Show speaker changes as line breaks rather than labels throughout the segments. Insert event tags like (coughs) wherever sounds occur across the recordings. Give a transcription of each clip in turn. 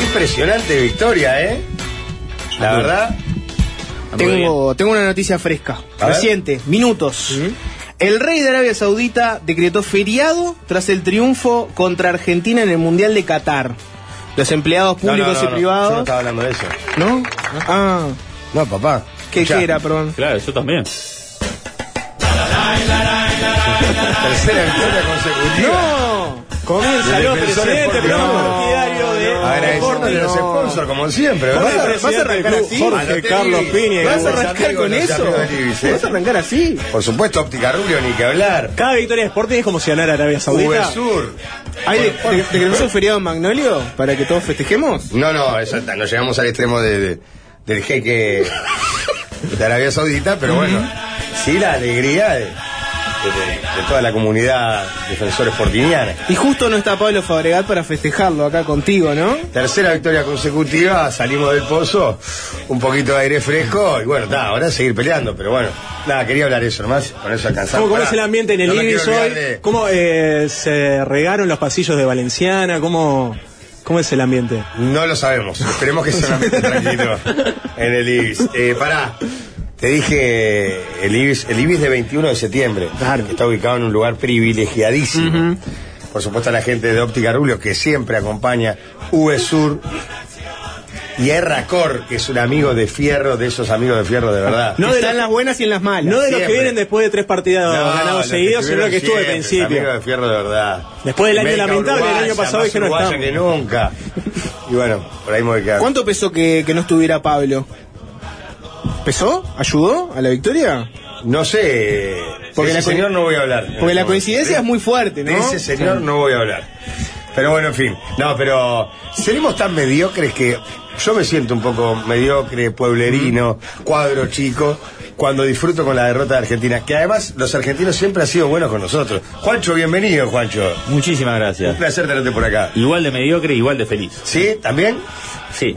impresionante victoria, ¿eh? La verdad. está muy
Tengo, tengo una noticia fresca,
A ver.
reciente, minutos.
bien.
El rey de Arabia Saudita decretó feriado tras el triunfo contra Argentina en el Mundial de Qatar. Los empleados
No, no, no,
públicos y
no,
privados.
Yo no estaba hablando de eso.
¿No? Ah,
No, papá.
¿qué,
Escuchá,
qué era, perdón?
Claro, yo también.
Tercera victoria consecutiva.
¡No! Comienza
El
los
defensor
presidente,
deportivo.
programa
No,
partidario de
Agradeciéndole a los
No.
sponsors, como siempre,
¿Vas a,
¿verdad?
vas a arrancar así?
Jorge Carlos Piña y
¿Vas a
los
arrancar
amigos,
con
los
eso?
amigos del Ibis, ¿eh?
¿Vas a arrancar así?
Por supuesto, óptica rubio, ni que hablar.
Cada victoria de Sporting es como si ganara Arabia Saudita.
Uvesur.
¿Hay de, de- decretamos un feriado en Magnolio para que todos festejemos?
No, no, eso está, no llegamos al extremo de, de- del jeque de Arabia Saudita, pero bueno, sí la alegría de, de- de- de toda la comunidad defensores portiñana.
Y justo no está Pablo Fabregat para festejarlo acá contigo, ¿no?
Tercera victoria consecutiva, salimos del pozo, un poquito de aire fresco y bueno, está, ahora seguir peleando, pero bueno, nada, quería hablar eso nomás, con eso alcanzamos.
¿Cómo, cómo es el ambiente en el Ibis hoy? ¿Cómo eh, se regaron los pasillos de Valenciana? ¿Cómo, cómo es el ambiente?
No lo sabemos. Esperemos que sea
(laughs)
un ambiente tranquilo en el Ibis. Eh, pará. Te dije el Ibis, el Ibis de 21 de septiembre.
Claro.
Que está ubicado en un lugar privilegiadísimo. Por supuesto, a la gente de Óptica Rubio, que siempre acompaña VSUR y Erracor, que es un amigo de fierro, de esos amigos de fierro de verdad.
No
de
están
los-
las buenas y en las malas.
No de los que
Ah, siempre.
vienen después de tres partidos
No,
ganados
los
seguidos, sino los que estuve al
estuvieron siempre,
principio.
amigos de fierro de verdad.
Después del año
América
lamentable, el
uruguaya,
año pasado
más
dijeron,
uruguaya que
(laughs)
nunca. Y bueno, por ahí me voy a quedar.
¿Cuánto pesó que, que no estuviera Pablo? ¿Pesó? ¿Ayudó a la victoria?
No sé.
Porque
Porque
la
ese
co-
señor no voy a hablar.
Porque la coincidencia es muy fuerte, ¿no?
De ese señor no voy a hablar. Pero bueno, en fin. No, pero seremos tan mediocres que yo me siento un poco mediocre, pueblerino,
Mm.
cuadro chico, cuando disfruto con la derrota de Argentina. Que además los argentinos siempre han sido buenos con nosotros. Juancho, bienvenido, Juancho.
Muchísimas
Un
gracias.
placer tenerte por acá.
Igual de mediocre, igual de feliz.
¿Sí? ¿También?
Sí.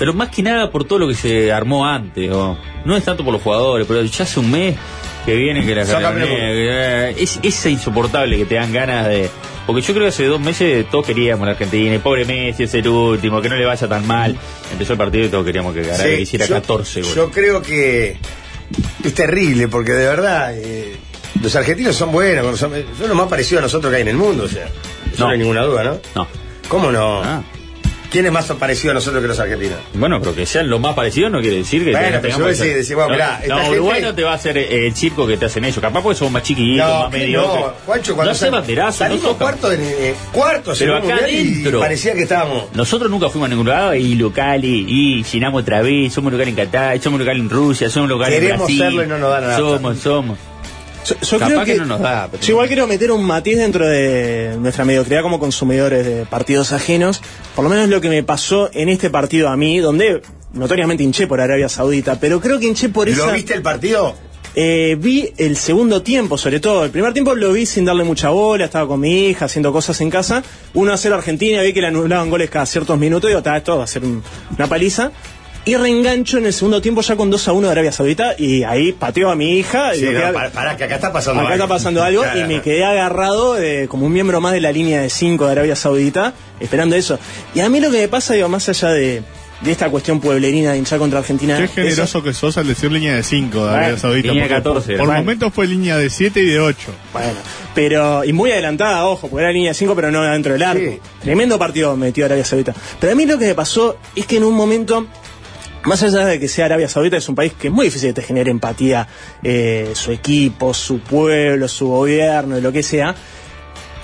Pero más que nada por todo lo que se armó antes. ¿no? No es tanto por los jugadores, pero ya hace un mes que viene que la
Son campeones.
que- eh, es, es insoportable que te dan ganas de. Porque yo creo que hace dos meses todos queríamos a la Argentina. y pobre Messi es el último, que no le vaya tan mal. Empezó el partido y todos queríamos que ganara,
Sí,
que hiciera
yo-
14 goles.
Yo creo que es terrible, porque de verdad, eh, los argentinos son buenos, son, son los más parecidos a nosotros que hay en el mundo, o sea, eso no,
No.
hay ninguna duda, ¿no?
No.
¿Cómo no?
Ah.
¿Quién es más parecido a nosotros que los argentinos?
Bueno, pero que sean lo más parecido no quiere decir que...
Bueno,
que
pero
tengamos
yo
que
decía-
ser-
decía, bueno,
no,
mirá, esta
no,
gente-
Uruguay no te va a hacer eh, el circo que te hacen ellos. Capaz porque son más chiquitos,
No,
más
que
mediocres.
no, Juancho, cuando
no se
sal-
banderaza, no
salimos
tocan.
cuartos en, eh, cuartos en
Pero
un
acá
mundial y
adentro.
parecía que estábamos...
Nosotros nunca fuimos a ningún lugar y local y, y llenamos otra vez, somos local en Qatar, somos local en Rusia, somos local en
Queremos
Brasil.
serlo y no nos dan nada.
Somos, somos.
Yo, yo
Capaz
creo
que no nos da, pero-
Yo igual quiero meter un matiz dentro de nuestra mediocridad como consumidores de partidos ajenos. Por lo menos lo que me pasó en este partido a mí, donde notoriamente hinché por Arabia Saudita, pero creo que hinché por
¿Lo
esa...
viste el partido?
Eh, vi el segundo tiempo, sobre todo. El primer tiempo lo vi sin darle mucha bola, estaba con mi hija haciendo cosas en casa. 1 a 0 Argentina, vi que le anulaban goles cada ciertos minutos. Digo, "Ta, esto va a ser un- una paliza. Y reengancho en el segundo tiempo ya con 2 a 1 de Arabia Saudita. Y ahí pateo a mi hija. y
Sí,
digo,
no,
"Queda-
para, pará, que acá está pasando
Acá
algo.
está pasando algo y
Claro.
me quedé agarrado eh, como un miembro más de la línea de 5 de Arabia Saudita, esperando eso. Y a mí lo que me pasa, digo, más allá de, de esta cuestión pueblerina de hinchar contra Argentina,
Qué
eso-
generoso que sos al decir línea de 5 de Arabia Saudita.
línea de
porque
14,
Por
bueno.
momentos fue línea de 7 y de 8.
bueno, pero, y muy adelantada, ojo, porque era línea de 5, pero no dentro del arco.
Sí.
Tremendo partido metió Arabia Saudita. Pero a mí lo que me pasó es que en un momento Más allá de que sea Arabia Saudita, es un país que es muy difícil que te genere empatía, eh, su equipo, su pueblo, su gobierno, lo que sea.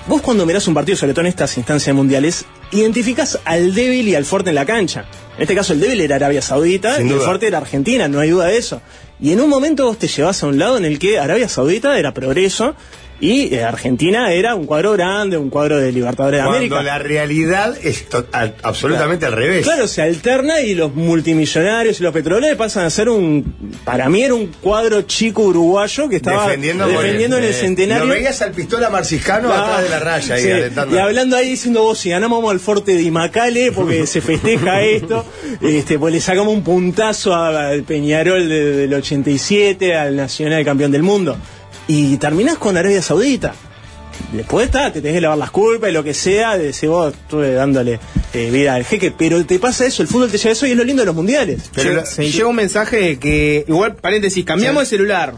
Vos cuando mirás un partido, sobre todo en estas instancias mundiales, identificás al débil y al fuerte en la cancha. En este caso el débil era Arabia Saudita
Sin
y el
duda.
fuerte era Argentina, no hay duda de eso. Y en un momento vos te llevás a un lado en el que Arabia Saudita era progreso y eh, Argentina era un cuadro grande, un cuadro de Libertadores de
Cuando
América.
la realidad es to- al- absolutamente al revés.
Claro, se alterna y los multimillonarios y los petroleros pasan a ser un. Para mí era un cuadro chico uruguayo que estaba
defendiendo, a morir.
defendiendo en el
Eh,
centenario.
Lo veías al pistola marciscano
Ah,
atrás de la raya ahí
sí,
alentando.
y hablando ahí diciendo vos, si ganamos vamos al fuerte de Imacale porque se
(laughs)
festeja esto, este, pues le sacamos un puntazo a- al Peñarol de- del 87, al Nacional campeón del mundo. Y terminás con Arabia Saudita. Después está, te tenés que lavar las culpas y lo que sea, de decir vos estuve dándole eh, vida al jeque, pero te pasa eso, el fútbol te lleva eso y es lo lindo de los mundiales.
Pero
Che,
la-
se llega un mensaje que, igual, paréntesis, cambiamos de celular.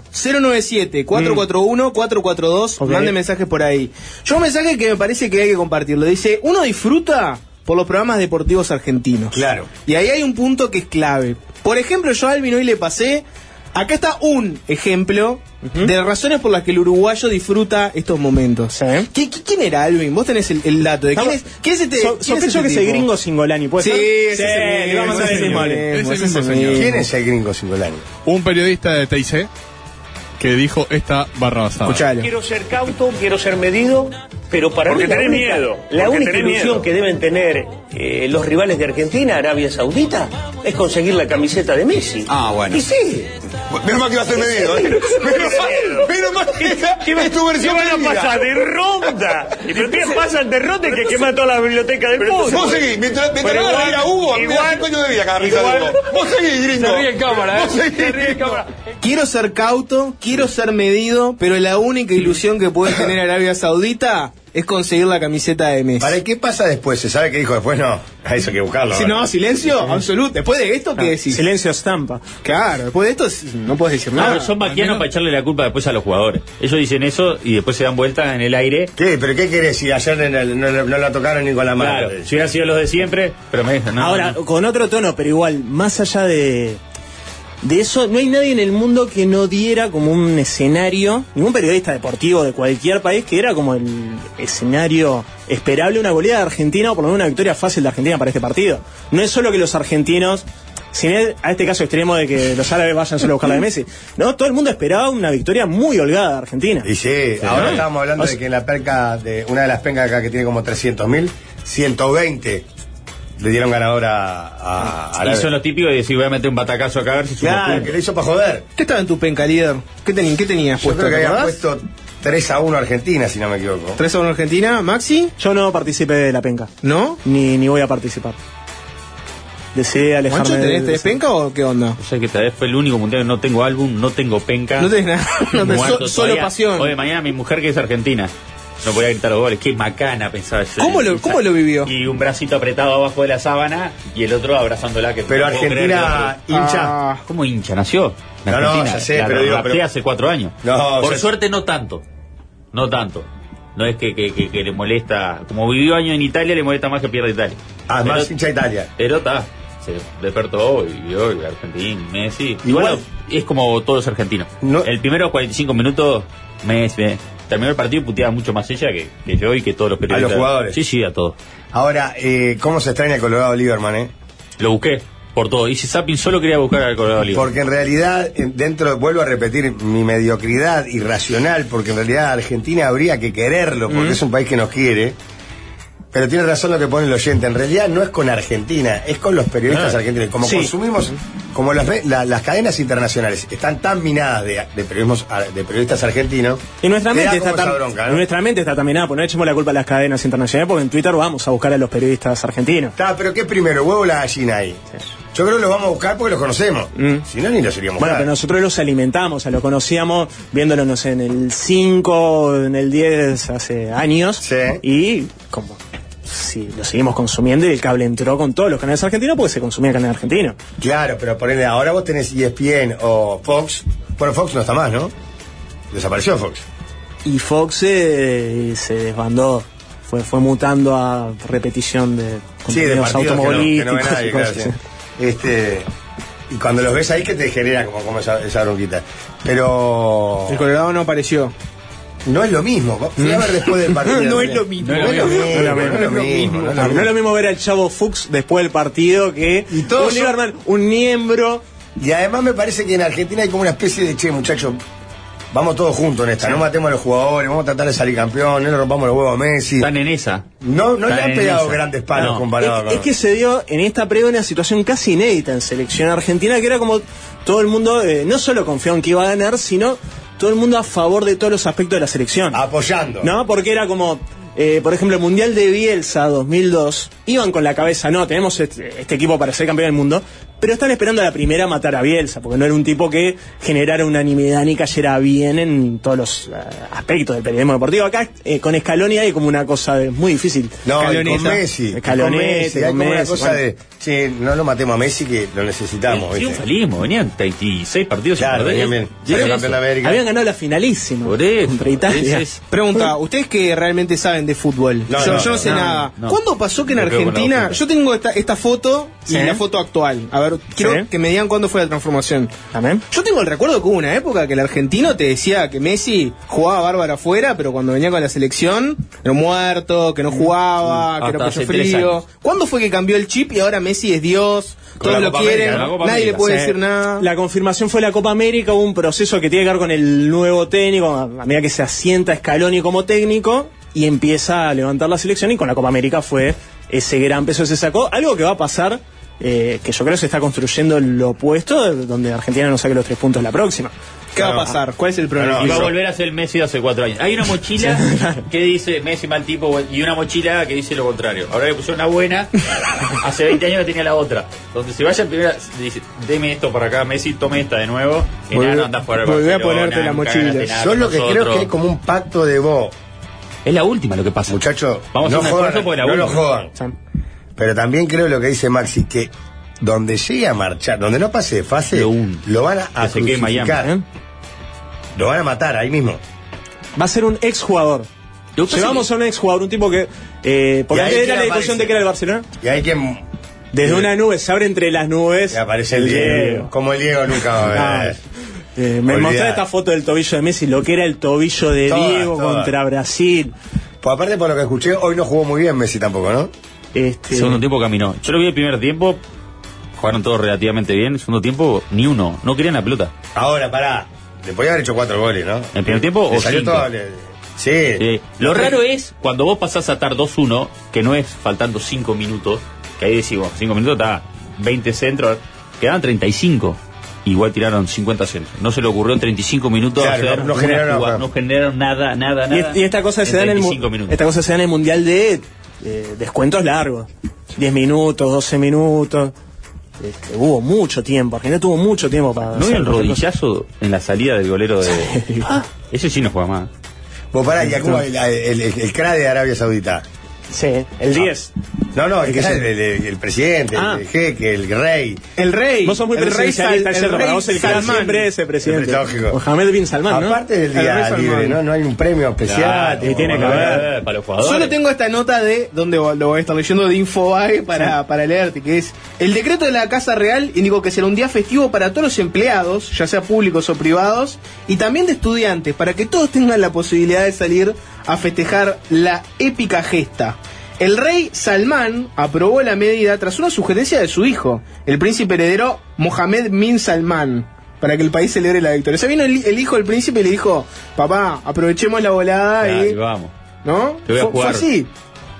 097-441-442.
Mm. Ok.
Mande mensajes por ahí. Yo un mensaje que me parece que hay que compartirlo. Dice, uno disfruta por los programas deportivos argentinos.
Claro.
Y ahí hay un punto que es clave. Por ejemplo, yo a Alvin hoy le pasé. Acá está un ejemplo de razones por las que el uruguayo disfruta estos momentos.
Sí.
¿Qui- qui- quién era Alvin? Vos tenés el, el dato de quién es, quién es este.
So-
quién es
sospecho
este
que ese
tipo?
gringo Singolani, ¿puede
Sí,
ser?
ese
Sí,
es el
le vamos a
mismo,
decir
ese
mole.
es el
Ese
mismo,
mismo
ese
señor.
mismo.
¿Quién es el gringo Singolani?
Un periodista de TIC que dijo esta barra basada.
Escuchalo.
Quiero ser cauto, quiero ser medido, pero para
Porque
mí la
tenés
única-
miedo,
La
porque
única
tenés
ilusión
miedo.
que deben tener eh, los rivales de Argentina, Arabia Saudita, es conseguir la camiseta de Messi.
Ah, bueno.
Y sí.
Menos mal que va a ser medido, ¿eh? Menos mal, menos mal que esa
¿Qué,
es tu versión
van a
medida.
pasar de ronda? ¿Y pero qué pasan de ronda que queman toda la biblioteca de fútbol?
Vos seguís, mientras, mientras
Pero
no hagas reír a
igual-
Hugo, me da
igual-
cinco años de vida cada risa de
igual-
Hugo. Vos seguís, gringo.
Se ríe en cámara, ¿eh?
Vos seguís.
Se ríe en cámara.
Quiero ser cauto, quiero ser medido, pero la única ilusión que puede tener Arabia Saudita es conseguir la camiseta de Messi.
¿Para qué pasa después? ¿Se sabe qué dijo después? No, (laughs) a eso hay que buscarlo.
Si
ahora.
no, silencio absoluto. Después de esto,
Ah,
¿qué decís?
Silencio estampa.
Claro, después de esto es- no puedes decir
No,
nada.
pero son maquianos
al menos-
para echarle la culpa después a los jugadores. Ellos dicen eso y después se dan vueltas en el aire.
¿Qué? ¿Pero qué querés si ayer en el- no, no la tocaron ni con la mano?
Claro, si hubieran sido los de siempre, pero me dicen, no,
Ahora,
no.
con otro tono, pero igual, más allá de, de eso, no hay nadie en el mundo que no diera como un escenario, ningún periodista deportivo de cualquier país, que era como el escenario esperable una goleada de Argentina o por lo menos una victoria fácil de Argentina para este partido. No es solo que los argentinos, sin el- a este caso extremo de que los árabes vayan solo a buscar la de Messi, no, todo el mundo esperaba una victoria muy holgada de Argentina.
Y sí, ahora estábamos hablando de que en la perca, de una de las pencas acá que tiene como 300.000, 120 le dieron ganador a, a, a
Y
la-
son los típicos de decir, voy a meter un batacazo acá a ver si suma
Claro,
puntos.
que lo hizo para joder.
¿Qué estaba en tu penca, líder? ¿Qué, teni- qué tenías
Yo
puesto?
creo que
¿te
había
acordás?
puesto 3 a 1 a Argentina, si no me equivoco.
3 a 1 Argentina, Maxi,
Yo no participé de la penca,
¿no?
ni, ni voy a participar. Decidí alejarme
¿Mancho,
de-
tenés,
de
tenés
ese-
penca o qué onda?
O sea que tal vez fue el único mundial que no tengo álbum, no tengo penca.
No tenés nada, no tenés-
Muerto
so- solo
todavía.
pasión.
Hoy de mañana mi mujer que es argentina. No podía gritar los goles, qué macana pensaba yo.
¿Cómo lo- cómo lo vivió?
Y un bracito apretado abajo de la sábana y el otro abrazándola. Que
Pero
no puedo creer que
Argentina,
lo-
hincha.
Ah, ¿Cómo hincha? ¿Nació? en
No, no,
Argentina.
ya sé,
La
pero digo,
rapté
pero-
hace cuatro años.
No,
Por
ya-
suerte no tanto. No tanto. No es que, que- que- que le molesta. Como vivió años en Italia, le molesta más que pierda Italia.
Ah, es más
Pero-
hincha de Italia.
pero está, se despertó y vio y Argentina, y Messi. Igual es como todos los argentinos.
No.
El primero 45 minutos, Messi. eh, Terminó el partido y puteaba mucho más ella que, que yo y que todos los periodistas.
jugadores.
Sí, sí, a todos.
Ahora, eh, ¿cómo se extraña Colorado Lieberman, eh?
Lo busqué por todo. Hice zapping, solo quería buscar al Colorado Libre.
Porque en realidad, en- dentro, vuelvo a repetir, mi mediocridad irracional, porque en realidad Argentina habría que quererlo,
Mm.
porque es un país que nos quiere. Pero tiene razón lo que pone el oyente, en realidad no es con Argentina, es con los periodistas
Ah,
argentinos. Como consumimos, como las, ve- la- las cadenas internacionales están tan minadas de, de periodismos ar- de periodistas argentinos,
Y nuestra
te da
mente,
como
está
esa
tam-
bronca, ¿no?
nuestra mente está taminada, pues no echemos la culpa a las cadenas internacionales, porque en Twitter vamos a buscar a los periodistas argentinos.
Está, pero ¿qué es primero, el huevo o la gallina ahí? Yo creo que los vamos a buscar porque los conocemos. Si no, ni los iríamos
Mm. Bueno,
a
pero nosotros los alimentamos, o sea, los conocíamos viéndolos, no sé, en el 5, en el 10, hace años.
Sí.
Y como si lo seguimos consumiendo y el cable entró con todos los canales argentinos porque se consumía el canal argentino.
Claro, pero ponele, ahora vos tenés E ESPN o Fox. Bueno, Fox no está más, ¿no? Desapareció Fox.
Y Fox eh, se desbandó, fue, fue mutando a repetición de
Sí, de
contenidos
partidos que no, que no ve
automovilísticos
nadie,
(laughs) y cosas
claro,
así.
sí. Este, y cuando los ves ahí que te genera como, como esa, esa bronquita. Pero
El Colorado no apareció.
no es lo mismo. Vos Fui a ver después
(laughs)
del partido.
No es lo mismo.
No es lo mismo. No es lo mismo. no es lo
No es lo
mismo.
mismo ver al Chavo Fuchs después del partido que
Y todos
un
son-
Lieberman, un miembro.
Y además me parece que en Argentina hay como una especie de, che, muchachos, vamos todos juntos en esta. No matemos a los jugadores, vamos a tratar de salir campeón, no le rompamos los huevos a Messi.
Están en esa.
No, no le
Están
han
en
pegado
esa.
grandes palos
No.
comparado
es,
con...
es que se dio en esta previa una situación casi inédita en selección argentina, que era como todo el mundo eh, no solo confiaba en que iba a ganar, sino todo el mundo a favor de todos los aspectos de la selección.
apoyando.
No, porque era como, eh, por ejemplo, el Mundial de Bielsa 2002, iban con la cabeza, no, tenemos este, este equipo para ser campeón del mundo, Pero están esperando a la primera matar a Bielsa, porque no era un tipo que generara unanimidad ni cayera bien en todos los eh, aspectos del periodismo deportivo. Acá eh, con Scaloni hay como una cosa de- muy difícil.
No, y
Scaloni
con
está-
Messi. y con
Scaloni,
Messi. Hay
con
como una
Messi,
cosa
bueno.
de, che, no lo matemos a Messi que lo necesitamos. ¿viste?
El Eh, triunfalismo, venían 36 partidos
Claro,
sin perder.
bien, bien.
Y
Salió
eso,
campeón de América.
Habían ganado la finalísima
Por eso,
contra Italia.
ese es-
Pregunta, ustedes que realmente saben de fútbol.
No,
yo
no,
yo
no,
sé
no,
nada.
no.
¿Cuándo pasó que en
Me quedo con la
Argentina?
boca.
Yo tengo esta, esta foto
Sí.
y la foto actual. A ver, quiero
Sí.
que me digan cuándo fue la transformación.
Amén.
Yo tengo el recuerdo que hubo una época que el argentino te decía que Messi jugaba bárbaro afuera, pero cuando venía con la selección era un muerto, que no jugaba, que
Hasta
era
hace
pollo
tres
frío.
años.
¿Cuándo fue que cambió el chip y ahora Messi es Dios?
Con
Todos
la
lo
Copa
quieren,
América,
¿no? Copa
nadie le
América.
puede
Sí.
decir nada.
La confirmación fue la Copa América, hubo un proceso que tiene que ver con el nuevo técnico, a a medida que se asienta Scaloni como técnico y empieza a levantar la selección y con la Copa América fue ese gran peso que se sacó, algo que va a pasar, eh, que yo creo que se está construyendo lo opuesto, donde Argentina no saque los tres puntos la próxima.
¿Qué va a pasar? ¿Cuál es el problema?
Y va a volver a ser el Messi de hace cuatro años. Hay una
(laughs)
mochila que dice Messi mal tipo buen- y una mochila que dice lo contrario. Ahora le pusieron una
(laughs)
buena, hace 20 años la tenía la otra. Donde se vaya en primera, dice, deme esto para acá, Messi, tome esta de nuevo.
Volvé-
Enano, andás fuera del
volvé a
Barcelona,
ponerte la
nunca
mochila.
ganaste nada
Yo
con
lo que creo
nosotros.
que hay como un pacto de vos.
Es la última lo que pasa.
Muchachos,
Vamos a
no
hacer un
jodan,
esfuerzo porque la
no lo
última.
jodan.
Sí.
Pero también creo lo que dice Maxi, que donde llegue a marchar, donde no pase de fase,
Lo
lo,
hunde.
van a,
Que se quede en
crucificar.
Miami, ¿eh?
Lo van a matar ahí mismo.
Va a ser un exjugador.
Lo que pasa
Llevamos
que-
a un exjugador, un tipo que, eh,
Y
porque
ahí
antes era
quién
la discusión
aparece.
de que era el Barcelona,
Y hay quien
desde
Sí.
una nube, se abre entre las nubes.
que aparece el Diego. Como el Diego nunca va a ver.
Eh, me
Olvidar.
mostró esta foto del tobillo de Messi, lo que era el tobillo de
Todas,
Diego
todas.
contra Brasil.
Pues aparte por lo que escuché, hoy no jugó muy bien Messi tampoco, ¿no?
Este,
Segundo tiempo caminó. Yo lo vi el primer tiempo, jugaron todos relativamente bien. Segundo tiempo, ni uno. No querían la pelota.
Ahora, pará. Le podía haber hecho cuatro goles, ¿no?
¿En primer tiempo
Le
o
salió
cinco?
todo. le- Sí.
Eh, lo raro es cuando vos pasás a atar 2-1, que no es faltando 5 minutos, que ahí decimos, 5 minutos está 20 centros, quedaban 35. Igual tiraron 50 centros. No se le ocurrió en 35 minutos
Claro,
hacer
no- no
una
generaron
jugada,
nada.
no generaron nada, nada,
y,
nada.
es- y esta cosa se da en el mu-
35 minutos.
esta cosa se da en el mundial de eh, descuentos largos. 10 minutos, 12 minutos. Este, hubo mucho tiempo, Argentina tuvo mucho tiempo para
¿No
hacer
vio el
cualquier
rodillazo en la salida del golero
(laughs)
de... Ah, ese sí no juega más.
Vos pará, y acá hubo el, el, el- el CRA de Arabia Saudita. Ah.
cosa. Sí, el 10.
No, no, Ah, el, que es el, el- el- el presidente,
Ah.
el jeque, el rey.
El rey.
Vos sos muy
el rey
presidencialista,
Sal-
es cierto,
el
para
rey
vos el gran
Salman.
siempre es el presidente.
lógico.
Mohamed bin Salman, ¿no?
Aparte del
El
día
rey Salman.
libre, ¿no? No hay un premio especial.
Claro,
tipo,
tiene que
¿no?
haber.
Para los jugadores.
Solo tengo esta nota de, donde lo voy a estar leyendo, de Infobae para, para leerte, que es, el decreto de la Casa Real indicó que será un día festivo para todos los empleados, ya sea públicos o privados, y también de estudiantes, para que todos tengan la posibilidad de salir a festejar la épica gesta. El rey Salman aprobó la medida tras una sugerencia de su hijo, el príncipe heredero Mohamed bin Salman. Para que el país celebre la victoria. O sea, vino el, el hijo del príncipe y le dijo, papá, aprovechemos la volada
Ahí
y...
vamos.
¿No?
Te voy a
Fue- fue
jugar.
así.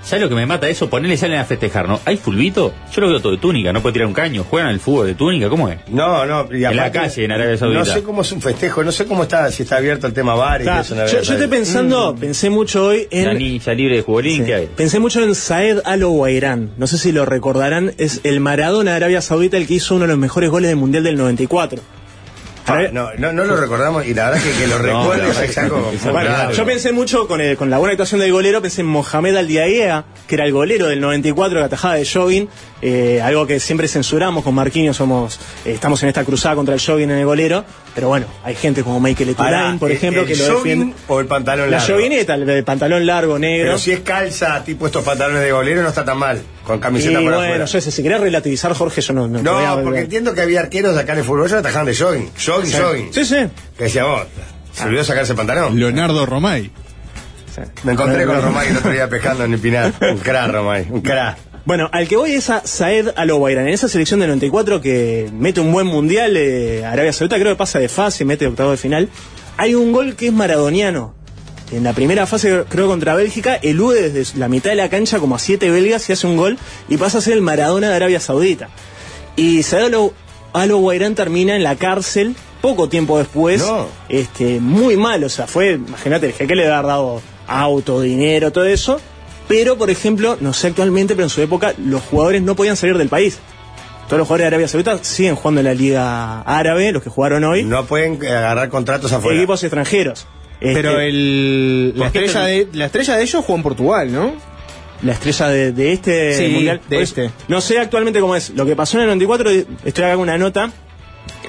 ¿Sabes lo que me mata eso? Ponerle y salen a festejar, ¿no? ¿Hay fulbito? Yo lo veo todo de túnica, no puede tirar un caño. Juegan al fútbol de túnica, ¿cómo es?
No, no, y
En la
aparte,
calle, en Arabia Saudita.
No sé cómo es un festejo, no sé cómo está, si está abierto el tema bar y
Está,
eso en Arabia
yo, yo te
Saudita.
pensando,
Mm.
pensé mucho hoy en
La ninja libre de jugolín,
Sí.
¿qué hay?
Pensé mucho en Saed Al Owairán. No sé si lo recordarán. Es el Maradona de Arabia Saudita el que hizo uno de los mejores goles del Mundial del 94.
Ah, no, no, no lo recordamos y la verdad que, que
(laughs)
lo recuerdo
la
es algo
es
muy
algo
raro.
Yo pensé mucho con, el- con la buena actuación del golero. Pensé en Mohamed Al Diaguea, que era el golero del 94 que atajaba de jogging. eh, algo que siempre censuramos con Marquinhos. Somos, eh, estamos en esta cruzada contra el jogging en el golero. Pero bueno, hay gente como Michael
Pará,
Eturain, por
¿el-
ejemplo,
el
que lo
jogging
defiende.
o el pantalón
La
largo?
joguineta, el, el pantalón largo, negro.
Pero si es calza, tipo estos pantalones de golero, no está tan mal. Con
y
camiseta por
bueno,
afuera.
yo sé, si querés relativizar, Jorge, yo no... No, te voy a-
No, porque entiendo que había arqueros acá en el fútbol, yo atajaban de jogging. Jogging, jogging.
Sí, sí. Ah.
Que decía vos, se olvidó sacarse el pantalón.
Leonardo Romay.
Me encontré con Romay el otro día pescando en el
(laughs)
Pinar. Un cra, Romay, un cra.
Bueno, al que voy es a Saed Al-Obairán, en esa selección del 94 que mete un buen mundial, eh, Arabia Saudita creo que pasa de fase, mete octavo de final. Hay un gol que es maradoniano. En la primera fase, creo contra Bélgica, elude desde la mitad de la cancha como a siete belgas y hace un gol y pasa a ser el Maradona de Arabia Saudita. Y Saed Al-Obairán termina en la cárcel poco tiempo después,
No.
este, muy mal, o sea, fue, imagínate, el jeque le debe haber dado auto, dinero, todo eso, pero por ejemplo, no sé actualmente, pero en su época los jugadores no podían salir del país. Todos los jugadores de Arabia Saudita siguen jugando en la Liga Árabe, los que jugaron hoy,
No pueden eh, agarrar contratos afuera.
equipos extranjeros.
Pero
Este,
el, la,
¿por qué
estrella de, la estrella de ellos jugó en Portugal, ¿no?
La estrella de, de este
Sí,
mundial.
de
Por eso,
este.
No sé actualmente cómo es. Lo que pasó en el 94, estoy acá con una nota,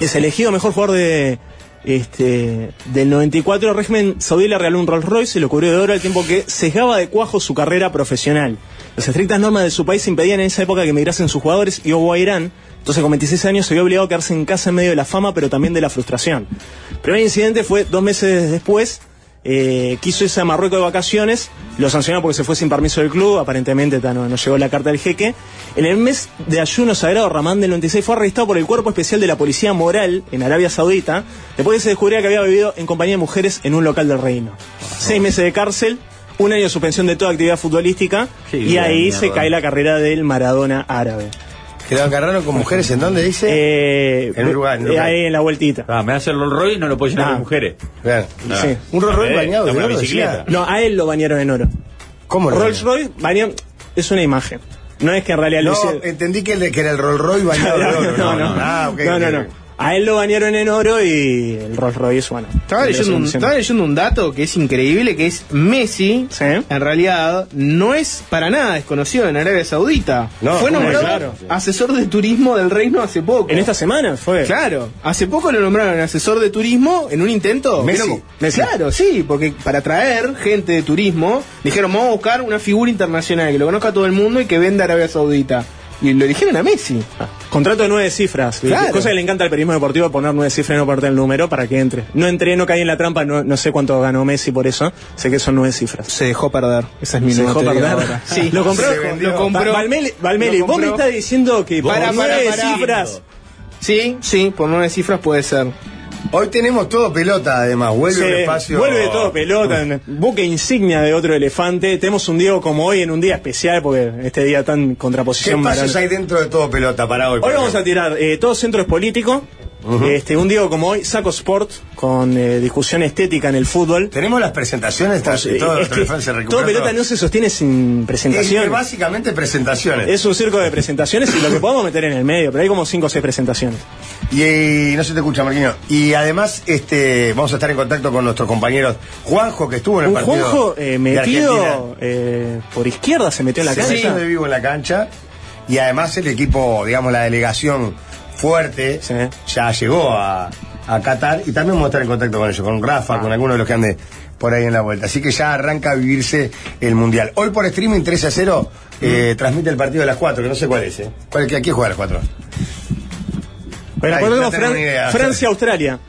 es elegido mejor jugador de este del 94. El régimen saudí le regaló un Rolls Royce y lo cubrió de oro al tiempo que sesgaba de cuajo su carrera profesional. Las estrictas normas de su país impedían en esa época que migrasen sus jugadores y hubo a Irán. Entonces, con 26 años, se vio obligado a quedarse en casa en medio de la fama, pero también de la frustración. El primer incidente fue dos meses después, eh, quiso irse a Marruecos de vacaciones, lo sancionaron porque se fue sin permiso del club, aparentemente ta, no, no llegó la carta del jeque. En el mes de ayuno sagrado, Ramán del 96 fue arrestado por el Cuerpo Especial de la Policía Moral en Arabia Saudita, después de que se descubriera que había bebido en compañía de mujeres en un local del reino. Seis meses de cárcel, un año de suspensión de toda actividad futbolística,
Qué
y
bien,
ahí
mierda.
se cae la carrera del Maradona árabe.
Que lo agarraron con mujeres, ¿en dónde dice?
Eh,
En Uruguay, en
eh,
Uruguay.
ahí en la vueltita.
Ah, me hace el Rolls Royce y no lo puedo llenar
Ah.
de mujeres.
Claro.
Ah.
Sí.
Un Rolls Royce
Eh,
bañado de
una
oro,
bicicleta.
decía.
No, a él lo bañaron en oro.
¿Cómo lo
Rolls
bañaron?
Royce bañan, es una imagen. No es que en realidad lo
No, (laughs)
hicieron-
entendí que, el de- que era el Rolls Royce
(laughs)
bañado de oro.
no, no, no.
Ah, ok,
No, no,
ok,
no.
ok.
A él lo bañaron en oro y el Rolls Royce, bueno.
Estaba leyendo, un, estaba leyendo un dato que es increíble, que es Messi,
Sí.
en realidad, no es para nada desconocido en Arabia Saudita.
No,
Fue
no,
nombrado
claro.
asesor de turismo del reino hace poco.
En esta semana fue.
Claro, hace poco lo nombraron asesor de turismo en un intento.
Messi.
Vieron-
Messi.
Claro, sí, porque para atraer gente de turismo, dijeron, vamos a buscar una figura internacional que lo conozca todo el mundo y que venda a Arabia Saudita. Y lo eligieron a Messi.
Ah. Contrato de nueve cifras.
Claro.
Cosa que le encanta al periodismo deportivo poner nueve cifras y no perder el número para que entre. No entré, no caí en la trampa, no, no sé cuánto ganó Messi por eso. Sé que son nueve cifras.
Se dejó perder. Esa es mi
Se dejó
nueva teoría
perder.
ahora. Sí.
Lo compró.
Se vendió.
Lo compró.
Va- Valmeli, Valmeli,
Lo
vos me
compró.
estás diciendo que
Vos-
para
Pará, pará,
nueve
pará.
cifras.
Sí, sí, por nueve cifras puede ser.
Hoy tenemos todo pelota, además. Vuelve
se
un espacio.
Vuelve todo pelota, en- buque insignia de otro elefante. Tenemos un día como hoy en un día especial, porque este día tan
¿Qué
contraposición.
pasos
barón.
hay dentro de todo pelota para hoy?
Hoy
por
vamos a
ejemplo?
tirar eh, todo centro es político. Este, un día como hoy, Saco Sport, con eh, discusión estética en el fútbol.
Tenemos las presentaciones, está-
Eh,
todo,
es
todo
que
el fan se recupera
todo pelota
todo.
no se sostiene sin
Es que
presentación.
básicamente presentaciones.
Es un circo de presentaciones y lo que podemos meter en el medio, pero hay como 5 o 6 presentaciones.
Y, eh, no se te escucha, Marquino. Y además, este, vamos a estar en contacto con nuestros compañeros. Juanjo, que estuvo en el
Un
partido.
Juanjo eh,
de Argentina.
metido eh, por izquierda se metió en la
Se
cancha.
hizo de vivo en la cancha y además el equipo, digamos, la delegación fuerte
Sí.
ya llegó a, a Qatar y también vamos a estar en contacto con ellos, con Rafa,
Ah.
con alguno de los que ande por ahí en la vuelta. Así que ya arranca a vivirse el Mundial. Hoy por streaming 3 a 0 eh,
Mm.
transmite el partido de las 4, que no sé cuál es. ¿eh? ¿Cuál, es que- ¿A quién juega a las 4?
Pero
Ay, no
recordemos
tengo
Fran-
ni idea.
Francia-Australia.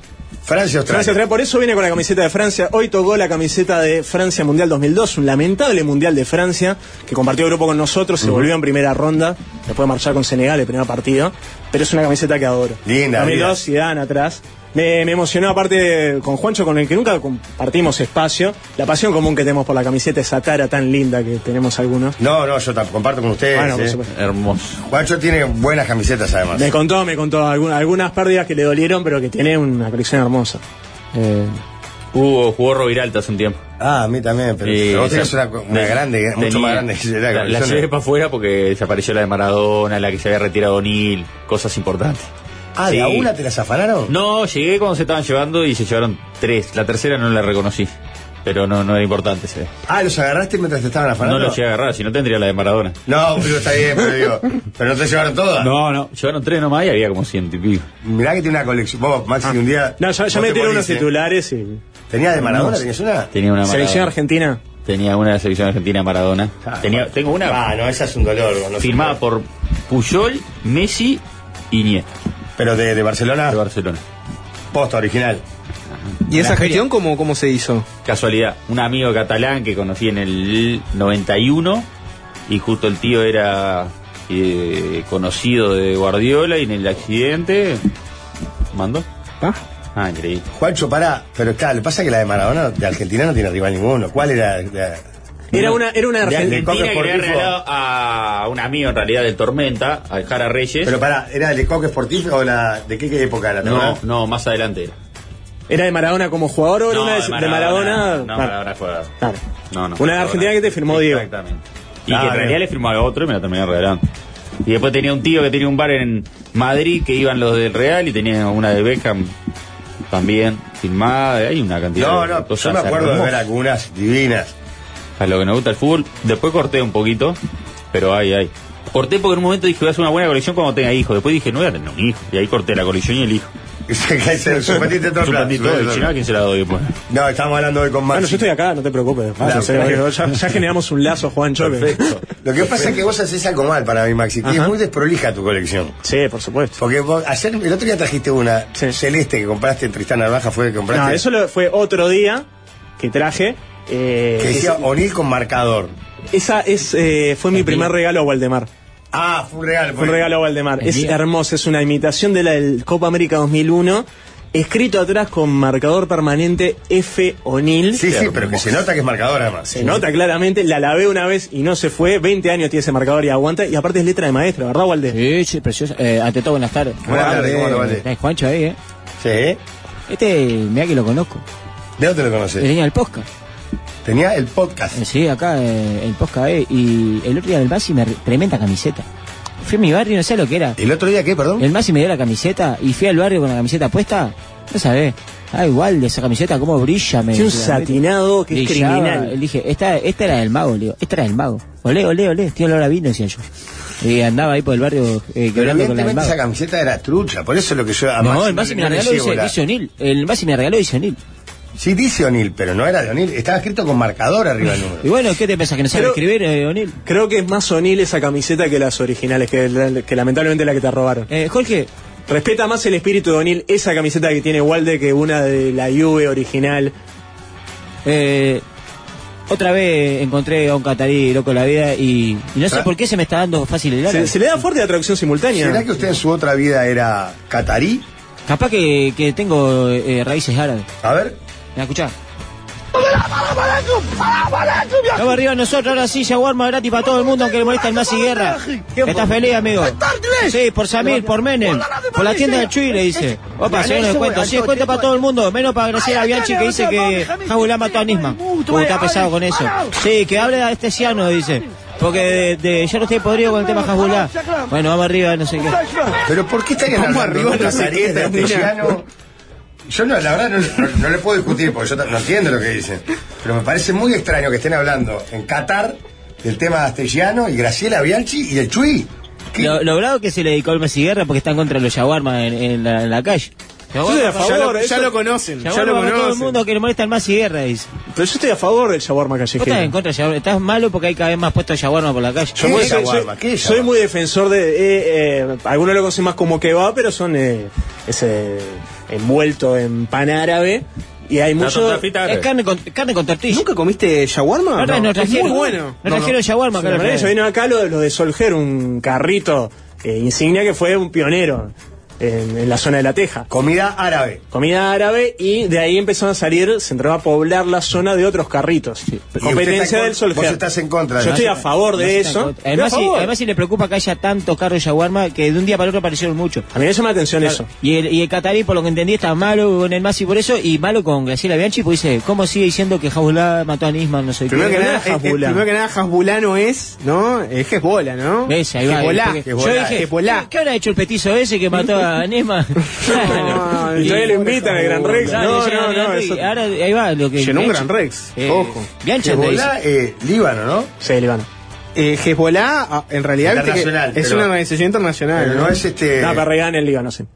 Francia, Australia.
Francia, Australia, por eso viene con la camiseta de Francia. Hoy tocó la camiseta de Francia Mundial 2002, un lamentable Mundial de Francia, que compartió grupo con nosotros, se volvió en primera ronda, después de marchar con Senegal el primer partido, pero es una camiseta que adoro.
Linda,
2002, Zidane atrás. Me, me emocionó aparte con Juancho, con el que nunca compartimos espacio, la pasión común que tenemos por la camiseta, esa tara tan linda que tenemos algunos.
No, no, yo tampoco comparto con ustedes.
Bueno, por
eh.
supuesto.
Hermoso.
Juancho tiene buenas camisetas además.
Me contó, me contó alguna- algunas pérdidas que le dolieron, pero que tiene una colección hermosa. Eh,
Hubo, jugó Roviralta hace un tiempo.
Ah, a mí también, pero
Y
vos
esa-
tenés una, una
de-
grande, eh, mucho
tenía-
más grande que la,
La, la
colección.
llevé para afuera porque desapareció la de Maradona, la que se había retirado Neil, cosas importantes.
Ah, ¿de
Sí.
a una te las afanaron?
No, llegué cuando se estaban llevando y se llevaron tres. La tercera no la reconocí. Pero no, no era importante, se ve.
Ah, ¿los agarraste mientras te estaban
No
afanando?
lo llegué a agarrar, si no tendría la de Maradona.
No, pero está bien, pero digo. ¿Pero no te llevaron todas?
No, no, llevaron tres nomás y había como ciento y pico.
Mirá que tiene una colección. Vos, Maxi, un día.
No, ya, ya
vos
me
te
tiré
morís,
unos
¿eh?
titulares y...
¿Tenías de Maradona? ¿Tenías una?
Tenía una Maradona.
Selección Argentina.
Tenía una de la selección argentina Maradona. Tenía, tengo una
Ah, no, esa es un dolor. no sé.
firmada por Puyol, Messi y Niesta
Pero de, de Barcelona,
de Barcelona.
posta original.
¿Y esa gestión cómo, cómo se hizo?
Casualidad, un amigo catalán que conocí en el 91 y justo el tío era eh, conocido de Guardiola y en el accidente mandó. Ah, increíble.
Juancho, pará. Pero claro, lo que pasa es que la de Maradona de Argentina no tiene rival ninguno. ¿Cuál era? la-
Era una, era una
De-
Argen-
de-
Argentina que le había
Sportivo.
regalado a un amigo en realidad del Tormenta, al Jara Reyes.
Pero pará, ¿era de Coque Sportif o la. ¿De qué, qué época era? ¿Te
no,
acordás?
no, más adelante era.
¿Era de Maradona como jugador o era
No,
una de, de Maradona?
No,
Claro.
Maradona Ah. fue.
Claro.
No, no.
Una de Argentina que te firmó Diego.
Exactamente. Y
Claro.
que en realidad le firmó a otro y me la terminé regalando. Y después tenía un tío que tenía un bar en Madrid que iban los del Real y tenía una de Beckham también filmada. Hay una cantidad
No,
de
no, yo
cosas
me acuerdo de ver
hermosas.
algunas divinas.
A lo que nos gusta el fútbol. Después corté un poquito, pero ay, ay. Corté porque en un momento dije voy a hacer una buena colección cuando tenga hijos. Después dije no voy a tener un hijo. Y ahí corté la colección y
(laughs)
el hijo.
Se supetiste todo el ¿eh? plan.
Suplandí todo. Y si no, ¿a quién se la doy después?
No, estamos hablando hoy con Maxi.
Bueno, yo estoy acá, no te preocupes. Ah,
Claro,
en serio, ya, ya generamos un lazo, Juancho. que- (laughs)
Lo que pasa es que vos haces algo mal para mí, Maxi. que Es muy desprolija tu colección.
Sí, por supuesto.
Porque vos, ayer, el otro día trajiste una
Sí.
celeste que compraste en Tristán Narvaja, fue que compraste.
No, eso lo- fue otro día que traje. eh,
Que decía O'Neill con marcador.
es- esa es, eh, fue mi primer regalo a Waldemar.
Ah, fue un regalo.
Fue un regalo a Waldemar.
Es
Es
mío.
hermosa, es una imitación de la del Copa América 2001, escrito atrás con marcador permanente F. O'Neill.
Sí, sí, pero que se nota que es marcador además.
Se nota claramente, la lavé una vez y no se fue. 20 años tiene ese marcador y aguanta. Y aparte es letra de maestro, ¿verdad, Walde?
Sí, sí, precioso. Eh, ante todo, buenas tardes.
Buenas tardes, ¿cómo lo vale?
Está Juancho ahí, ¿eh?
Sí.
Este, mira que lo conozco.
¿De dónde lo
Le
conoces?
Tenía el podcast.
Tenía el podcast.
Eh, Sí, acá eh, el podcast, ¿eh? Y el otro día el Masi me re- tremenda camiseta. Fui a mi barrio, no sé lo que era.
¿El otro día qué, perdón?
El Masi me dio la camiseta y fui al barrio con la camiseta puesta. No sabés. Ah, igual, esa camiseta, cómo brilla. Me,
Tiene un
me-
satinado que es
brillaba.
criminal.
Dije, esta, esta era del mago, le digo. Esta era del mago. Olé, olé, olé. Tío Laura vino, decía yo. Y andaba ahí por el barrio eh,
Pero
quebrando con la del
evidentemente
mago.
esa camiseta era trucha, por eso es lo que yo a
No,
Maxi
el Masi me
no
la
le
regaló,
llevo
dice,
la-
dice O'Neill. El Masi me la regaló, dice O'Neill.
Sí, dice O'Neill, pero no era de O'Neill. Estaba escrito con marcador arriba del número.
(laughs) Y bueno, ¿qué te pensás? ¿Que no sabe
Pero-
escribir, eh, O'Neill?
Creo que es más O'Neill esa camiseta que las originales, que, la- que lamentablemente la que te robaron.
Eh, Jorge,
Respeta más el espíritu de O'Neill esa camiseta que tiene Walde que una de la Juve original.
eh, otra vez encontré a un catarí loco de la vida y, y no sé
Tra-
por qué se me está dando fácil el árabe.
Se, se le da fuerte la traducción
¿Será
simultánea.
que usted en su otra vida era catarí?
Capaz que, que tengo eh, raíces árabes.
A ver.
¿Me escuchás? Vamos arriba nosotros, ahora sí, shawarma gratis para todo el mundo, aunque le molesta el más y guerra. ¿Estás feliz, amigo? Sí, por Samir, por Menem, por la tienda de Chuy, le dice. Opa, se viene descuento. Sí, descuento para todo el mundo, menos para Graciela Bianchi que dice que Jabulá mató a Nisman. Uy, está pesado con eso. Sí, que hable a este ciano, dice. Porque de, de- ya no estoy podrido con el tema Jabulá. Bueno, vamos arriba, no sé qué.
¿Pero por qué este estarían
¿Cómo
hablando
arriba
de
no se
catarí,
queda,
de castellano? Yo no, la verdad no, no- no le puedo discutir porque yo no entiendo lo que dicen. Pero me parece muy extraño que estén hablando en Qatar del tema castellano y Graciela Bianchi y el Chuy. ¿Qué?
Lo, lo bravo que se le dedicó al Messi Guerra porque están contra los Yaguarmas en, en la, en la calle.
Yo estoy a favor,
Ya lo,
eso-
ya lo conocen, ya lo
Yaguarma para todo el
conocen.
mundo que le molesta al Messi Guerra, dice.
Pero yo estoy a favor del shawarma
Vos estás en
callejero.
contra de Yaguarma, estás malo porque hay cada vez más puestos de Yaguarma por la calle.
Yo
Yo
¿Qué
soy- soy-
shawarma? ¿Qué
soy
shawarma?
muy defensor de... eh, eh, algunos lo conocen más como kebab, pero son eh, ese envuelto en pan árabe. Y hay
La
mucho...
torta frita
Es carne con, carne con tortilla.
¿Nunca comiste shawarma?
Ahora
No,
no
es muy
trajeron-
bueno.
No trajeron Yaguarma,
Bueno, pero ellos vino acá lo, lo de Solger, un carrito eh, insignia que fue un pionero en, en la zona de La Teja.
Comida árabe.
Comida árabe y de ahí empezaron a salir, se entró a poblar la zona de otros carritos.
Y usted está
Competencia
en
del
con-
Solger.
vos estás en contra,
Yo
¿no?
estoy a favor de eso.
Además,
Estoy a
si,
favor.
además, si le preocupa que haya tantos carros de Yaguarma que de un día para el otro aparecieron muchos.
a mí me llama la atención eso.
Y el, y el catarí, por lo que entendí, está malo con el Masi por eso y malo con Graciela Bianchi, pues dice, ¿cómo sigue diciendo que Jabulá mató a Nisman? No sé qué.
Primero que,
Pero
nada,
no
eh, eh,
es Hezbollah.
primero que nada, Hezbollah no es, ¿no? Es Hezbollah, ¿no?
¿Ves? Ahí va.
Hezbollah,
Porque
Hezbollah,
yo dije,
Hezbollah.
¿qué, qué habrá hecho el petizo ese que mató a Nisman?
No, (laughs) y todavía lo invitan al Gran Rex. No, no, no. eso-
Ahora, ahí va lo que...
Llenó un
Bianchi-
Gran Rex,
Eh,
ojo.
Bianchi te dice.
Hezbollah, eh, Líbano, ¿no?
Sí, Líbano.
Eh, Hezbollah, ah, en realidad, viste que
Internacional,
es
pero-
una organización internacional.
Pero
¿no?
no es este.
No, pero regalan el Líbano, sí.
sí,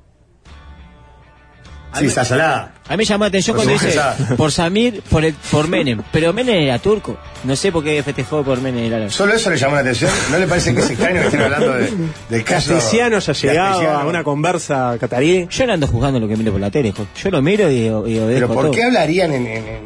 Pues está salada.
A mí me llamó la atención
Por
cuando dice
supuesto.
por Samir, por, el- por Menem. Pero Menem era turco. No sé por qué festejó por Menem el árabe.
Solo eso le llamó la atención. ¿No le parece que es extraño que estén hablando
(laughs)
de, del caso?
Castellano ya llegaba a
Castellano?
una conversa catarí.
Yo no ando juzgando lo que miro por la tele, jo. yo lo miro y, y obedezco
Pero ¿por
todo.
qué hablarían en, en, en,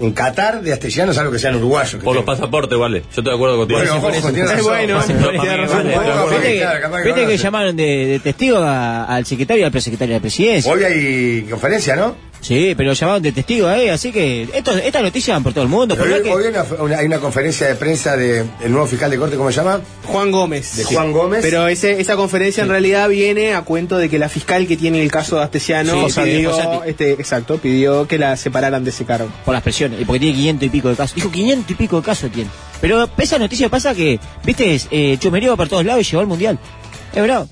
en Qatar de castellanos algo que sean uruguayos? que
Por los
tengan?
pasaportes, vale. Yo estoy de acuerdo contigo.
Bueno, ojo, tiene
Eh,
razón.
bueno,
Pase-
tiene
pase-
razón.
pase-
Ojo,
pase-
Viste que,
claro, capaz que
viste
no
que
lo sé.
llamaron de, de testigo a- al secretario y al prosecretario de la presidencia.
Hoy hay conferencia, ¿no?
Sí, pero llamaron de testigo ahí, así que esto, estas noticias van por todo el mundo.
Pero
por
hoy,
más que-
hoy hay, una, una- hay una conferencia de prensa del nuevo fiscal de corte, ¿cómo se llama?
Juan Gómez.
De Juan Gómez.
Pero ese- esa conferencia en realidad viene a cuento de que la fiscal que tiene el caso de Astesiano
Sí,
pidió,
Fossati.
este, exacto, pidió que la separaran de ese cargo.
por las presiones, y porque tiene 500 y pico de casos. Dijo 500 y pico de casos tiene. Pero esa noticia pasa que, viste, es, eh, Chomerío va por todos lados y llegó al mundial. Es verdad.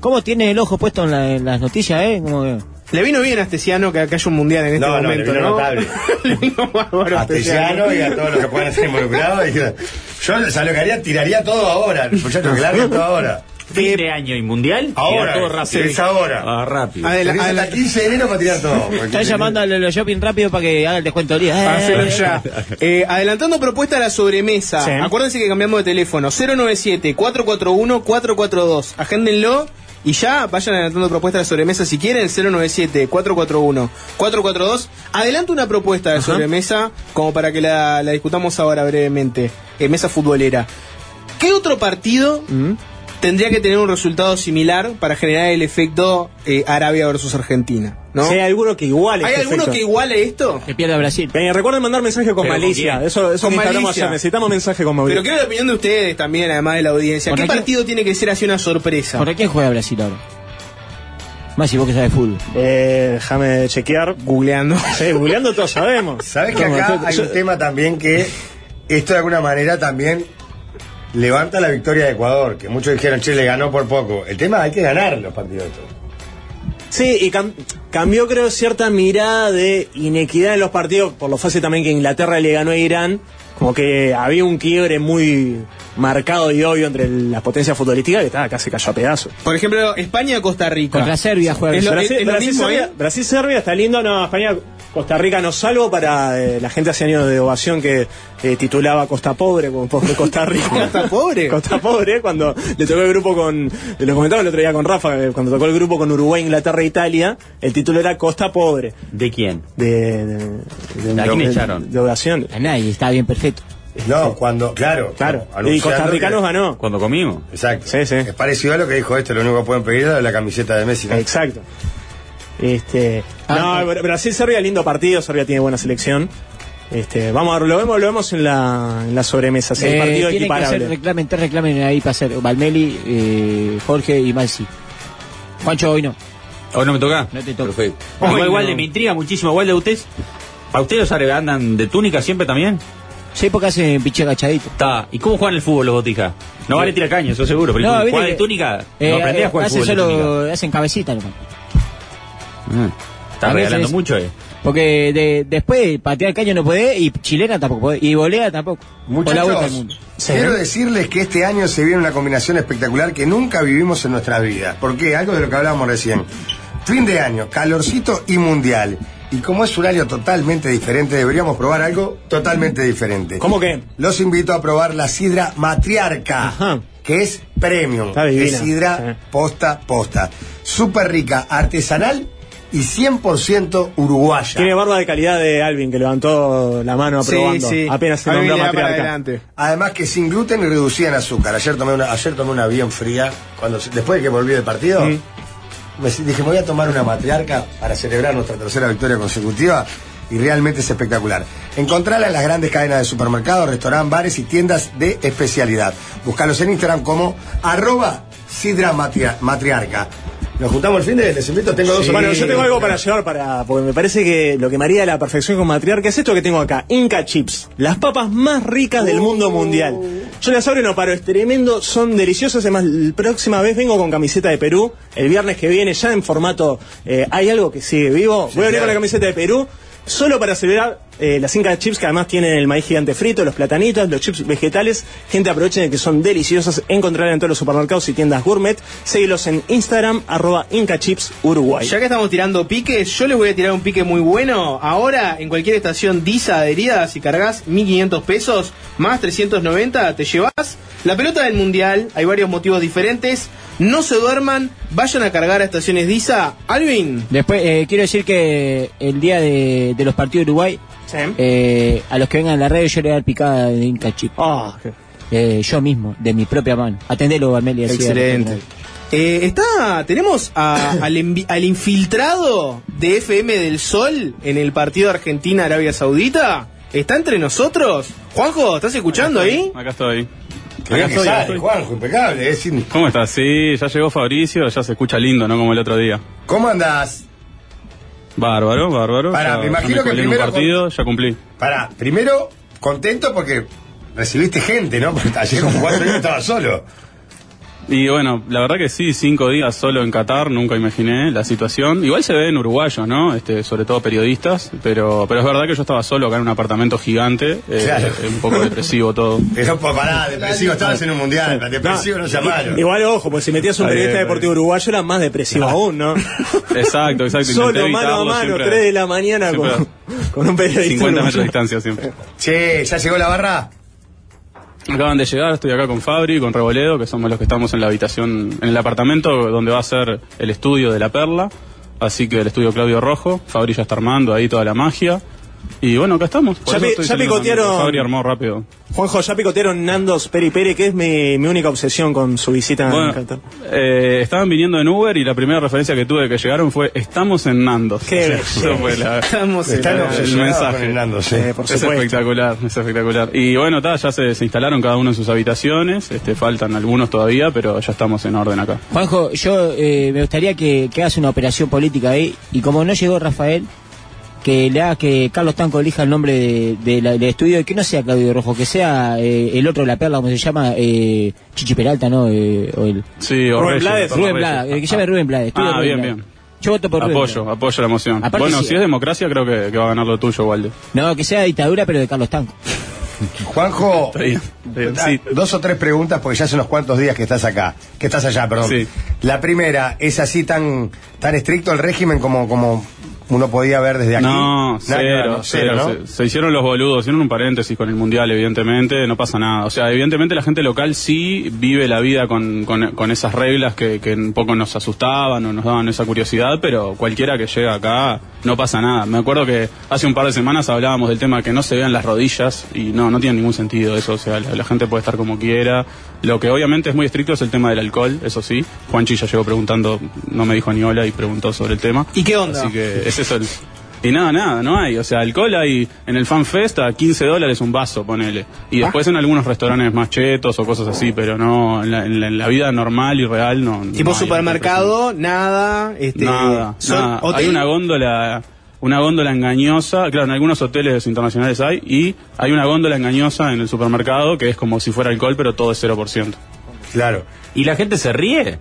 ¿Cómo tiene el ojo puesto en, la- en las noticias, eh? Como que-
Le vino bien a Astesiano que, que haya un mundial en este
No, no,
momento,
le vino
¿no?
notable.
Le vino bárbaro a
A Tellano y a todos los que puedan estar involucrados. Y, yo o sea, lo que haría, tiraría todo ahora, muchachos, que larguen todo
(laughs)
ahora.
Fin de año y mundial. y
Ahora,
era todo rápido.
es ahora.
Ah, rápido.
Adela-
Tenés hasta
adela-
el 15 de enero para tirar
(laughs)
todo.
Están llamando al al shopping rápido para que haga el descuento del día. Eh,
Hacelo
eh,
ya. Eh, adelantando propuesta a la sobremesa.
Sí.
Acuérdense que cambiamos de teléfono. 097-441-442. Agéndenlo y ya vayan adelantando propuesta a la sobremesa si quieren. 097-441-442. Adelanta una propuesta de sobremesa como para que la, la discutamos ahora brevemente. Eh, mesa futbolera. ¿Qué otro partido
Mm.
tendría que tener un resultado similar para generar el efecto eh, Arabia versus Argentina? ¿no?
Si hay alguno que iguale.
¿Hay
este
alguno
efecto.
que iguale esto?
Que pierda Brasil.
Eh, recuerden mandar mensaje con
Pero ¿con
malicia.
quién?
eso eso
Con
necesitamos
malicia.
hacer. Necesitamos mensaje con
Pero
Mauricio.
quiero la opinión de ustedes también, además de la audiencia.
Bueno,
¿Qué
aquí-
partido tiene que ser así una sorpresa?
¿Por quién juega Brasil ahora? Más si vos que sabes fútbol.
Eh, déjame chequear.
Googleando.
Sí, googleando todos sabemos.
Sabes que
Como
acá
yo-
hay
yo-
un tema también que esto de alguna manera también levanta la victoria de Ecuador, que muchos dijeron, che, le ganó por poco. El tema hay que ganar los partidos.
Sí, y cam- cambió creo cierta mirada de inequidad en los partidos, por lo fácil también que Inglaterra le ganó a Irán, como que había un quiebre muy marcado y obvio entre las potencias futbolísticas que estaba casi cayó a pedazos.
Por ejemplo, España-Costa Rica.
Contra Serbia juega
Es lo-
Brasil.
Brasil,
es lo
Brasil,
mismo,
Serbia,
¿eh?
Brasil, Serbia está lindo, no, España, Costa Rica no salvo para eh, la gente hace años de ovación que eh, titulaba Costa Pobre,
(laughs)
como pobre Costa Rica.
Costa Pobre.
Costa Pobre, cuando le tocó el grupo con, lo comentaba el otro día con Rafa, eh, cuando tocó el grupo con Uruguay, Inglaterra e Italia, el título era Costa Pobre.
¿De quién?
De, de, de-
¿A quién
de-
echaron?
de ovación.
A nadie, está bien perfecto.
No, cuando, claro.
Claro.
como
Y
anunciando
costarricanos
que-
ganó.
Cuando comimos.
Exacto.
Sí, sí.
Es parecido a lo que dijo este, lo único que pueden pedir es la camiseta de Messi. ¿no? Eh,
Exacto. Este,
Ah,
no, Bra- Brasil Serbia lindo partido, Serbia tiene buena selección. Este, vamos a ver, lo vemos, lo vemos en la, en la sobremesa, si hay
Eh,
partido
tienen que hacer
equiparable.
reclamen, tres reclamen ahí para hacer. Valmeli, eh, Jorge y Mansi. Juancho hoy no.
Hoy Oh, no me toca.
No te toca.
Perfecto. Igual, igual de me intriga muchísimo, igual de ustedes. ¿A ustedes los andan de túnica siempre también?
Sí, porque hacen pinche agachadito.
Está. ¿Y cómo juegan el fútbol los botijas? No vale tirar caño, eso seguro. Pero
viste
jugar de
que-
túnica,
Eh,
no aprendés a jugar al
hacen
fútbol de túnica.
solo, hacen cabecita nomás.
Mm. Está
A veces-
regalando mucho, eh.
Porque de- después patear caño no podés y chilena tampoco podés, y volea tampoco. Por la vuelta al
Muchachos,
mundo.
quiero decirles que este año se viene una combinación espectacular que nunca vivimos en nuestras vidas. ¿Por qué? Algo de lo que hablábamos recién. Fin de año, calorcito y mundial. Y como es un año totalmente diferente, deberíamos probar algo totalmente diferente.
¿Cómo que?
Los invito a probar la sidra matriarca,
Ajá.
que es premium.
Está divina.
Es sidra
Sí.
posta posta. Súper rica, artesanal y 100% uruguaya.
Tiene barba de calidad de Alvin, que levantó la mano aprobando. Apenas se
A mí
nombró
me da para
matriarca.
adelante.
Además que sin gluten y reducida en azúcar. Ayer tomé una, ayer tomé una bien fría. Cuando, se- después de que volví del partido, me si- dije, me voy a tomar una matriarca para celebrar nuestra tercera victoria consecutiva. Y realmente es espectacular. Encontrala en las grandes cadenas de supermercados, restaurantes, bares y tiendas de especialidad. Búscalos en Instagram como arroba sidra matria- matriarca. Nos juntamos el fin de les invito, tengo dos
Bueno, yo tengo algo para llevar para. Porque me parece que lo que maría a la perfección con matriarca es esto que tengo acá: Inca Chips. Las papas más ricas
Uh.
del mundo mundial. Yo las abro y no paro, es tremendo, son deliciosas. Además, la próxima vez vengo con camiseta de Perú. El viernes que viene, ya en formato. eh, hay algo que sigue vivo. Voy a venir con la camiseta de Perú. Solo para celebrar eh, las Inca Chips, que además tienen el maíz gigante frito, los platanitos, los chips vegetales. Gente, aprovechen que son deliciosas. Encontrarán en todos los supermercados y tiendas gourmet. Seguilos en Instagram, arroba Inca Chips Uruguay.
Ya que estamos tirando piques, yo les voy a tirar un pique muy bueno. Ahora, en cualquier estación DISA adherida, si cargas 1500 pesos más 390, te llevas la pelota del mundial. Hay varios motivos diferentes. No se duerman, vayan a cargar a estaciones DISA. Alvin.
Después, eh, quiero decir que el día de, de los partidos de Uruguay,
Sí.
eh, a los que vengan a la radio yo le voy a dar picada de Inca Chip.
Ah, qué-
Eh, yo mismo, de mi propia mano. Atendelo, Valmeli. así,
Excelente.
a la-
Eh, está, tenemos a- al, envi- al infiltrado de FM del Sol en el partido Argentina-Arabia Saudita. ¿Está entre nosotros? Juanjo, ¿estás escuchando ahí?
Acá estoy.
Que bien que
estoy,
sale,
estoy.
Juanjo, impecable. Es in-
¿Cómo estás? Sí, ya llegó Fabricio, ya se escucha lindo, ¿no? Como el otro día.
¿Cómo andás?
Bárbaro, bárbaro.
Pará,
Ya-
me
ya
imagino que
colé en un
primero
partido, ya cumplí.
Pará, primero, contento porque recibiste gente, ¿no? (laughs) Porque ayer con cuatro días estaba solo.
Y bueno, la verdad que sí, cinco días solo en Qatar, nunca imaginé la situación. Igual se ve en uruguayos, ¿no? Este, sobre todo periodistas, pero, pero es verdad que yo estaba solo acá en un apartamento gigante, eh,
Claro.
un poco
(laughs)
depresivo todo.
Pero pues, pará, depresivo, estabas en un mundial. Depresivo no se malo.
Igual, ojo, porque si metías un
Está bien,
periodista
está
deportivo uruguayo era más depresivo aún, ¿no? (laughs)
Exacto, exacto. intenté
Solo, mano a
evitarlo
mano,
siempre.
3 de la mañana con,
siempre.
con un periodista
50 metros de
uruguayo.
distancia siempre.
Che, ¿ya llegó la barra?
Acaban de llegar, estoy acá con Fabri, con Reboledo, que somos los que estamos en la habitación, en el apartamento donde va a ser el estudio de La Perla. Así que el estudio Claudio Rojo, Fabri ya está armando ahí toda la magia. Y bueno, acá estamos. Por
Ya
eso
pi-
estoy
ya
saliendo también,
picotearon.
porque Fabri armó rápido.
Juanjo, ya picotearon Nandos Peri Peri, que es mi, mi única obsesión con su visita en
Bueno,
Qatar.
eh, estaban viniendo en Uber y la primera referencia que tuve que llegaron fue Estamos en Nandos.
Qué
Eso fue la-
Estamos en-
Están
el
obsesionados
mensaje.
con el Nando, sí.
Eh, por
Es
supuesto.
espectacular, es espectacular. Y bueno, ta, ya se, se instalaron cada uno en sus habitaciones, este, faltan algunos todavía, pero ya estamos en orden acá.
Juanjo, yo eh, me gustaría que, que hagas una operación política ahí. Y como no llegó Rafael, que le hagas que Carlos Tanco elija el nombre de- de la- del estudio y que no sea Claudio Rojo, que sea eh, el otro de la perla, como se llama, eh, Chichi Peralta, ¿no? Eh, o el-
Sí, o
Rubén
Reyes,
Blades,
o
Rubén
Reyes.
Blada, eh, que llame Rubén Blades. estudio
Ah,
Rubén
bien,
Blades.
bien.
Yo voto por Rubén
Apoyo,
Blades.
apoyo la moción.
Aparte
bueno,
sí.
si es democracia, creo que, que va a ganar lo tuyo, Walde.
No, que sea dictadura, pero de Carlos Tanco.
Juanjo,
Está bien, está bien, Eh, sí.
ah, dos o tres preguntas porque ya hace unos cuantos días que estás acá, que estás allá, perdón.
Sí.
La primera, ¿es así tan, tan estricto el régimen como, como uno podía ver desde aquí?
No,
Nada que ver,
cero,
¿no?
cero.
Cero, ¿no?
se, se hicieron los boludos, hicieron un paréntesis con el mundial, evidentemente, no pasa nada. O sea, evidentemente la gente local sí vive la vida con, con- con esas reglas que, que un poco nos asustaban o nos daban esa curiosidad, pero cualquiera que llega acá no pasa nada. Me acuerdo que hace un par de semanas hablábamos del tema que no se vean las rodillas y no, no tiene ningún sentido eso. O sea, la, la gente puede estar como quiera. Lo que obviamente es muy estricto es el tema del alcohol, eso sí. Juanchi ya llegó preguntando, no me dijo ni hola y preguntó sobre el tema.
¿Y qué onda?
Así que es eso. el- Y nada, nada, no hay. O sea, alcohol hay en el Fan Fest a 15 dólares un vaso, ponele. Y
Ah.
después en algunos restaurantes más chetos o cosas así, pero no, en la, en la- en la vida normal y real no. no
Tipo
hay
supermercado, nada, este,
nada,
sol-
nada.
hotel.
Hay una góndola, una góndola engañosa, claro, en algunos hoteles internacionales hay, y hay una góndola engañosa en el supermercado que es como si fuera alcohol, pero todo es 0%.
Claro.
¿Y la gente se
(laughs)
ríe?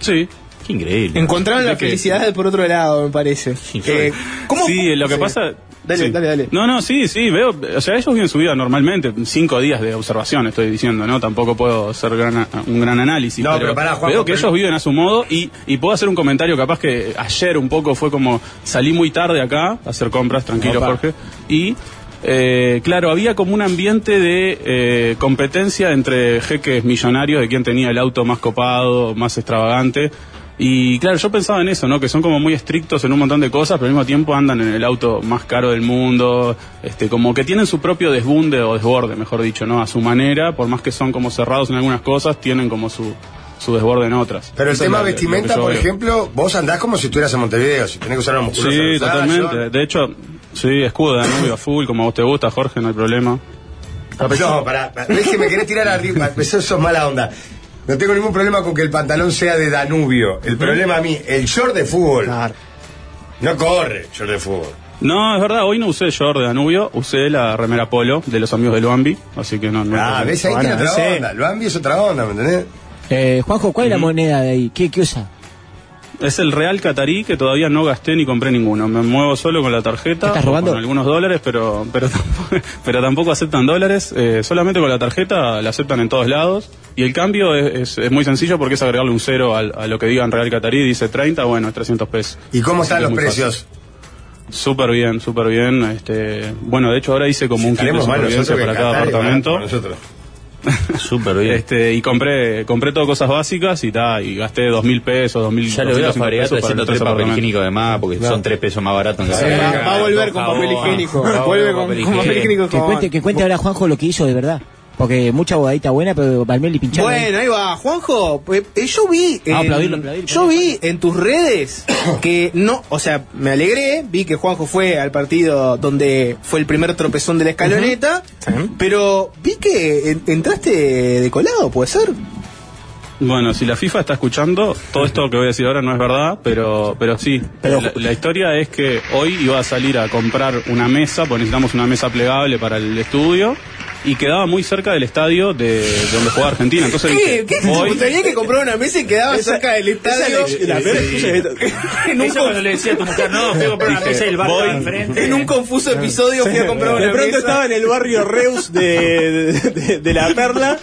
Sí.
Qué increíble.
Encontraron la
¿De qué?
felicidad por otro lado, me parece. Eh, ¿cómo-
Sí, lo que
sí.
pasa...
Dale,
sí.
dale, dale.
No, no, sí, sí, veo, o sea, ellos viven su vida normalmente, cinco días de observación estoy diciendo, ¿no? Tampoco puedo hacer gran- un gran análisis.
No, pero pará, Juanjo,
Veo que
pero-
ellos viven a su modo y, y puedo hacer un comentario capaz que ayer un poco fue como, salí muy tarde acá a hacer compras, tranquilo
Opa.
Jorge, y... eh, claro, había como un ambiente de eh, competencia entre jeques millonarios de quién tenía el auto más copado, más extravagante. Y claro, yo pensaba en eso, ¿no? Que son como muy estrictos en un montón de cosas, pero al mismo tiempo andan en el auto más caro del mundo, este, como que tienen su propio desbunde o desborde, mejor dicho, ¿no? A su manera, por más que son como cerrados en algunas cosas, tienen como su, su desborde en otras.
Pero el
Eso es
tema
lo- lo que
vestimenta,
yo
por
veo.
ejemplo, vos andás como si estuvieras en Montevideo, si tenés que usar una musculosa.
Sí,
usás,
totalmente. De hecho, sí, escudo de Danubio a full, como a vos te gusta, Jorge, no hay problema.
yo- No, pará, pará, es que me querés tirar (laughs) arriba, eso sos mala onda. No tengo ningún problema con que el pantalón sea de Danubio. El problema a mí, el short de fútbol.
Claro.
No corre el short de fútbol.
No, es verdad, hoy no usé short de Danubio, usé la remera polo de los amigos de Luambi, así que no, no. hay
Ah,
problema.
ves, ahí tiene
Bueno,
otra
ese-
onda. Lo han es otra onda, ¿me entendés?
Eh, Juanjo, ¿cuál es la moneda de ahí? ¿Qué, qué usa?
Es el Real Catarí que todavía no gasté ni compré ninguno. Me muevo solo con la tarjeta.
¿Te estás robando?
o Con algunos dólares, pero, pero, tampoco, (laughs) pero tampoco aceptan dólares. Eh, solamente con la tarjeta la aceptan en todos lados. Y el cambio es, es- es muy sencillo porque es agregarle un cero al- a lo que digan Real Catarí. Dice 30, bueno, es 300 pesos.
¿Y cómo están
que
los
es muy
precios?
Súper bien, súper bien. Este, bueno, de hecho ahora hice como un kit de
Estaremos mal
supervivencia
nosotros que
para cada
Qatar es
apartamento.
barato para Nosotros.
Súper bien.
Este, y compré, compré todo cosas básicas y ta, y gasté dos mil pesos, dos mil
ya lo veo a Fabregat
pesos para
haciendo
los
tres
tres
papel
apartamentos.
higiénico de más, porque son tres pesos más baratos.
Eh,
en
Sí,
cada-
va, va a volver con
Jabón.
Ah, papel
(laughs)
higiénico.
Va a volver
Vuelve con, con papel higiénico.
Que
con-
cuente, que cuente ahora Juanjo lo que hizo de verdad. Porque mucha bodadita buena, pero Palmieri pinchado.
Bueno, ahí va, Juanjo. pues, eh, yo
Ah,
vi. en-
aplaudirlo, aplaudirlo.
yo vi en
(coughs)
tus redes que no. O sea, me alegré. Vi que Juanjo fue al partido donde fue el primer tropezón de la escaloneta. Pero vi que en- entraste de colado, ¿puede ser?
Bueno, si la FIFA está escuchando, todo esto que voy a decir ahora no es verdad, pero, pero sí. la, la historia es que hoy iba a salir a comprar una mesa, porque necesitamos una mesa plegable para el estudio, y quedaba muy cerca del estadio de, de donde jugaba Argentina. Entonces
¿Qué?
dije,
¿Qué?
hoy-
¿Te gustaría que comprara una mesa y quedaba cerca del estadio?
eh,
en, un
Eso
con-
cuando le decía a tu mujer, no, fui a comprar una
Dije,
mesa y el bar
voy-
estaba enfrente.
en un confuso episodio fui a comprar una
De pronto
mesa.
estaba en el barrio Reus de, de, de- de La Perla.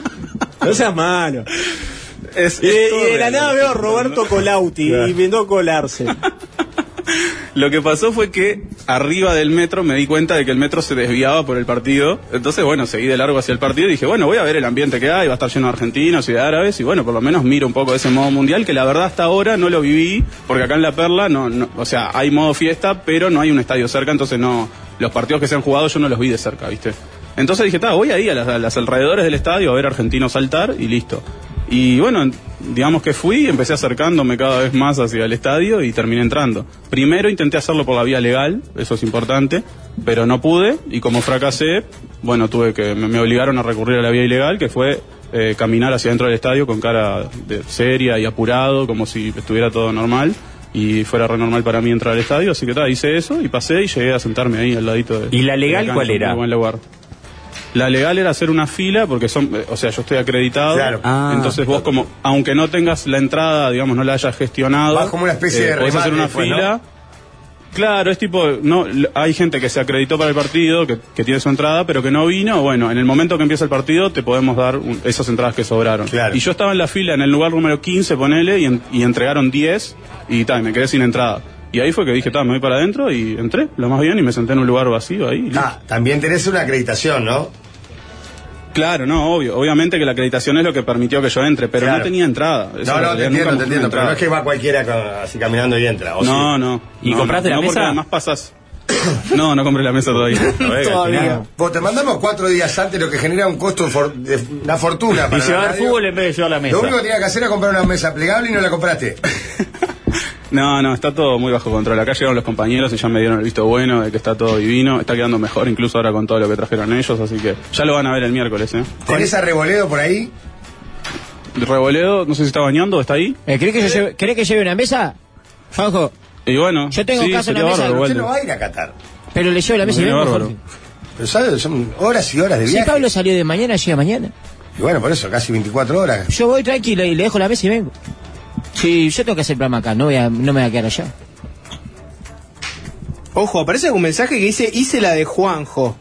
No seas malo. Eh,
Es-
Y,
es
de-
todo
y de la
real.
nada veo a Roberto Colauti y intentó colarse.
Lo que pasó fue que arriba del metro me di cuenta de que el metro se desviaba por el partido. Entonces, bueno, seguí de largo hacia el partido y dije, bueno, voy a ver el ambiente que hay, va a estar lleno de argentinos y de árabes. Y bueno, por lo menos miro un poco ese modo mundial, que la verdad hasta ahora no lo viví, porque acá en La Perla, no, no- o sea, hay modo fiesta, pero no hay un estadio cerca, entonces no, los partidos que se han jugado yo no los vi de cerca, ¿viste? Entonces dije, ta, voy ahí a las, a las alrededores del estadio a ver argentinos saltar y listo. Y bueno, digamos que fui, empecé acercándome cada vez más hacia el estadio y terminé entrando. Primero intenté hacerlo por la vía legal, eso es importante, pero no pude y como fracasé, bueno, tuve que me, me obligaron a recurrir a la vía ilegal, que fue eh, caminar hacia dentro del estadio con cara de seria y apurado, como si estuviera todo normal y fuera re normal para mí entrar al estadio, así que ta, hice eso y pasé y llegué a sentarme ahí al ladito de
¿Y la legal
de cancha,
cuál era?
un buen lugar. La legal era hacer una fila, porque son, eh, o sea, yo estoy acreditado.
Claro.
Ah.
entonces vos como, aunque no tengas la entrada, digamos, no la hayas gestionado. eh,
Vas como una especie de
podés hacer
remate
una
después,
fila. Claro, es tipo, no, l- hay gente que se acreditó para el partido, que, que tiene su entrada, pero que no vino. Bueno, en el momento que empieza el partido te podemos dar un- esas entradas que sobraron.
Claro.
Y yo estaba en la fila, en el lugar número 15, ponele, y, en- y entregaron 10, y tal, me quedé sin entrada. Y ahí fue que dije, tal, me voy para adentro, y entré, lo más bien, y me senté en un lugar vacío ahí. y listo.
Ah, también tenés una acreditación, ¿no?
Claro, no, obvio. Obviamente que la acreditación es lo que permitió que yo entre, pero
Claro.
no tenía entrada. Eso
No,
en
no, te
realidad
entiendo,
nunca
te
mostré
entiendo. Pero
una
no es que
entrada.
va cualquiera con- así caminando y entra. ¿o
No,
sí?
no.
¿Y
no,
compraste
no,
la
no, porque
mesa?
además
(laughs)
(laughs) pasas. No, no compré la mesa todavía.
Todavía.
Vos te mandamos cuatro días antes, lo que genera un costo, for- de una
(laughs)
fortuna.
Y
para la
llevar
radio.
fútbol en vez de llevar la mesa.
Lo único que tenías que hacer era comprar una mesa plegable y no la compraste.
No, no, está todo muy bajo control. Acá llegaron los compañeros y ya me dieron el visto bueno de que está todo divino. Está quedando mejor incluso ahora con todo lo que trajeron ellos, así que ya lo van a ver el miércoles, ¿eh?
¿Tenés a Reboledo por ahí?
Reboledo, no sé si está bañando o está ahí.
Eh, ¿Querés que, yo lleve, querés que lleve una mesa? Juanjo,
Y bueno,
Yo tengo
sí,
casa en la
sería
mesa,
bárbaro,
Usted
Waldo.
no va a ir a Qatar.
pero le llevo la mesa y
Sería
vengo,
bárbaro.
Jorge.
Pero sabes, son horas y horas de
Si
viaje.
Pablo salió de mañana, llega mañana.
Y bueno, por eso, casi 24 horas.
Yo voy tranquilo y le dejo la mesa y vengo. Sí, yo tengo que hacer programa acá, no, voy a, no me voy a quedar allá.
Ojo, aparece un mensaje que dice, hice la de Juanjo.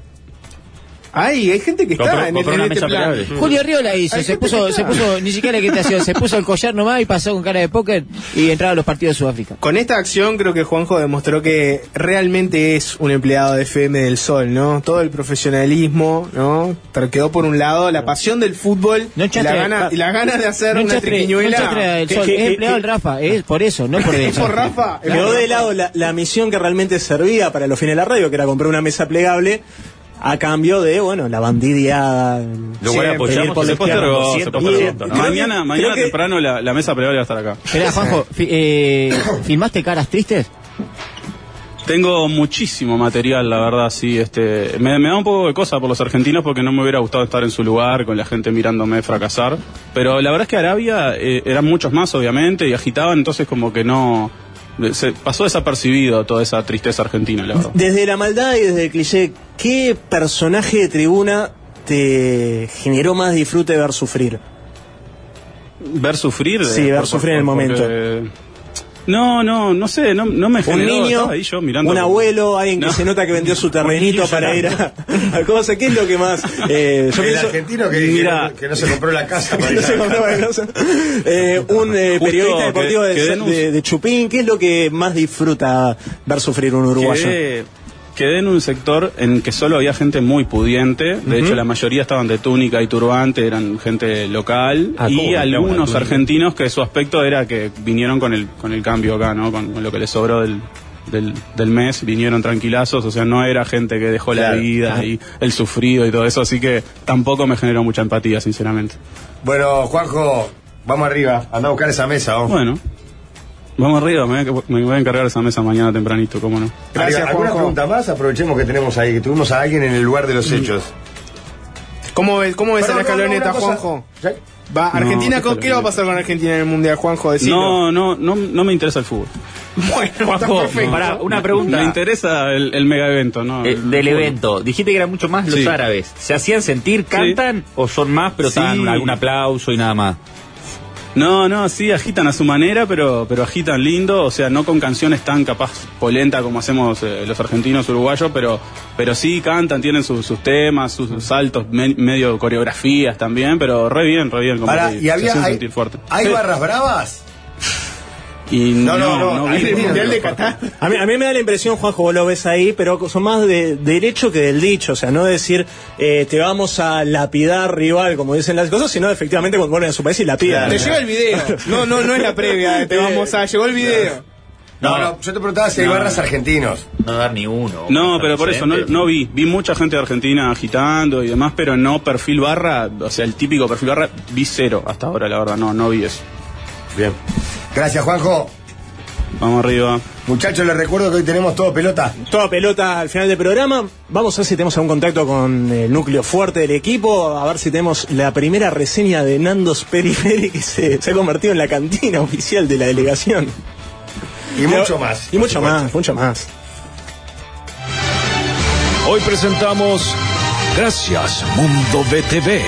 Ay, hay gente que está
Compró-
en,
compró
en
una
este
mesa
plan.
plegable.
Julio Río la hizo,
Hay
se
gente que
puso, se
está.
puso, ni siquiera la equitación, se puso el collar nomás y pasó con cara de póker y entraba a los partidos de Sudáfrica.
Con esta acción creo que Juanjo demostró que realmente es un empleado de FM del Sol, ¿no? Todo el profesionalismo, ¿no? Te quedó por un lado la pasión del fútbol
No
y la
chastre,
gana,
pa-
y la gana de hacer
no
una
chastre- no chastre
triquiñuela.
del sol,
que-
es
que-
empleado del Rafa, es por eso, no por
(laughs) Es
eso.
por Rafa.
Quedó de lado la, la misión que realmente servía para los fines de la radio, que era comprar una mesa plegable a cambio de, bueno, la bandideada.
Lo cual
siempre,
apoyamos
ir por
y
la
Se
izquierda.
postergó, se
200%,
postergó.
¿no?
Mañana,
Creo
mañana
que-
temprano la, la mesa plegable va a estar acá.
Esperá, Juanjo, fi- eh, ¿filmaste caras tristes?
Tengo muchísimo material, la verdad, sí. Este, me, me da un poco de cosa por los argentinos porque no me hubiera gustado estar en su lugar con la gente mirándome fracasar. Pero la verdad es que Arabia eh, eran muchos más, obviamente, y agitaban, entonces como que no... Se pasó desapercibido toda esa tristeza argentina, la verdad.
Desde la maldad y desde el cliché, ¿qué personaje de tribuna te generó más disfrute ver sufrir?
Ver sufrir. eh,
Sí, ver sufrir en el momento.
porque- No, no, no sé, no, no me
Un
generó,
niño,
estaba ahí yo mirando
un abuelo, alguien que
No.
se nota que vendió su terrenito
niño
para ir a, a cosas. ¿Qué es lo que más? eh, yo
el
pienso-
argentino que,
Mira.
que, no se compró la casa
(laughs)
para
no
ir
sé
a-
cómo se llama la cosa. Eh, un eh,
Justo
periodista
que-
deportivo de-
que den un-
de, de Chupín, ¿qué es lo que más disfruta ver sufrir un uruguayo?
Quedé, quedé en un sector en que solo había gente muy pudiente. De hecho, la mayoría estaban de túnica y turbante, eran gente local.
Ah, ¿cómo
y
que estaban de
algunos
túnica?
argentinos que su aspecto era que vinieron con el, con el cambio acá, ¿no? Con, con lo que les sobró del, del, del mes vinieron tranquilazos, o sea, no era gente que dejó
Claro.
la vida y el sufrido y todo eso, así que tampoco me generó mucha empatía, sinceramente.
Bueno, Juanjo, vamos arriba. Anda a buscar esa mesa. vamos.
Bueno, vamos arriba, me voy a- me voy a encargar esa mesa mañana tempranito, cómo no.
Arriba.
Gracias,
¿Alguna
Juanjo.
pregunta más? Aprovechemos que tenemos ahí, que tuvimos a alguien en el lugar de los hechos.
¿Cómo ves, cómo ves
Pero
a la
no, no,
escaloneta,
una cosa-
Juanjo?
¿Sí?
Va,
No,
Argentina,
qué
¿con- ¿qué va a pasar con Argentina en el Mundial, Juanjo? Decilo.
No, no, no, no me interesa
(laughs)
el fútbol.
Juanjo, pará, una
Me
pregunta.
interesa el, el mega evento, ¿no?
Eh,
El
del
fútbol.
evento, dijiste que eran mucho más los
Sí.
árabes. ¿Se hacían sentir, cantan o son más, pero
Sí.
dan algún aplauso y nada más?
No, no, sí, agitan a su manera, pero, pero agitan lindo, o sea, no con canciones tan capaz polenta como hacemos eh, los argentinos uruguayos, pero, pero sí cantan, tienen sus, sus temas, sus, sus saltos, me- medio coreografías también, pero re bien, re bien. como
Pará,
que
¿y
se
había,
hacen
hay,
sentir fuerte.
¿hay
Sí.
barras bravas?
Y
No, no,
no, no,
no, hay
vi-
el Mundial de
A mí, a mí me da la impresión, Juanjo, vos lo ves ahí, pero son más de, del hecho que del dicho. O sea, no decir eh, te vamos a lapidar rival, como dicen las cosas, sino efectivamente cuando vuelven a su país y lapidan.
Te llega el video. No, no, no es la previa. Te vamos a. Llegó el video.
No, no, yo te preguntaba si hay barras argentinos.
No dar ni uno.
No, pero por eso no,
Presidente.
no vi. Vi mucha gente de Argentina agitando y demás, pero no perfil barra, o sea, el típico perfil barra, vi cero hasta ahora, la verdad, no, no vi eso.
Bien. Gracias, Juanjo.
Vamos arriba.
Muchachos, les recuerdo que hoy tenemos todo pelota.
Toda pelota al final del programa. Vamos a ver si tenemos algún contacto con el núcleo fuerte del equipo. A ver si tenemos la primera reseña de Nandos Periferi que se, se ha convertido en la cantina oficial de la delegación.
Y mucho más.
Y mucho más, mucho más.
Hoy presentamos Gracias Mundo BTV.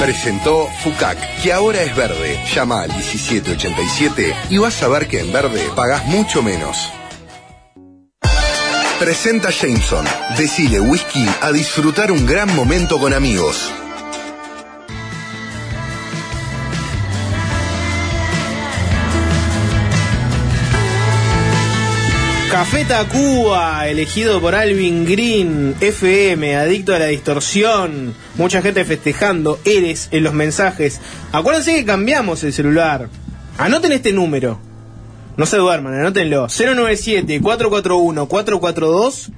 Presentó FUCAC, que ahora es verde. Llama al 1787 y vas a ver que en verde pagás mucho menos. Presenta Jameson. Decile whisky a disfrutar un gran momento con amigos.
Café Tacuba, elegido por Alvin Green, FM, adicto a la distorsión. Mucha gente festejando, eres en los mensajes. Acuérdense que cambiamos el celular. Anoten este número. No se duerman, anótenlo. 097-441-442.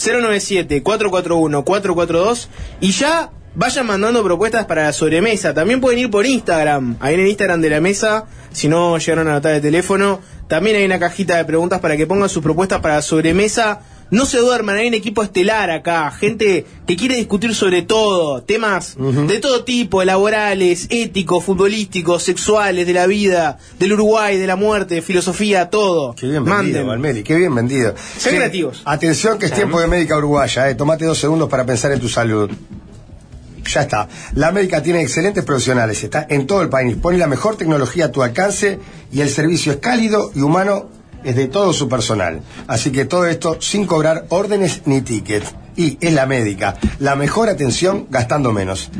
097-441-442. Y ya vayan mandando propuestas para la sobremesa. También pueden ir por Instagram. Ahí en el Instagram de la mesa, si no llegaron a anotar el teléfono, también hay una cajita de preguntas para que pongan sus propuestas para la sobremesa. No se duerman, hay un equipo estelar acá, gente que quiere discutir sobre todo, temas de todo tipo, laborales, éticos, futbolísticos, sexuales, de la vida, del Uruguay, de la muerte, filosofía, todo.
Qué bien vendido,
Manden.
Valmeri, qué bien vendido.
Sean creativos.
Atención que es tiempo de médica uruguaya, eh. Tomate dos segundos para pensar en tu salud. Ya está. La América tiene excelentes profesionales, está en todo el país, pone la mejor tecnología a tu alcance y el servicio es cálido y humano es de todo su personal. Así que todo esto sin cobrar órdenes ni tickets. Y es la médica, la mejor atención gastando menos.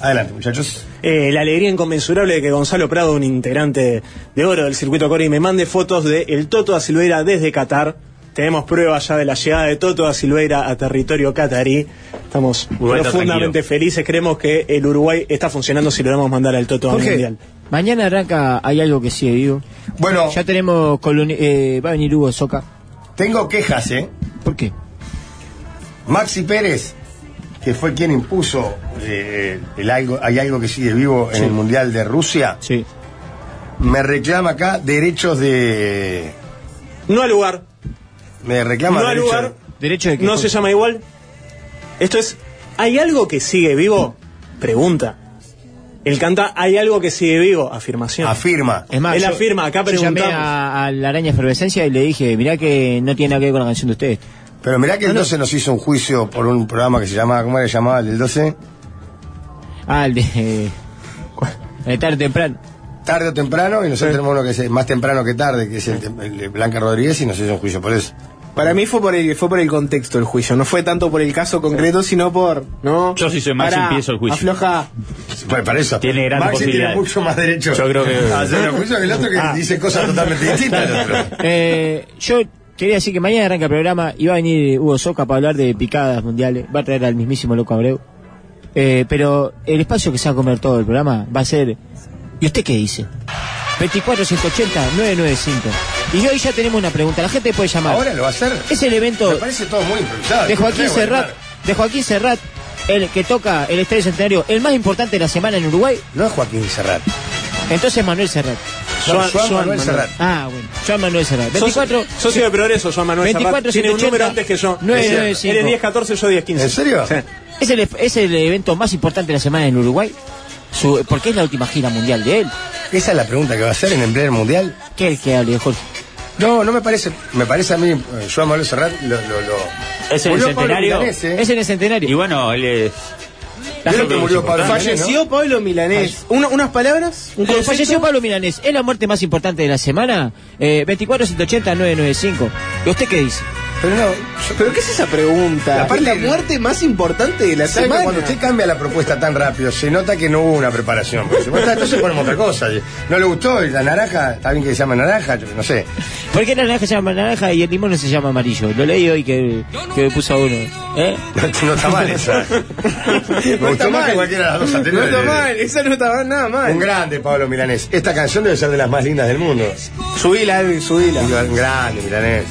Adelante, muchachos.
Eh, la alegría inconmensurable de que Gonzalo Prado, un integrante de oro del circuito Cori, me mande fotos de el Toto da Silveira desde Qatar. Tenemos pruebas ya de la llegada de Toto da Silveira a territorio catarí. Estamos
Uruguay está
profundamente
tranquilo.
felices. Creemos que el Uruguay está funcionando si logramos mandar al Toto al
Jorge.
Mundial.
Mañana arranca, hay algo que sigue vivo.
Bueno,
Ya tenemos, coloni- eh, va a venir Hugo Soca.
tengo quejas, ¿eh?
¿Por qué?
Maxi Pérez, que fue quien impuso eh, el algo, hay algo que sigue vivo en el Mundial de Rusia,
Sí.
me reclama acá derechos de.
No al lugar,
Me reclama
no al
derechos-
lugar.
Derecho de que-
No se llama igual. Esto es, ¿hay algo que sigue vivo? Pregunta. Él canta, ¿hay algo que sigue vivo? Afirmación.
Afirma.
Es más,
Él
yo-
afirma, acá
yo llamé
preguntamos.
a, a la araña efervescencia y le dije, mirá que no tiene nada que ver con la canción de ustedes.
Pero mirá que el 12 nos hizo un juicio por un programa que se llamaba, ¿cómo era que llamaba el del 12?
Ah, el de... eh, eh, tarde o temprano. Eh.
Tarde o temprano, y nosotros tenemos uno que es eh, más temprano que tarde, que es el, tem- el de Blanca Rodríguez, y nos hizo un juicio por eso.
Para mí fue por el fue por el contexto el juicio, no fue tanto por el caso concreto, sino por, ¿no?
Yo sí soy más
Pará,
empiezo el juicio.
Afloja.
Bueno, para eso.
Tiene grandes
Maxi tiene
posibilidades.
mucho más derechos
Yo creo que-
a hacer los juicios que el otro
Ah.
que dice cosas totalmente
(laughs)
distintas. al otro.
(laughs) Eh, yo quería decir que mañana arranca el programa y va a venir Hugo Soca para hablar de picadas mundiales. Va a traer al mismísimo Loco Abreu. Eh, pero el espacio que se va a comer todo el programa va a ser... ¿Y usted qué dice? 24-180-995. Y hoy ya tenemos una pregunta. La gente puede llamar.
Ahora lo va a hacer.
Es el evento.
Me parece todo muy improvisado.
de Joaquín
No sé,
Serrat,
Guardamar.
de Joaquín Serrat, el que toca el Estadio Centenario, el más importante de la semana en Uruguay,
No es Joaquín Serrat.
entonces Manuel Serrat.
Juan- Juan Manuel Serrat.
Ah, bueno, Juan Manuel Serrat. 24
Socio, socio de progreso, yo Manuel Serrat.
24,
Tiene un
180,
número antes que yo.
995.
Él es 10, 14, yo 10, 15.
¿En serio?
Sí.
es el, es el evento más importante de la semana en Uruguay, Su- porque es la última gira mundial de él.
Esa es la pregunta que va a hacer en el primer mundial.
¿Qué es el que hable, Jorge?
No, no me parece. Me parece a mí, eh, Joan Manuel Serrat lo. lo, lo-
Es en el
Murió Pablo
centenario.
Milanés, ¿eh?
Es en el centenario.
Y bueno, él es.
Yo creo que murió Pablo Milanés,
Falleció Pablo (laughs) Milanés. Una- unas palabras. un
Cuando
concepto.
falleció Pablo Milanés, es la muerte más importante de la semana, eh, 24-180-995. ¿Y usted qué dice?
¿no? Pero no. yo-
¿Pero qué es esa pregunta?
La parte
es la
de-
muerte más importante de la
¿Sabe que
semana.
cuando usted cambia la propuesta tan rápido, se nota que no hubo una preparación. Porque, bueno, entonces ponemos otra cosa. y No le gustó y la naranja, está bien que se llama naranja, yo no sé.
¿Por qué la naranja se llama naranja y el limón no se llama amarillo? Lo leí hoy que, que me puso uno. ¿Eh?
No, (laughs) no está mal esa. Me gustó
No está
más que
mal.
cualquiera de las dos
No
anteriores.
está mal, esa no está mal, nada mal.
Un grande Pablo Milanés. Esta canción debe ser de las más lindas del mundo.
Subila, Edwin, subila.
Un grande Milanés.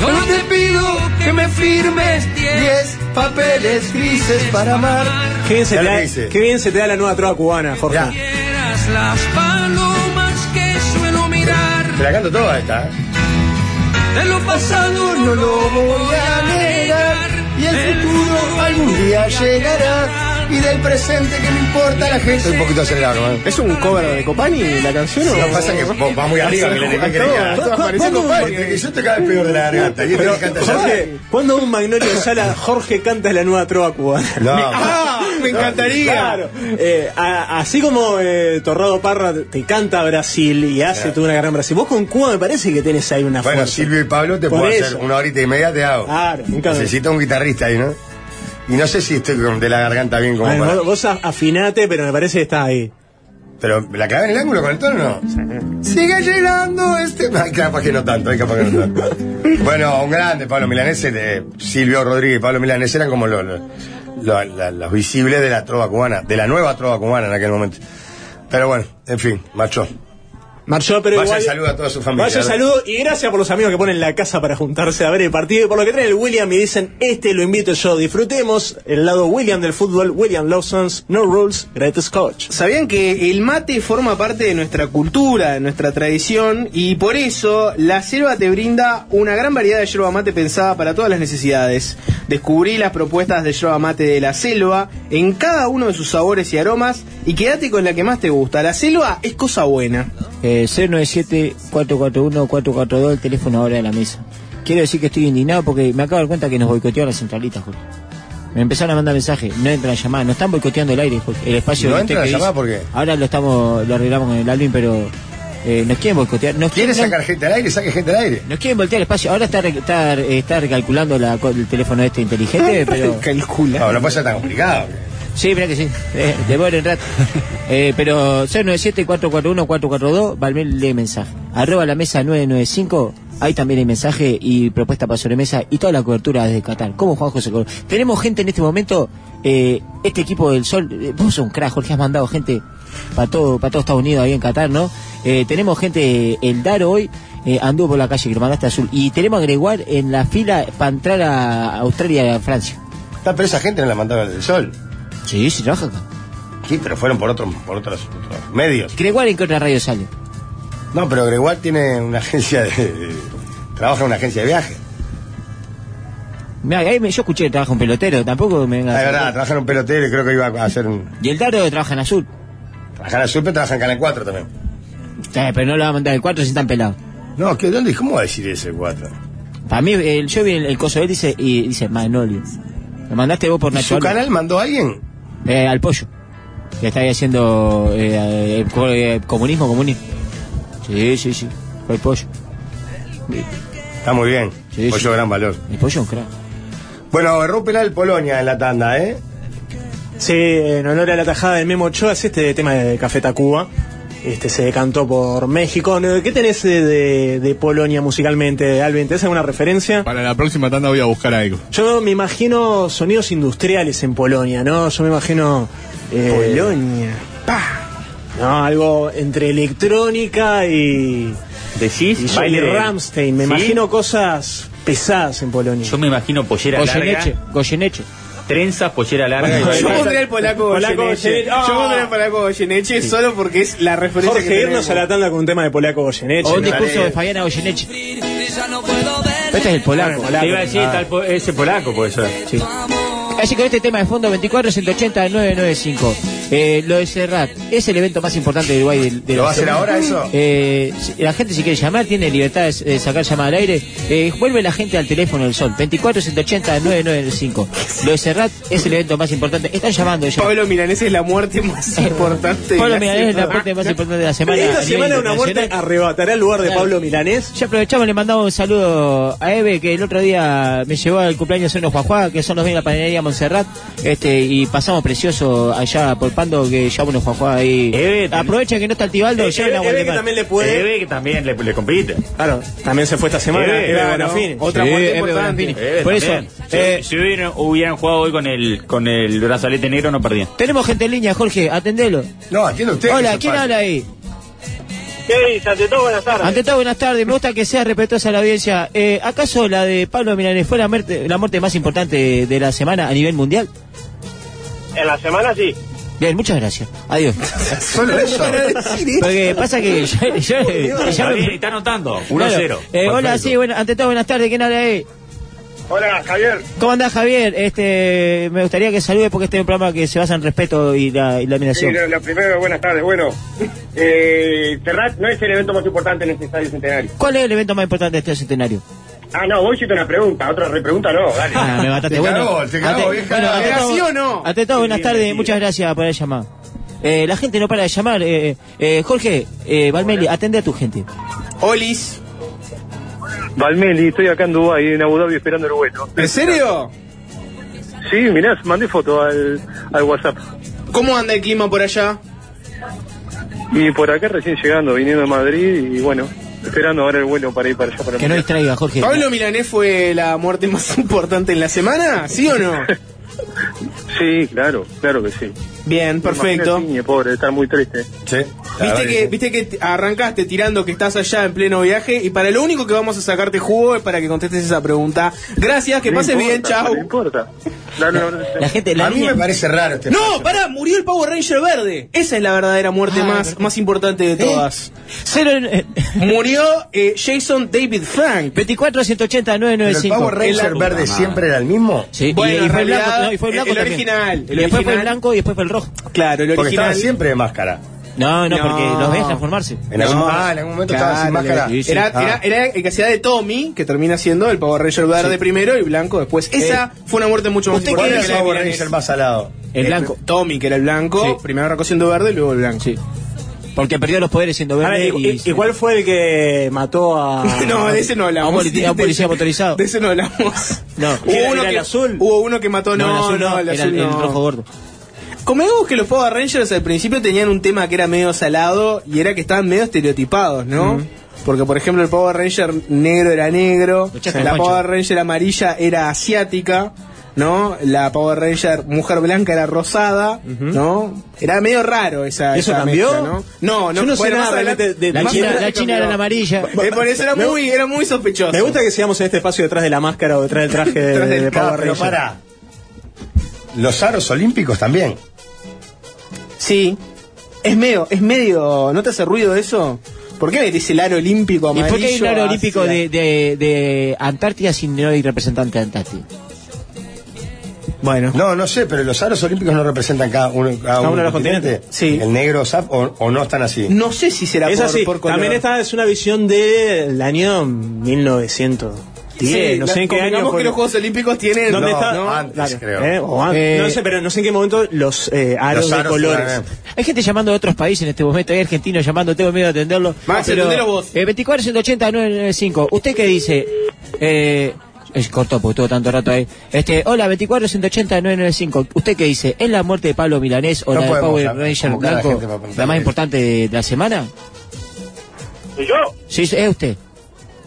Yo no te pido que me firmes 10 papeles grises para amar.
Qué bien, se
Ya
te
lo
da,
dice.
qué bien se te da la nueva trova cubana, Jorge.
Ya.
Las palomas que suelo mirar,
Te la canto toda esta. ¿eh?
de lo pasado no lo voy a negar.
Y el futuro algún día llegará. Y del presente que me importa la gente. Un poquito acelerado, ¿no?
¿Es un cover de Copani la canción o
Lo que pasa es que vos vas muy arriba, Milanés. ¿qué querés que haga?
Todas parecen Copani.
Porque yo tocaba el peor de la garganta. Y este que canta ya.
Jorge, ¿cuándo un Magnolio Sala Jorge canta la nueva trova cubana? (laughs)
No.
¡Ah! (laughs) Me encantaría.
Claro. Eh, a- así como eh, Torrado Parra te canta Brasil y hace toda una gran Brasil, vos con Cuba me parece que tenés ahí una
Bueno,
fuerza.
Silvio y Pablo te
Por
puedo
eso.
hacer una horita y media, te hago.
Claro, nunca me-
Necesito un guitarrista ahí, ¿no? Y no sé si estoy con- de la garganta bien como
Bueno,
para...
vos, vos a- afinate, pero me parece que estás ahí.
Pero la clave en el ángulo con el tono, ¿no? Sigue llegando este. Ay, capaz que no tanto, ay, capaz que no
(laughs)
tanto. bueno, un grande Pablo Milanés, eh, Silvio Rodríguez y Pablo Milanés eran como los, los, los- la- los visibles de la trova cubana, de la nueva trova cubana en aquel momento. Pero bueno, en fin, macho.
Marchó, pero
Vaya
igual-
saludo a toda su familia,
Vaya
¿verdad?
saludo y gracias por los amigos que ponen la casa para juntarse a ver el partido. Y por lo que traen el William y dicen, este lo invito yo. Disfrutemos el lado William del fútbol, William Lawson's No Rules, Greatest Coach.
¿Sabían que el mate forma parte de nuestra cultura, de nuestra tradición? Y por eso la selva te brinda una gran variedad de yerba mate pensada para todas las necesidades. Descubrí las propuestas de yerba mate de la selva en cada uno de sus sabores y aromas y quédate con la que más te gusta. La selva es cosa buena.
Eh, 097-441-442, el teléfono ahora de la mesa. Quiero decir que estoy indignado porque me acabo de dar cuenta que nos boicoteó la centralita, Jorge. Me empezaron a mandar mensajes, no entran llamadas, nos están boicoteando el aire, Jorge, el espacio.
¿No
de usted
entran
que
llamadas
dice.
por qué?
Ahora lo estamos, lo arreglamos con el Alvin, pero eh, nos quieren boicotear. Nos
¿Quiere
quieren-
sacar gente al aire? Saque gente al aire.
Nos quieren voltear el espacio. Ahora está, re- está, eh, está recalculando la co- el teléfono este inteligente, pero...
No, no puede ser tan complicado.
Sí, mirá que sí. Eh, demora un rato. Eh, pero 097-441-442, Valmel lee mensaje. Arroba la mesa 995, ahí también hay mensaje y propuesta para sobremesa y toda la cobertura desde Qatar. ¿Cómo Juan José Cor- Tenemos gente en este momento, eh, este equipo del Sol, eh, vos sos un crack, Jorge, has mandado gente para todo, para todo Estados Unidos ahí en Qatar, ¿no? Eh, tenemos gente, el Daro hoy eh, anduvo por la calle que lo mandaste azul y tenemos a Gregoire en la fila para entrar a Australia y a Francia.
Está, Ah, pero esa gente no la mandaba del sol.
Sí, sí, trabaja acá.
Sí, pero fueron por otros por otros, otros medios.
Gregoire en qué otra radio sale.
No, pero Gregual tiene una agencia de. trabaja en una agencia de viaje.
Mirá, ahí me- yo escuché que trabaja un pelotero, tampoco me venga a
Ah, es
hacer-
verdad, trabaja en un pelotero y creo que iba a hacer un.
Y el Taro trabaja en azul.
Trabaja en Azul, pero trabaja en Canal 4 también.
Eh, pero no lo va a mandar el 4 si están pelados.
No, ¿qué, ¿dónde? ¿Cómo va a decir ese 4?
Para mí, el, yo vi el, el coso de él dice, y dice Manolio. Lo mandaste vos por Nacho
¿Su
Alba.
canal mandó a alguien?
Eh, al pollo. Que está ahí haciendo eh, eh, co- eh, comunismo, comunismo. Sí, sí, sí. Fue el pollo.
Está muy bien.
Sí,
Pollo
sí.
gran valor.
El pollo es un crack.
Bueno, erró un penal Polonia en la tanda, ¿eh?
Sí, en honor a la tajada del Memo Ochoa, es este tema de Café Tacuba. Este se decantó por México. ¿Qué tenés de, de- de Polonia musicalmente, Alvin? ¿Tenés alguna referencia?
Para la próxima tanda voy a buscar algo.
Yo me imagino sonidos industriales en Polonia, ¿no? Yo me imagino. eh,
Polonia.
No, algo entre electrónica y.
¿Decís?
Y,
Baile-
Ramstein. Me
¿Sí?
imagino cosas pesadas en Polonia.
Yo me imagino pollera
Goyeneche,
larga. Trenzas, pollera larga. y-
Yo pondría el polaco
Polaco
Goyeneche.
Goyeneche. Ah.
Yo pondría el polaco Goyeneche solo porque es la referencia que
Jorge, irnos
tenemos.
a la tanda con un tema de polaco Goyeneche.
O un
me
discurso
parece.
de Fabián-
Diana Goyeneche. Este es el polaco. Ah.
Te iba a decir, tal po- ese polaco puede ser.
Así que con este tema de fondo 24 180 995. Eh, lo de Serrat es el evento más importante de Uruguay del, de
¿Lo
la
va a hacer
semana.
ahora eso?
Eh, si- la gente si quiere llamar tiene libertad de, de sacar llamada al aire. Eh, vuelve la gente al teléfono del sol 24 180 995. Lo de Serrat es el evento más importante. Están llamando ya.
Pablo Milanés es la muerte
(laughs)
más importante. de
Pablo
la
Milanés es la
semana.
parte más importante de la semana. a
Esta
nivel
semana una muerte
internacional.
arrebatará el lugar de
Claro.
Pablo Milanés.
Ya aprovechamos, le mandamos un saludo a Eve, que el otro día me llevó al cumpleaños unos Juajuá, que son los de la panadería Montserrat, este, y pasamos precioso allá por Pando, que lleva unos Juajuá ahí.
Eve, tam-
Aprovechen que no está el Tibaldo, lleven a Gualdemar.
le
Eve que también le, le compite.
Claro, también se fue esta semana.
Eve,
Eve
claro.
Bonafini.
Otra
Sí,
muerte
Eve
importante.
Eve
Por eso, eh,
también. Si- si, hubieran, hubieran jugado hoy con el, con el brazalete negro, no perdían.
Tenemos gente en línea, Jorge, atendelo.
No, atiende usted. que
Hola,
se
¿quién
pasa.
habla ahí?
¿Qué dice? Ante todo, buenas tardes.
Ante todo, buenas tardes, me gusta que sea respetuosa la audiencia. Eh, ¿Acaso la de Pablo Milanés fue la muerte, la muerte más importante de la semana a nivel mundial?
En la semana sí.
Bien, muchas gracias. Adiós.
(laughs) Solo eso.
(laughs)
(laughs)
Porque pasa que ya- ya- ya
Está
me-
bien, está anotando.
(laughs)
1 a
Claro.
0.
Eh, hola, sí, bueno, ante todo, buenas tardes, ¿quién habla ahí?
Hola, Javier.
¿Cómo andás, Javier? Este, me gustaría que salude porque este es un programa que se basa en respeto y la, y la
Sí,
admiración.
lo, lo primero, buenas tardes. Bueno, eh, Terrat no es el evento más importante en este estadio centenario.
¿Cuál es el evento más importante de este centenario?
Ah, no, vos hiciste una pregunta, otra repregunta no, dale.
Ah, me mataste.
Te
bueno,
cagó, te cagó,
ante-
vieja.
bueno, ante
¿Era
todo-
sí o no?
ante todo, buenas tardes, muchas gracias por el llamado. Eh, la gente no para de llamar. eh, eh, Jorge, eh, Valmeli, atende a tu gente.
Olis.
Valmeli, estoy acá en Dubái, en Abu Dhabi, esperando el vuelo.
¿En serio?
Sí, mirá, mandé foto al, al WhatsApp.
¿Cómo anda el clima por allá?
Y por acá recién llegando, viniendo de Madrid y bueno, esperando ahora el vuelo para ir para allá. Para
Que no distraiga, Jorge.
¿Pablo Milanés fue la muerte más (laughs) importante en la semana? ¿Sí o no?
Sí, claro, claro que sí.
Bien, perfecto.
Imagínate, Iñe, pobre, estar muy triste.
Sí, la verdad
Viste que, viste que te- arrancaste tirando que estás allá en pleno viaje y para lo único que vamos a sacarte jugo es para que contestes esa pregunta. Gracias, que
No
pases bien,
importa,
chao.
No importa. Dale un abrazo.
La gente, la
A mí
línea-
me parece raro este
No, pará, murió el Power Ranger verde. Esa es la verdadera muerte más, más importante de todas.
Ah, ¿Eh? cero en- eh, (laughs)
Murió eh, Jason David Frank.
24 180
Pero el
995.
Power Ranger
Era-
verde siempre era el mismo.
Ah. Sí, y-
Bueno,
y,
en
fue
realidad,
blanco, no, y fue
el-
blanco
el
también.
original, el
y después fue el
original.
blanco y después fue el rojo.
Claro, el
Porque estaba
original.
siempre de máscara.
No, no,
No.
porque los ves transformarse.
En algún, ah, en algún momento estaba sin
Claro,
máscara.
sí, sí.
Era,
Ah.
era, era el que hacía de Tommy, que termina siendo el Power Ranger verde primero y blanco después. Esa fue una muerte mucho más
¿Usted qué
importante
era
que
el
la de
Power
Milanés.
Ranger más salado?
El blanco.
Tommy, que era el blanco,
Sí.
primero arrancó siendo verde y luego el blanco.
Sí. Porque perdió los poderes siendo
A
verde.
ver,
y,
¿y, y cuál eh, fue el que mató a.?
(laughs) No, de ese
A
no
un
hablamos.
policía- a un
De-
policía motorizado.
De ese no hablamos.
(laughs) No.
Era-
hubo uno, que,
era el azul.
hubo uno que mató. No,
el azul
no, el
era
azul
el,
no.
rojo gordo.
Convengamos que los Power Rangers al principio tenían un tema que era medio salado y era que estaban medio estereotipados, ¿no? Porque, por ejemplo, el Power Ranger negro era negro,
Lo chasca,
la
Pancho.
Power Ranger amarilla era asiática, ¿no? La Power Ranger mujer blanca era rosada, ¿no? Era medio raro esa.
¿Eso
esa
cambió?
mezcla, ¿no? No, no,
Yo no sé
bueno,
nada
más
realmente
adelante-
de-
La
Más
china,
verde
la china era la amarilla.
Eh, por eso era
Me-
muy, era muy sospechoso.
Me gusta que sigamos en este espacio detrás de la máscara o detrás del traje
(laughs)
de,
Detrás del
de
Ah,
Power
pero
Ranger.
para. Los aros olímpicos también.
Sí. Es medio, es medio. ¿No te hace ruido eso? ¿Por qué metís el aro olímpico
¿Y
amarillo?
por qué hay un aro
hacia-
olímpico de, de, de Antártida sin no hay representante de Antártida?
Bueno.
No, no sé, pero los aros olímpicos no representan cada uno, cada
uno de los
Sí.
El negro SAF o, o no están así.
No sé si será
Es
por,
así.
por color.
También esta es una visión del año 1910.
Sí,
no sé en qué año.
convengamos
fue-
que los Juegos Olímpicos tienen.
¿Dónde
No,
está?
Ah,
antes, creo.
¿eh? O antes.
Eh,
no sé, pero no sé en qué momento los eh, aros,
Los
de
aros
colores.
eran-
Hay gente llamando de otros países en este momento, hay argentinos llamando, tengo miedo de atenderlo.
Max, atendelo vos.
Eh, 24 180 995. ¿Usted qué dice? Eh, es corto porque estuvo tanto rato ahí. Este, hola, 24 180 995. ¿Usted qué dice? ¿Es la muerte de Pablo Milanés o
No
la de
podemos
Power
llam-
Ranger
convocar a la
Blanco?
gente para preguntarle
La más
eso.
importante de, de la semana.
¿Y yo?
Sí, es usted.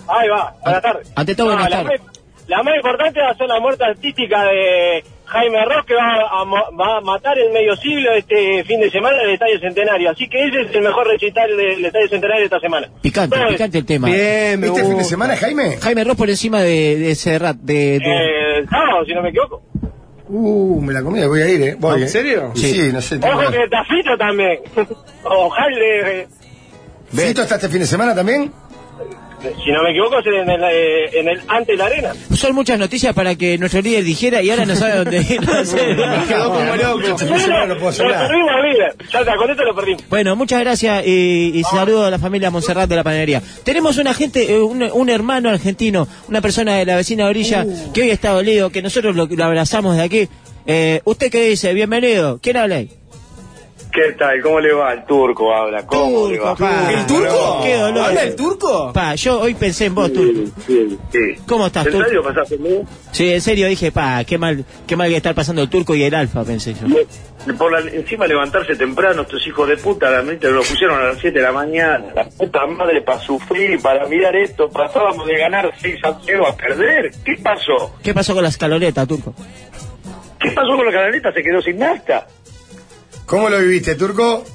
Ahí va, buenas tardes.
Ante todo, buenas
la
tardes.
más- La más importante va a ser la muerte artística de
Jaime Roque va a, mo- va a matar el medio siglo este fin de semana en el Estadio Centenario. Así que ese es el mejor recital del Estadio Centenario esta semana.
Picante, picante el tema.
Bien, me ¿Este fin de gusta.
semana, Jaime?
Jaime Ross por encima de, de Serrat. De, de-
Eh, el sábado, si no me equivoco.
Uh, me la comí, voy a ir, ¿eh? Voy,
¿En
eh.
serio?
Sí,
Sí.
no sé.
Ojo que está Fito también. (laughs) Ojalá, eh,
¿Fito está este fin de semana también?
eh, si no me equivoco, es en el, eh, en el ante la arena.
Son muchas noticias para que nuestro líder dijera y ahora no sabe dónde ir. no sé. (laughs)
Este fin de semana no puedo sonar. Lo perdimos, líder. Ya está, con esto lo perdimos.
Bueno, muchas gracias y, y saludo a la familia Monserrat de la panadería. Tenemos una gente, eh, un, un hermano argentino, una persona de la vecina orilla que hoy está dolido, que nosotros lo, lo abrazamos de aquí. Eh, ¿Usted qué dice? Bienvenido. ¿Quién habla ahí?
¿Qué tal? ¿Cómo le va? El turco habla. ¿Cómo le va?
¿El turco? ¿Qué dolor?
¿Habla
el turco? Pa, yo hoy pensé en vos, turco.
Sí.
¿Cómo estás,
¿En
turco?
serio pasaste conmigo?
Sí, en serio dije, pa, qué mal, qué mal que estar pasando el turco y el alfa, pensé yo.
Por la- encima levantarse temprano, estos hijos de puta, la mente lo pusieron a las 7 de la mañana. La puta madre para sufrir, para mirar esto. Pasábamos de ganar 6 a 0 a perder. ¿Qué pasó?
¿Qué pasó con las caloretas, turco?
¿Qué pasó con la canaleta? Se quedó sin nafta.
¿Cómo lo viviste, Turco?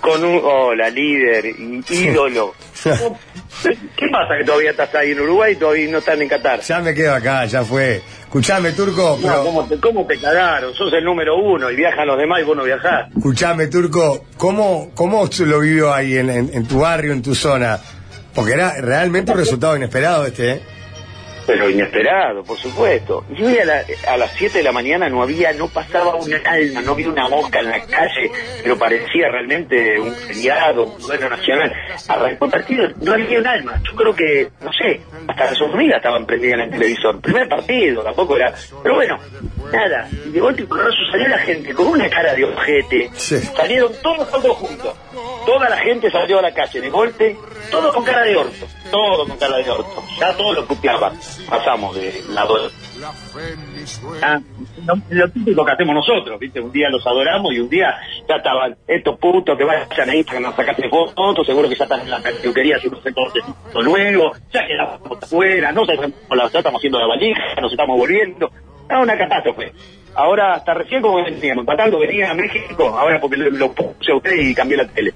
Con un. Hola, líder, í- ídolo. ¿Qué pasa que todavía estás ahí en Uruguay y todavía no están en Qatar?
Ya me quedo acá, ya fue. Escuchame, Turco,
No,
pero...
¿cómo, te, ¿Cómo te cagaron? Sos el número uno y viajan los demás y vos no viajás.
Escuchame, Turco, ¿cómo, cómo lo vivió ahí en, en- en tu barrio, en tu zona? Porque era realmente un resultado inesperado este, ¿eh?
Pero inesperado, por supuesto. Yo a, la- a las 7 de la mañana no había, no pasaba un alma, no había una mosca en la calle, pero parecía realmente un feriado, un gobierno nacional. Arrancó el partido, no había un alma. Yo creo que, no sé, hasta las hormigas estaban prendidas en el televisor. Primer partido, tampoco era. Pero bueno, nada. Y de golpe y porrazo salió la gente con una cara de ojete. Salieron todos, todos juntos. Toda la gente salió a la calle de golpe, todo con cara de orto, todo con cara de orto. Ya todos lo copiaban. Pasamos de la do- Ah, no, lo típico que hacemos nosotros, ¿viste? Un día los adoramos y un día ya estaban estos putos que vayan a Instagram a sacarse fotos, seguro que ya están en la peluquería haciendo contenido luego, ya quedamos afuera, no sabemos, la- ya estamos haciendo la valija, nos estamos volviendo. Ah, una catástrofe. Ahora, hasta recién como veníamos, empatando, venía a México, ahora porque lo, lo puse a usted y cambié la tele.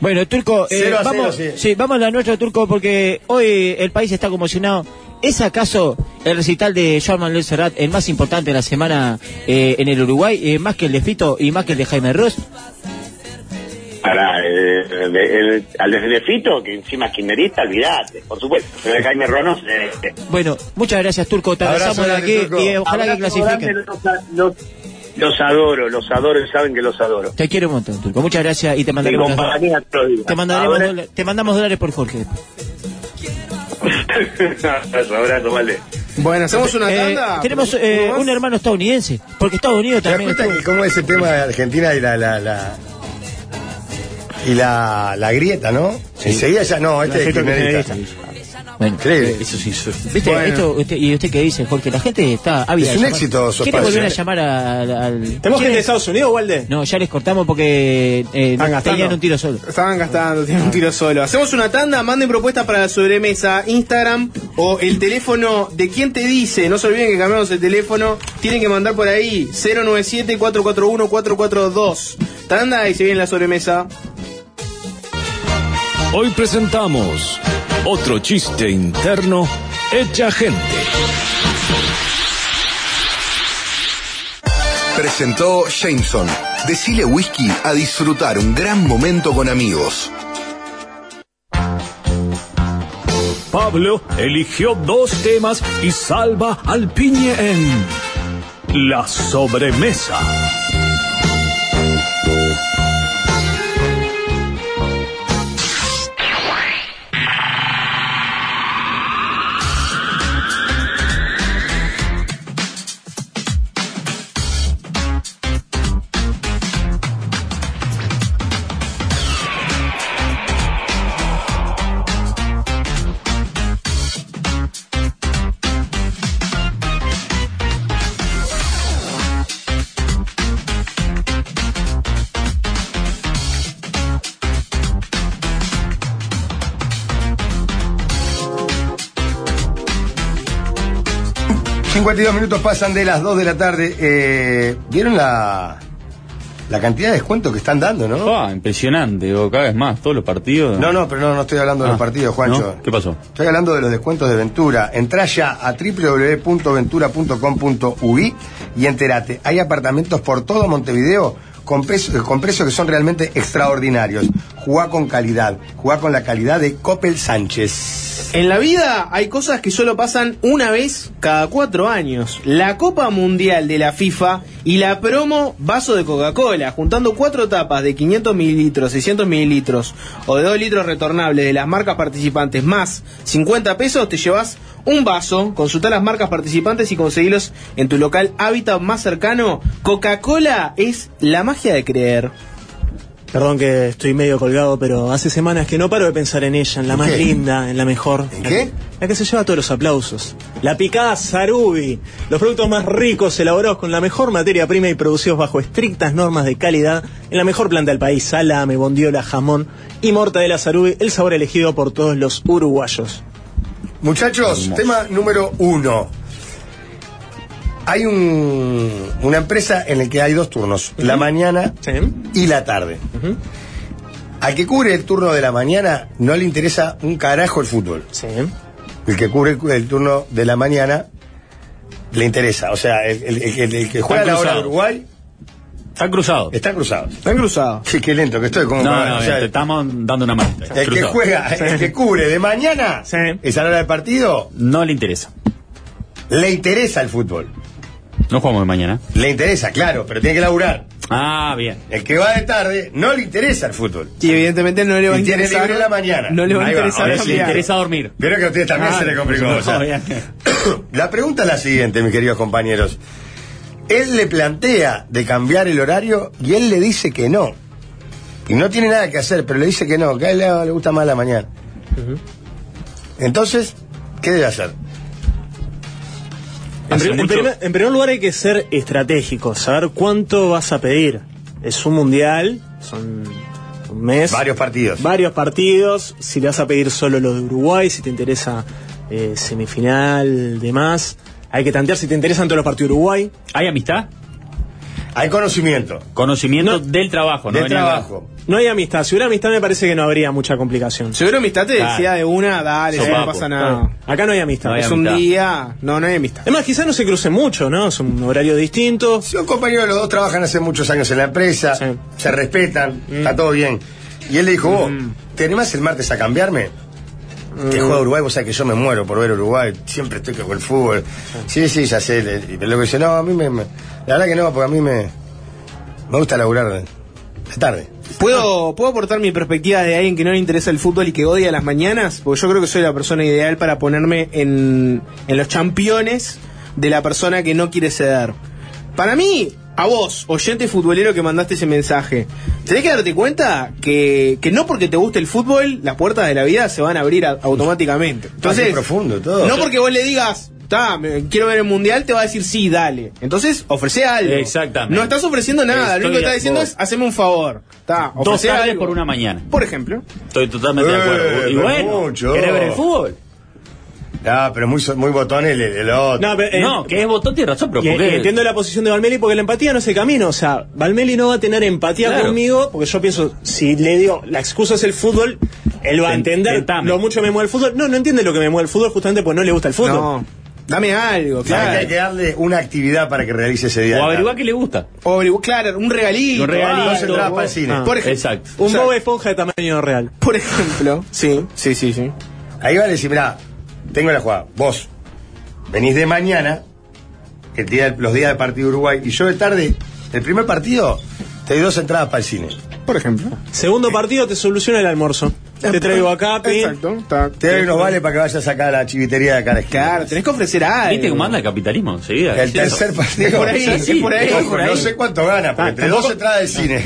Bueno, Turco, eh,
Cero a
vamos,
cero,
sí, vamos a la nuestra, Turco, porque hoy el país está conmocionado. ¿Es acaso el recital de Joan Manuel Serrat el más importante de la semana eh, en el Uruguay, eh, más que el de Fito y más que el de Jaime Ross?
Para eh, el, al de Fito, que encima es kirchnerista, olvidate, por supuesto. Pero el Jaime Ronos, eh, eh.
Bueno, muchas gracias, Turco. Te
Abrazo
abrazamos de
grande,
aquí
Turco.
y eh, ojalá que
Abrazo
clasifiquen.
grande, Los, los adoro, los adoro y saben que los adoro.
Te quiero un montón, Turco. Muchas gracias y te
Mi
mandaremos,
compañía todo el día.
te mandaremos
Ahora- (laughs)
dola- te mandamos dólares por Jorge.
abrazo, abrazo, vale.
Bueno,
¿hacemos una tanda?
Tenemos eh, un hermano estadounidense, porque Estados Unidos
¿Te das
también.
cuenta que cómo es el tema de Argentina y la... la, la- y la, la grieta, ¿no? Enseguida ya no, este es kirchnerista.
Bueno,
Increíble.
eso sí, ¿Viste?
Bueno.
Esto, usted- ¿Y usted qué dice, Jorge? La gente está ávida.
Es
de
un
llamar.
éxito, su
¿Quiere
espacio.
volver a llamar a- al.
¿Tenemos gente de
Estados Unidos, Walde? No, ya les cortamos porque eh,
Están gastando.
tenían un tiro solo. Ah.
Estaban gastando, tienen un tiro solo. Hacemos una tanda, manden propuestas para la sobremesa, Instagram o el teléfono de quien te dice. No se olviden que cambiamos el teléfono. Tienen que mandar por ahí 097-441-442. Tanda y se viene la sobremesa.
Hoy presentamos otro chiste interno hecha gente.
Presentó Jameson. Decile whisky a disfrutar un gran momento con amigos.
Pablo eligió dos temas y salva al piñe en la sobremesa.
52 minutos pasan de las 2 de la tarde. Eh, ¿Vieron la, la cantidad de descuento que están dando, no?
Ah, impresionante, digo, cada vez más, todos los partidos. Ah.
No, no, pero no, no estoy hablando de los partidos, Juancho.
¿no? ¿Qué pasó?
Estoy hablando de los descuentos de Ventura. Entrá ya a www.ventura.com.uy y entérate. Hay apartamentos por todo Montevideo con, precio- con precios que son realmente extraordinarios. Jugá con calidad. Jugá con la calidad de Coppel Sánchez.
En la vida hay cosas que solo pasan una vez cada cuatro años. La Copa Mundial de la FIFA y la promo vaso de Coca-Cola, juntando cuatro tapas de 500 mililitros, 600 mililitros o de 2 litros retornables de las marcas participantes más 50 pesos, te llevas un vaso, consulta las marcas participantes y conseguilos en tu local hábitat más cercano. Coca-Cola es la magia de creer.
Perdón que estoy medio colgado, pero hace semanas que no paro de pensar en ella, en la más
qué?
linda, en la mejor. ¿En
qué?
La que se lleva todos los aplausos. La picada Sarubi. Los productos más ricos elaborados con la mejor materia prima y producidos bajo estrictas normas de calidad en la mejor planta del país. Salame, bondiola, jamón y mortadela Sarubi, el sabor elegido por todos los uruguayos.
Muchachos, tema número uno. Hay un- una empresa en la que hay dos turnos, la mañana y la tarde. Al que cubre el turno de la mañana no le interesa un carajo el fútbol. El que cubre el, el turno de la mañana le interesa. O sea, el, el- el- el- el que juega a la hora de
cruzados.
Uruguay...
Están cruzados.
Están cruzados.
Están cruzados.
Sí, qué lento que estoy. Como
No,
para-
no,
o sea,
te estamos dando una mano.
el que juega, eh. el que cubre de mañana es a la hora del partido...
No le interesa.
Le interesa el fútbol.
No jugamos de mañana.
Le interesa, claro, pero tiene que laburar.
Ah, bien.
El que va de tarde no le interesa el fútbol.
Y evidentemente no le va a
Y tiene
interesar.
libre la mañana.
No le va a
Ahí va,
interesar.
ahora sí le
cambiar.
interesa
dormir.
Vieron que a ustedes también
Ah,
se les complicó.
no,
o sea.
bien.
(coughs) la pregunta es la siguiente, mis queridos compañeros. Él le plantea de cambiar el horario y él le dice que no. Y no tiene nada que hacer, pero le dice que no, que a él le le gusta más la mañana. Entonces, ¿qué debe hacer?
En,
Hace
pri- en
mucho-
primer, en primer lugar hay que ser estratégico, saber cuánto vas a pedir. Es un mundial, son un mes.
Varios partidos.
Varios partidos, si le vas a pedir solo lo de Uruguay, si te interesa eh, semifinal, demás. Hay que tantear si te interesan todos los partidos de Uruguay.
¿Hay amistad?
Hay conocimiento.
Conocimiento del trabajo, ¿no? venía acá.
No hay amistad. Si hubiera amistad me parece que no habría mucha complicación.
Si hubiera amistad te decía de una, dale,
Sí.
ya no pasa nada.
Claro. Acá no hay amistad.
es un día. No, no hay amistad.
Además, quizás no se crucen mucho, ¿no? Es un horario distinto.
Son compañeros, los dos trabajan hace muchos años en la empresa, se respetan,
Mm.
está todo bien. Y él le dijo, vos, ¿te animás el martes a cambiarme? Que
Mm.
juega Uruguay, vos sabés que yo me muero por ver Uruguay, siempre estoy que con el fútbol. Sí, sí, ya sé. le- y- Pero lo que dice, no, a mí me, me- La verdad que no, porque a mí me. Me gusta laburar de de tarde.
¿Puedo, ¿Puedo aportar mi perspectiva de alguien que no le interesa el fútbol y que odia las mañanas? Porque yo creo que soy la persona ideal para ponerme en, en los championes de la persona que no quiere ceder. Para mí, a vos, oyente futbolero que mandaste ese mensaje, tenés que darte cuenta que, que no porque te guste el fútbol, las puertas de la vida se van a abrir a- automáticamente.
Ah, qué
Entonces,
profundo todo.
no porque vos le digas, "Ta, me- quiero ver el mundial, te va a decir sí, dale. Entonces, ofrece algo.
Exactamente.
No estás ofreciendo nada, lo único que estás diciendo es, haceme un favor. Ta,
Dos
ofrecer
tardes
algo.
por una mañana.
Por ejemplo.
Estoy totalmente de acuerdo. Y
Eh, pero
bueno,
mucho.
¿querés ver el fútbol?
Ah, pero muy, so- muy botón el, el otro.
No, pero, eh,
No, que es botón tiene razón, pero
Y,
porque-
y entiendo la posición de Valmeli porque la empatía no es el camino. O sea, Valmeli no va a tener empatía
Claro.
conmigo porque yo pienso, si le digo, la excusa es el fútbol, él va a
Ten-
entender
tentame.
lo mucho que me mueve el fútbol. No, no entiende lo que me mueve el fútbol justamente porque no le gusta el fútbol.
No. Dame algo,
Sabés que Hay
claro.
que darle una actividad para que realice ese día.
O averiguar qué le gusta.
O averiguar, claro, un regalito.
Un regalito,
algo. Ah,
entrada para el cine.
Por ejemplo.
Exacto.
Un bobo esponja de tamaño real.
Por ejemplo. Sí, sí, sí, sí.
Ahí va a decir, mirá, tengo la jugada. Vos venís de mañana, el día- los días del partido de Uruguay, y yo de tarde, el primer partido, te doy dos entradas para el cine.
Por ejemplo.
Segundo partido te soluciona el almuerzo. Te traigo acá, pin.
Exacto. ta-
Ah, Te doy unos vales para que vayas acá a la chivitería de acá a la esquina.
Claro, tenés que ofrecer algo.
¿Viste cómo anda el capitalismo? Enseguida.
El tercer partido.
Es por ahí,
Sí,
es
sí.
por ahí,
Ojo,
es por ahí.
No sé cuánto gana,
Ah,
porque entre dos entradas de cine,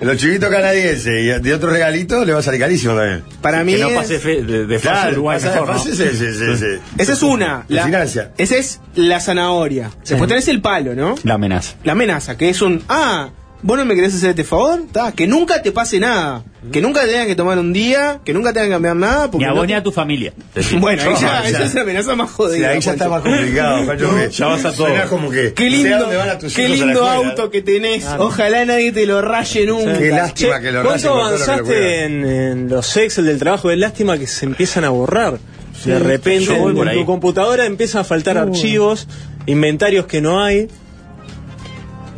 los chivitos canadienses y de otro regalito, le va a salir carísimo también.
Para mí
Que no
es-
pase fe- de, de fase
Claro,
Uruguay
pasa de
mejor, ¿no?
fase, sí, sí, sí, sí.
Esa es una.
Se
la-
financia.
Esa es la zanahoria. Después tenés el palo, ¿no?
La amenaza.
La amenaza, que es un. Ah, vos no me querés hacer este favor, Ta, que nunca te pase nada, que nunca te tengan que tomar un día, que nunca tengan que cambiar nada. Porque
Ni a
no
vos
te-
ni a tu familia.
Bueno, ahí ya-
No,
ahí ya es una amenaza más jodida.
Sí, ahí ya
Juancho.
está más
(laughs)
complicado, Juancho, que
Ya vas a todo.
suena como que.
Qué
sé a
lindo,
dónde van a tus
qué
hijos a la
lindo
escuela.
auto que tenés.
Ah,
Ojalá nadie te lo raye nunca.
Qué lástima que lo rayen
¿Cuánto
con todo lo que le
avanzaste en, en los Excel del trabajo? Es lástima que se empiezan a borrar. de repente
yo voy
en,
por
en
ahí.
tu computadora empiezan a faltar archivos, inventarios que no hay.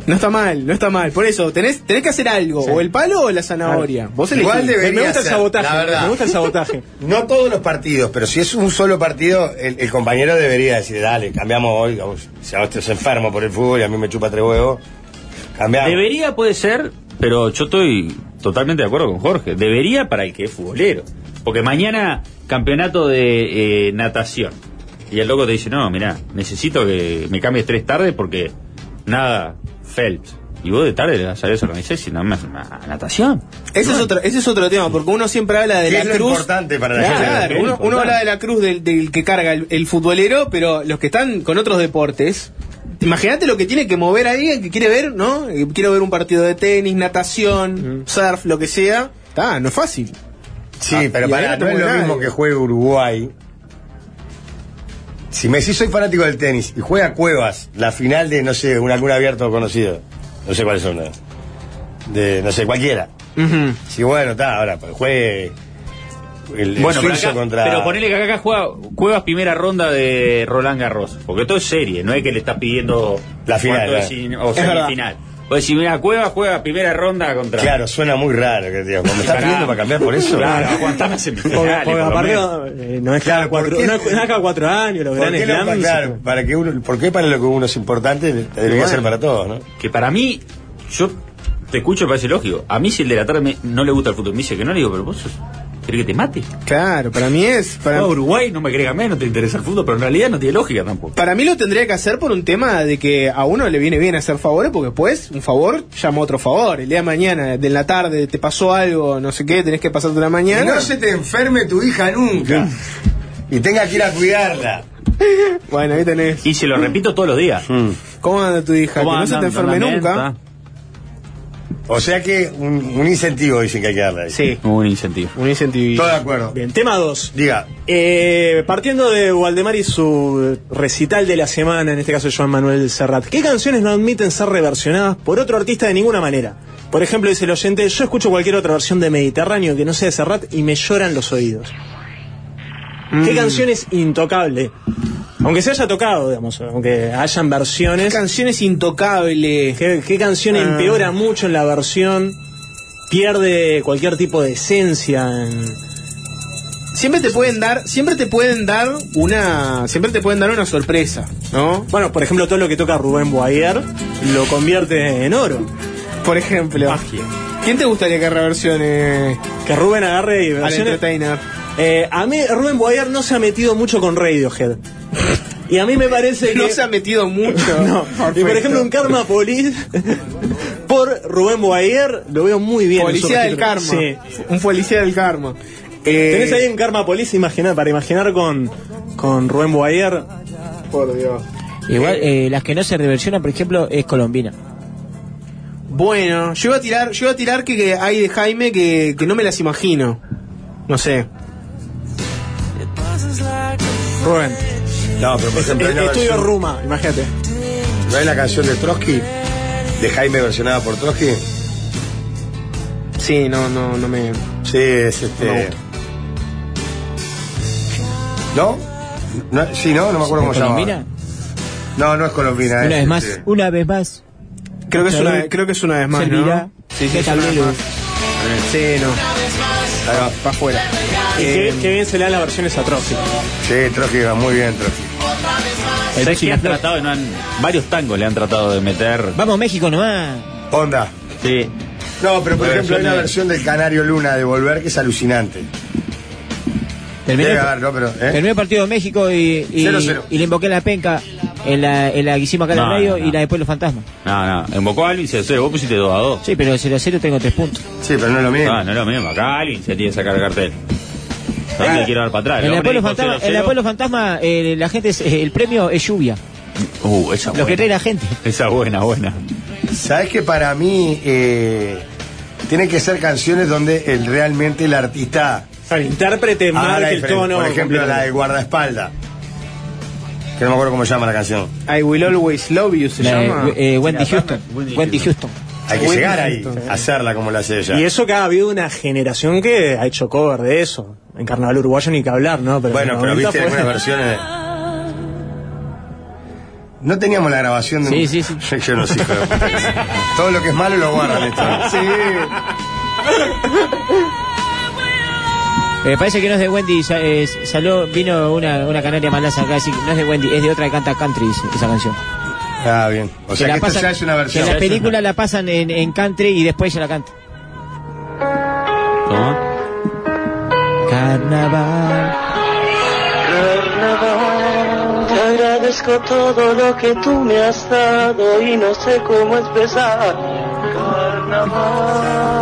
No está mal, no está mal. Por eso, tenés, tenés que hacer algo. O el palo o la zanahoria. Vos elegís.
Igual debería
Me gusta el
ser,
sabotaje,
la verdad.
me gusta el sabotaje.
(laughs) No todos los partidos, pero si es un solo partido, el, el compañero debería decir, dale, cambiamos hoy. vamos, Si a vos te enfermo por el fútbol y a mí me chupa tres huevos, cambiamos.
Debería, puede ser, pero yo estoy totalmente de acuerdo con Jorge. Debería para el que es futbolero. Porque mañana, campeonato de eh, natación. Y el loco te dice, no, mirá, necesito que me cambies tres tardes porque nada, Phelps. Y vos de tarde sabés organizar si no me a natación.
Ese es otro, ese es otro tema, porque uno siempre habla de
¿Qué
la
es lo
cruz.
importante para la
Claro,
gente?
claro,
¿Qué es lo
uno, uno habla de la cruz del, del que carga el, el futbolero, pero los que están con otros deportes, imagínate lo que tiene que mover ahí, el que quiere ver, ¿no? Eh, Quiero ver un partido de tenis, natación, surf, lo que sea. Ah, no es fácil.
Sí,
Ah,
pero
y
pará,
ahí no
no es lo
tengo nadie.
mismo que juegue Uruguay. Si me decís soy fanático del tenis y juega Cuevas, la final de, no sé, un algún abierto conocido, no sé cuáles son, ¿no? de, no sé, cualquiera.
Ujú.
Si bueno, está, ahora, pues juegue el, el
Bueno, pero,
suizo
acá-
contra...
pero ponele que acá juega Cuevas primera ronda de Roland Garros. Porque esto es serie, no es que le estás pidiendo
La final,
cuarto de
claro.
sin- o
Es
semifinal. Vos decís, mira, Cuevas juega primera ronda contra.
Claro, suena muy raro que te digo, ¿me estás
Pará.
pidiendo para cambiar por eso?
Claro, aguantame semifinales.
Porque, porque
por lo
aparte
menos.
no, eh, no es
Claro,
cada
¿por
cuatro,
qué?
no es- no es cada cuatro años, los
¿Por
grandes
qué, no-
slams.
claro, para que uno, ¿Por qué para lo que uno es importante debería
Bueno.
ser para todos, no?
Que para mí, yo te escucho, me parece lógico. A mí, si el de la tarde me- no le gusta el fútbol, me dice que no, le digo, pero vos sos. ¿Querés que te mate?
Claro, para mí es. Para,
Juega Uruguay, no me creas menos, te interesa el fútbol, pero en realidad no tiene lógica tampoco.
para mí lo tendría que hacer por un tema de que a uno le viene bien hacer favores, porque después un favor llama otro favor. El día de mañana, de la tarde, te pasó algo, no sé qué, tenés que pasarte la
Que
mañana.
no se te enferme tu hija nunca (laughs) y tenga que ir a cuidarla.
Bueno, ahí tenés. Mm.
Y se lo repito todos los días.
¿Cómo anda tu hija? Que
¿Cómo
no se te
andan?
enferme
¿Andan bien?
nunca.
O sea que un, un incentivo dicen que hay que darle.
Sí,
¿Está? Un incentivo.
un incentivo.
Todo de acuerdo.
Bien, tema 2.
Diga,
Eh, partiendo de Waldemar y su recital de la semana, en este caso Joan Manuel Serrat, ¿qué canciones no admiten ser reversionadas por otro artista de ninguna manera? Por ejemplo, dice el oyente, yo escucho cualquier otra versión de Mediterráneo que no sea de Serrat y me lloran los oídos.
Mm.
¿Qué canción es intocable? Aunque se haya tocado, digamos, aunque hayan versiones,
Canciones intocables.
¿qué, qué canción
Ah.
empeora mucho en la versión? Pierde cualquier tipo de esencia en...
Siempre te pueden dar, siempre te pueden dar una, siempre te pueden dar una sorpresa, ¿no?
Bueno, por ejemplo, todo lo que toca Rubén Boyer lo convierte en oro.
Por ejemplo.
Magia.
¿Quién te gustaría que reversione
Que Rubén agarre y
al
versione-
entertainer?
Eh, a mí Rubén Boyer no se ha metido mucho con Radiohead. Y a mí me parece que
No se ha metido mucho.
(laughs) No. Y por
Perfecto.
ejemplo un Karma Police (laughs) por Rubén Boyer lo veo muy bien. en su
Policía del karma.
registro. Sí.
Un policía del karma. Eh,
Tenés ahí un Karma Police imagina- para imaginar con, con Rubén Boyer.
Por Dios.
Igual, eh, las que no se reversionan, por ejemplo, es Colombina.
Bueno, yo iba a tirar, yo iba a tirar que, que hay de Jaime que, que no me las imagino. No sé.
Rubén.
no, pero pues por
Eh,
ejemplo, hay
El
una,
estudio
versión-
Ruma, imagínate.
¿no hay la canción de Trotsky, de Jaime versionada por Trotsky.
Sí, no, no, no me.
Sí, es este. ¿No? No, Sí, no, no me acuerdo cómo se
Colombina?
llama. No, no es Colombina.
Una
es,
vez más,
este,
una vez más.
Creo que es
Salud.
una, creo que es una vez más,
Servirá.
¿no? Sí, sí,
de
es una vez
tablero.
más. Sí, no.
ahí
Para afuera.
Y qué, qué bien se le dan las versiones a Trotsky.
va. Em, Sí, Trotsky va muy bien, Trotsky.
¿Sabés que han tratado? y No han, varios tangos le han tratado de meter.
Vamos, México nomás.
Onda.
Sí.
No, pero por
Bueno,
ejemplo
yo
hay una
le-
versión del Canario Luna de Volver que es alucinante.
Terminé,
Debe
el-
haber, ¿no? Pero, ¿eh?
terminé el partido de México y, y,
Cero, cero.
y le invoqué la penca en la, en la que hicimos acá en
No,
la radio
no, no.
y la después los fantasmas.
No, no. Invocó a Alvin 0-0. Vos pusiste 2 a 2.
Sí, pero 0 a 0 tengo 3 puntos.
Sí, pero no es lo mismo.
Ah, no es lo mismo. Acá Alvin se tiene que sacar el cartel. Ahí le quiero dar para atrás.
en,
El
la
hombre
pueblo
dijo
fantasma,
0-0.
en la pueblo fantasma eh, la gente es- eh, el premio es lluvia.
Uh, esa
Lo que
buena.
trae la gente.
Esa buena, buena.
Sabes que para mí eh, tienen que ser canciones donde el, realmente el artista
El
Ah,
intérprete
haga la
marca el
diferencia.
tono.
Por ejemplo, la de guardaespalda. Que no me acuerdo cómo se llama la canción.
I Will Always Love You se
La de,
Ah,
llama.
eh, Wendy Houston.
Wendy Houston.
Hay que
Wendy
llegar ahí,
Houston.
a hacerla como la hace ella.
Y eso que ha habido una generación que ha hecho cover de eso. En Carnaval Uruguayo ni que hablar, ¿no? Pero
bueno,
en
pero
los 90
viste
fue-
algunas versiones de... No teníamos la grabación de...
Sí,
sí, sí. (laughs) Yo no sé, hijo de puta. Todo lo que es malo lo guardan esto.
(laughs)
Eh, parece que no es de Wendy, sa- eh, salió, vino una, una canaria malaza acá, así que no es de Wendy, es de otra que canta country dice, esa canción.
Ah, bien. O sea que, esto ya es una versión.
En la película la pasan en, en country y después ella la canta. Carnaval.
Carnaval, te agradezco todo lo que tú me has dado y no sé cómo expresar.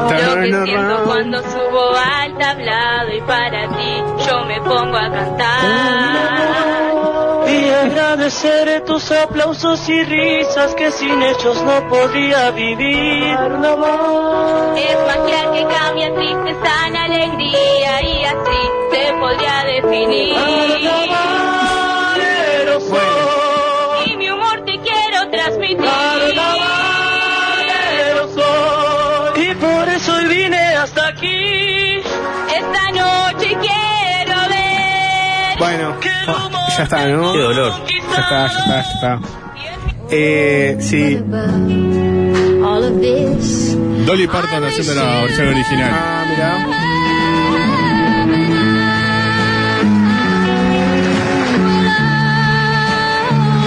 Lo que siento cuando subo al tablado y para ti yo me pongo a cantar.
Y agradeceré tus aplausos y risas que sin hechos no podía vivir.
Es magia que cambia tristeza en alegría y así se podría definir. Y mi humor te quiero transmitir.
Y por eso hoy vine hasta aquí.
Esta noche quiero ver.
Bueno, Ah, ya está, ¿no? Qué dolor. Ya está, ya está, ya está. Eh, sí.
Dolly Parton haciendo la versión original.
Ah, mirá.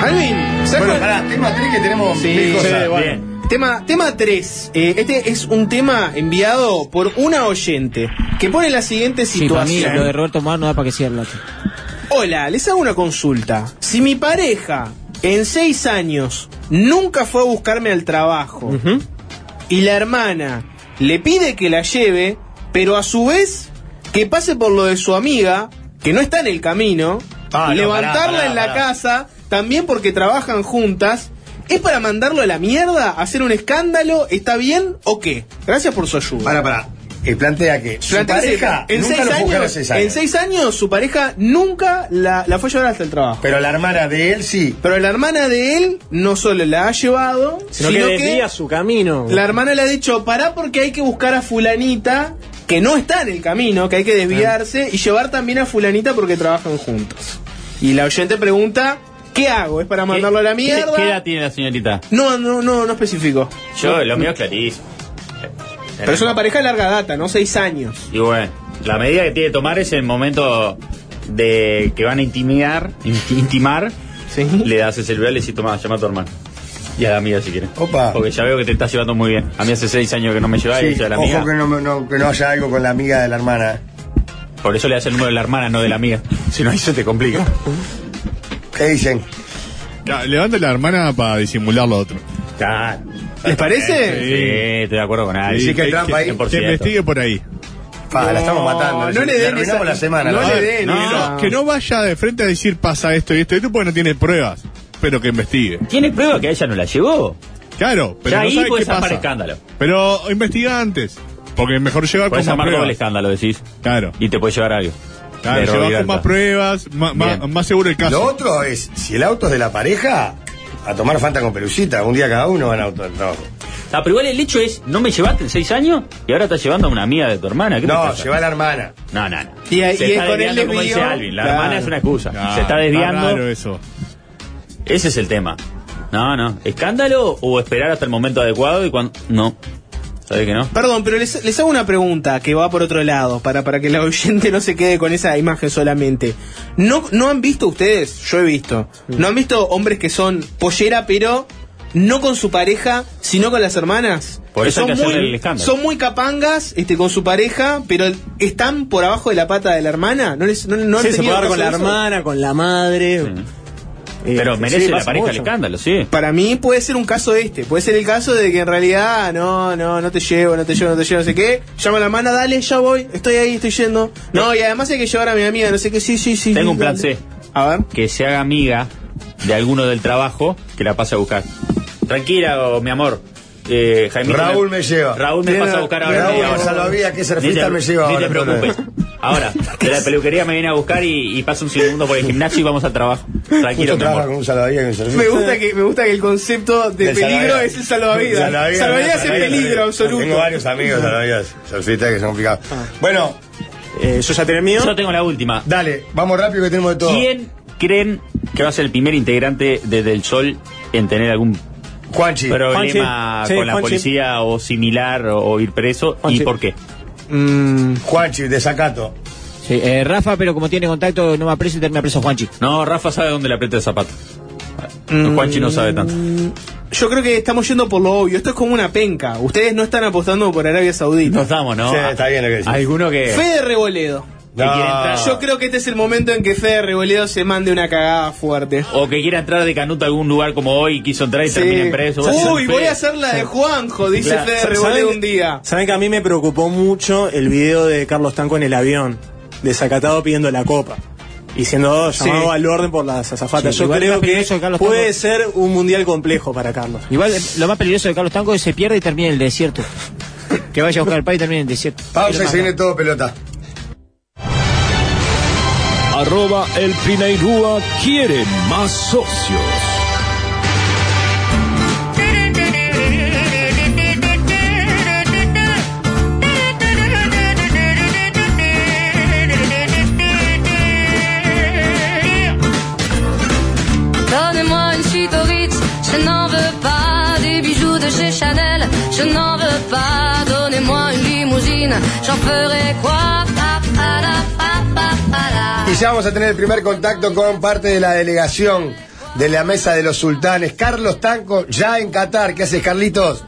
Alvin, ¿sabes
Bueno,
cuál-
pará, tema 3 que tenemos
Sí,
mil cosas.
sí, bueno. Tema, tema 3. este es un tema enviado por una oyente que pone la siguiente
Sí, para mí
situación.
lo de Roberto Mar no da para que siga el lote.
Hola, les hago una consulta. Si mi pareja en seis años nunca fue a buscarme al trabajo y la hermana le pide que la lleve, pero a su vez que pase por lo de su amiga, que no está en el camino,
Ah, no,
levantarla
pará, pará,
en la
pará.
casa, también porque trabajan juntas, ¿es para mandarlo a la mierda? ¿Hacer un escándalo? ¿Está bien o qué? Gracias por su ayuda.
Para, para. Eh, plantea que su
Plantea
pareja
que en,
nunca
seis
lo buscaron
años,
seis
en
años.
seis años su pareja nunca la, la fue a llevar hasta el trabajo.
Pero la hermana de él sí.
Pero la hermana de él no solo la ha llevado,
Sino
sino,
que
que,
desvía su camino.
la hermana le ha dicho, pará porque hay que buscar a fulanita que no está en el camino, que hay que desviarse y llevar también a fulanita porque trabajan juntos. Y la oyente pregunta, ¿qué hago? ¿Es para mandarlo a la
¿Qué,
mierda?
qué edad tiene la señorita?
No, no, no, no especifico.
Yo,
No,
lo
no.
mío es clarísimo.
Pero es una pareja de larga data, ¿no? Seis años.
Y bueno, la medida que tiene que tomar es el momento de que van a intimidar, inti- intimar, le das el celular y le decís, toma, llama a tu hermano. Y a la amiga si quieres.
Opa.
Porque ya veo que te estás llevando muy bien. A mí hace seis años que no me llevaba y
Sí,
yo a la amiga.
ojo que no, no- que no haya algo con la amiga de la hermana.
Por eso le das el número de la hermana, no de la amiga. Si no, ahí se te complica.
¿Qué dicen?
Ya, levanta la hermana para disimular lo otro.
¿Les parece?
Sí, estoy de acuerdo con alguien.
Sí, que, que- que investigue por ahí.
Pa, la estamos matando.
no le
Le
den
arruinamos
esa-
la semana.
no
¿no?
le den
Que
esa-
no- que no vaya de frente a decir pasa esto y esto y esto porque no tiene pruebas, pero que investigue.
¿Tiene prueba que a ella no la llevó?
Claro, pero
ya
no
ahí
sabe
puedes
qué
armar
pasa.
escándalo.
Pero investiga antes, Oh, porque es mejor llevar con
Puedes
más
armar doble
pruebas.
escándalo, decís.
Claro.
Y te puede llevar algo.
Claro,
Pero
llevar
olvidate.
con más pruebas, ma- ma-
Bien.
más seguro el caso.
Lo otro es, si el auto es de la pareja, a tomar Fanta con pelucita. Un día cada uno van a auto del trabajo.
Ah, pero igual el hecho es, no me llevaste en seis años y ahora estás llevando a una amiga de tu hermana. ¿Qué te
No,
pasa?
lleva a la hermana.
No, no, no.
Y ahí-
se
y
está
es con el
desviando, como
desvío.
dice Alvin. La
Claro.
hermana es una excusa.
Ah,
se está
Está
desviando.
raro eso.
Ese es el tema. No, no. ¿Escándalo o esperar hasta el momento adecuado y cuando.? No. ¿Sabes que no?
Perdón, pero les, les hago una pregunta que va por otro lado, para, para que la (laughs) oyente no se quede con esa imagen solamente. ¿No, ¿No han visto ustedes? Yo he visto. ¿No han visto hombres que son pollera, pero no con su pareja, sino con las hermanas?
Por eso
Que
hay que
son,
hacerle el
muy,
escándalo.
son muy capangas este, con su pareja, pero están por abajo de la pata de la hermana. ¿No, les, no, no han
Sí, se puede
tenido
dar
caso
con la
de eso?
hermana, con la madre. Eh,
Pero
sí,
merece la
pasa
pareja el
mucho.
escándalo, sí.
Para mí puede ser un caso este, puede ser el caso de que en realidad no, no, no te llevo, no te llevo, no te llevo, no sé qué. Llama a la hermana, dale, ya voy, estoy ahí, estoy yendo. No, y además hay que llevar a mi amiga, no sé qué, sí, sí, sí.
Tengo
sí,
un plan
dale.
C.
A ver.
Que se haga amiga de alguno del trabajo que la pase a buscar. Tranquila, oh, mi amor. eh, Jaimito
Raúl me lleva.
Raúl me
Tiene-
pasa a buscar ahora.
Raúl
media hora.
Salvavía, que es
Ni te-
surfista, me lleva
Ni te
ahora,
preocupes. Ahora, de la peluquería me viene a buscar y, y pasa un segundo por el gimnasio y vamos al trabajo.
Justo
Tranquilo, mi amor.
trabaja con un salvavidas que un surfista.
Me gusta que, me gusta que el concepto de
Del
peligro
salvavidas.
es el salvavidas. Salvavidas, es el peligro absoluto.
Ah,
Ah.
Tengo varios amigos salvavidas, surfistas que son complicados. Bueno, eh,
yo ya tengo el mío.
Yo tengo la última.
Dale, vamos rápido que tenemos de todo.
¿Quién creen que va a ser el primer integrante de Del Sol en tener algún
Juanchi.
problema
Juanchi. Sí,
con la
Juanchi.
policía o similar o, o ir preso? ¿Y por qué?
Mm, Juanchi, desacato.
Sí, eh, Rafa, pero como tiene contacto, no me aprecio y termina preso Juanchi.
No, Rafa sabe dónde le aprieta el zapato.
Mm.
Juanchi no sabe tanto.
Yo creo que estamos yendo por lo obvio. Esto es como una penca. Ustedes no están apostando por Arabia Saudita.
No estamos, ¿no?
Sí, está bien lo que decís.
Alguno que...
Fede Reboledo.
que quiere entrar-
Yo creo que este es el momento en que Fede Reboledo se mande una cagada fuerte.
O que quiera entrar de canuto a algún lugar como hoy, quiso entrar y
Sí.
termina preso.
Uy, voy a hacer la de Juanjo, dice
Claro.
Fede
Sa-
Reboledo
¿saben-
un día.
Saben que a mí me preocupó mucho el video de Carlos Tanco en el avión, desacatado pidiendo la copa y siendo
Sí.
llamado al orden por las azafatas.
Sí,
Yo
igual
creo
más
que
peligroso que Carlos
puede
Tanco.
ser un mundial complejo para Carlos.
Igual eh, lo más peligroso de Carlos Tanco es que se pierde y termina en el desierto. Que vaya a buscar el país y termine en el desierto.
Pausa y se viene todo pelota.
Arroba el Pineirúa quiere más socios.
Donnez-moi une suite au Ritz, je n'en veux pas des bijoux de chez Chanel, je n'en veux pas. Donnez-moi une limousine, j'en ferai quoi Pa, pa, la, pa, pa, pa, la.
Y ya vamos a tener el primer contacto con parte de la delegación de la Mesa de los Sultanes. Carlos Tanco, ya en Qatar. ¿Qué haces, Carlitos?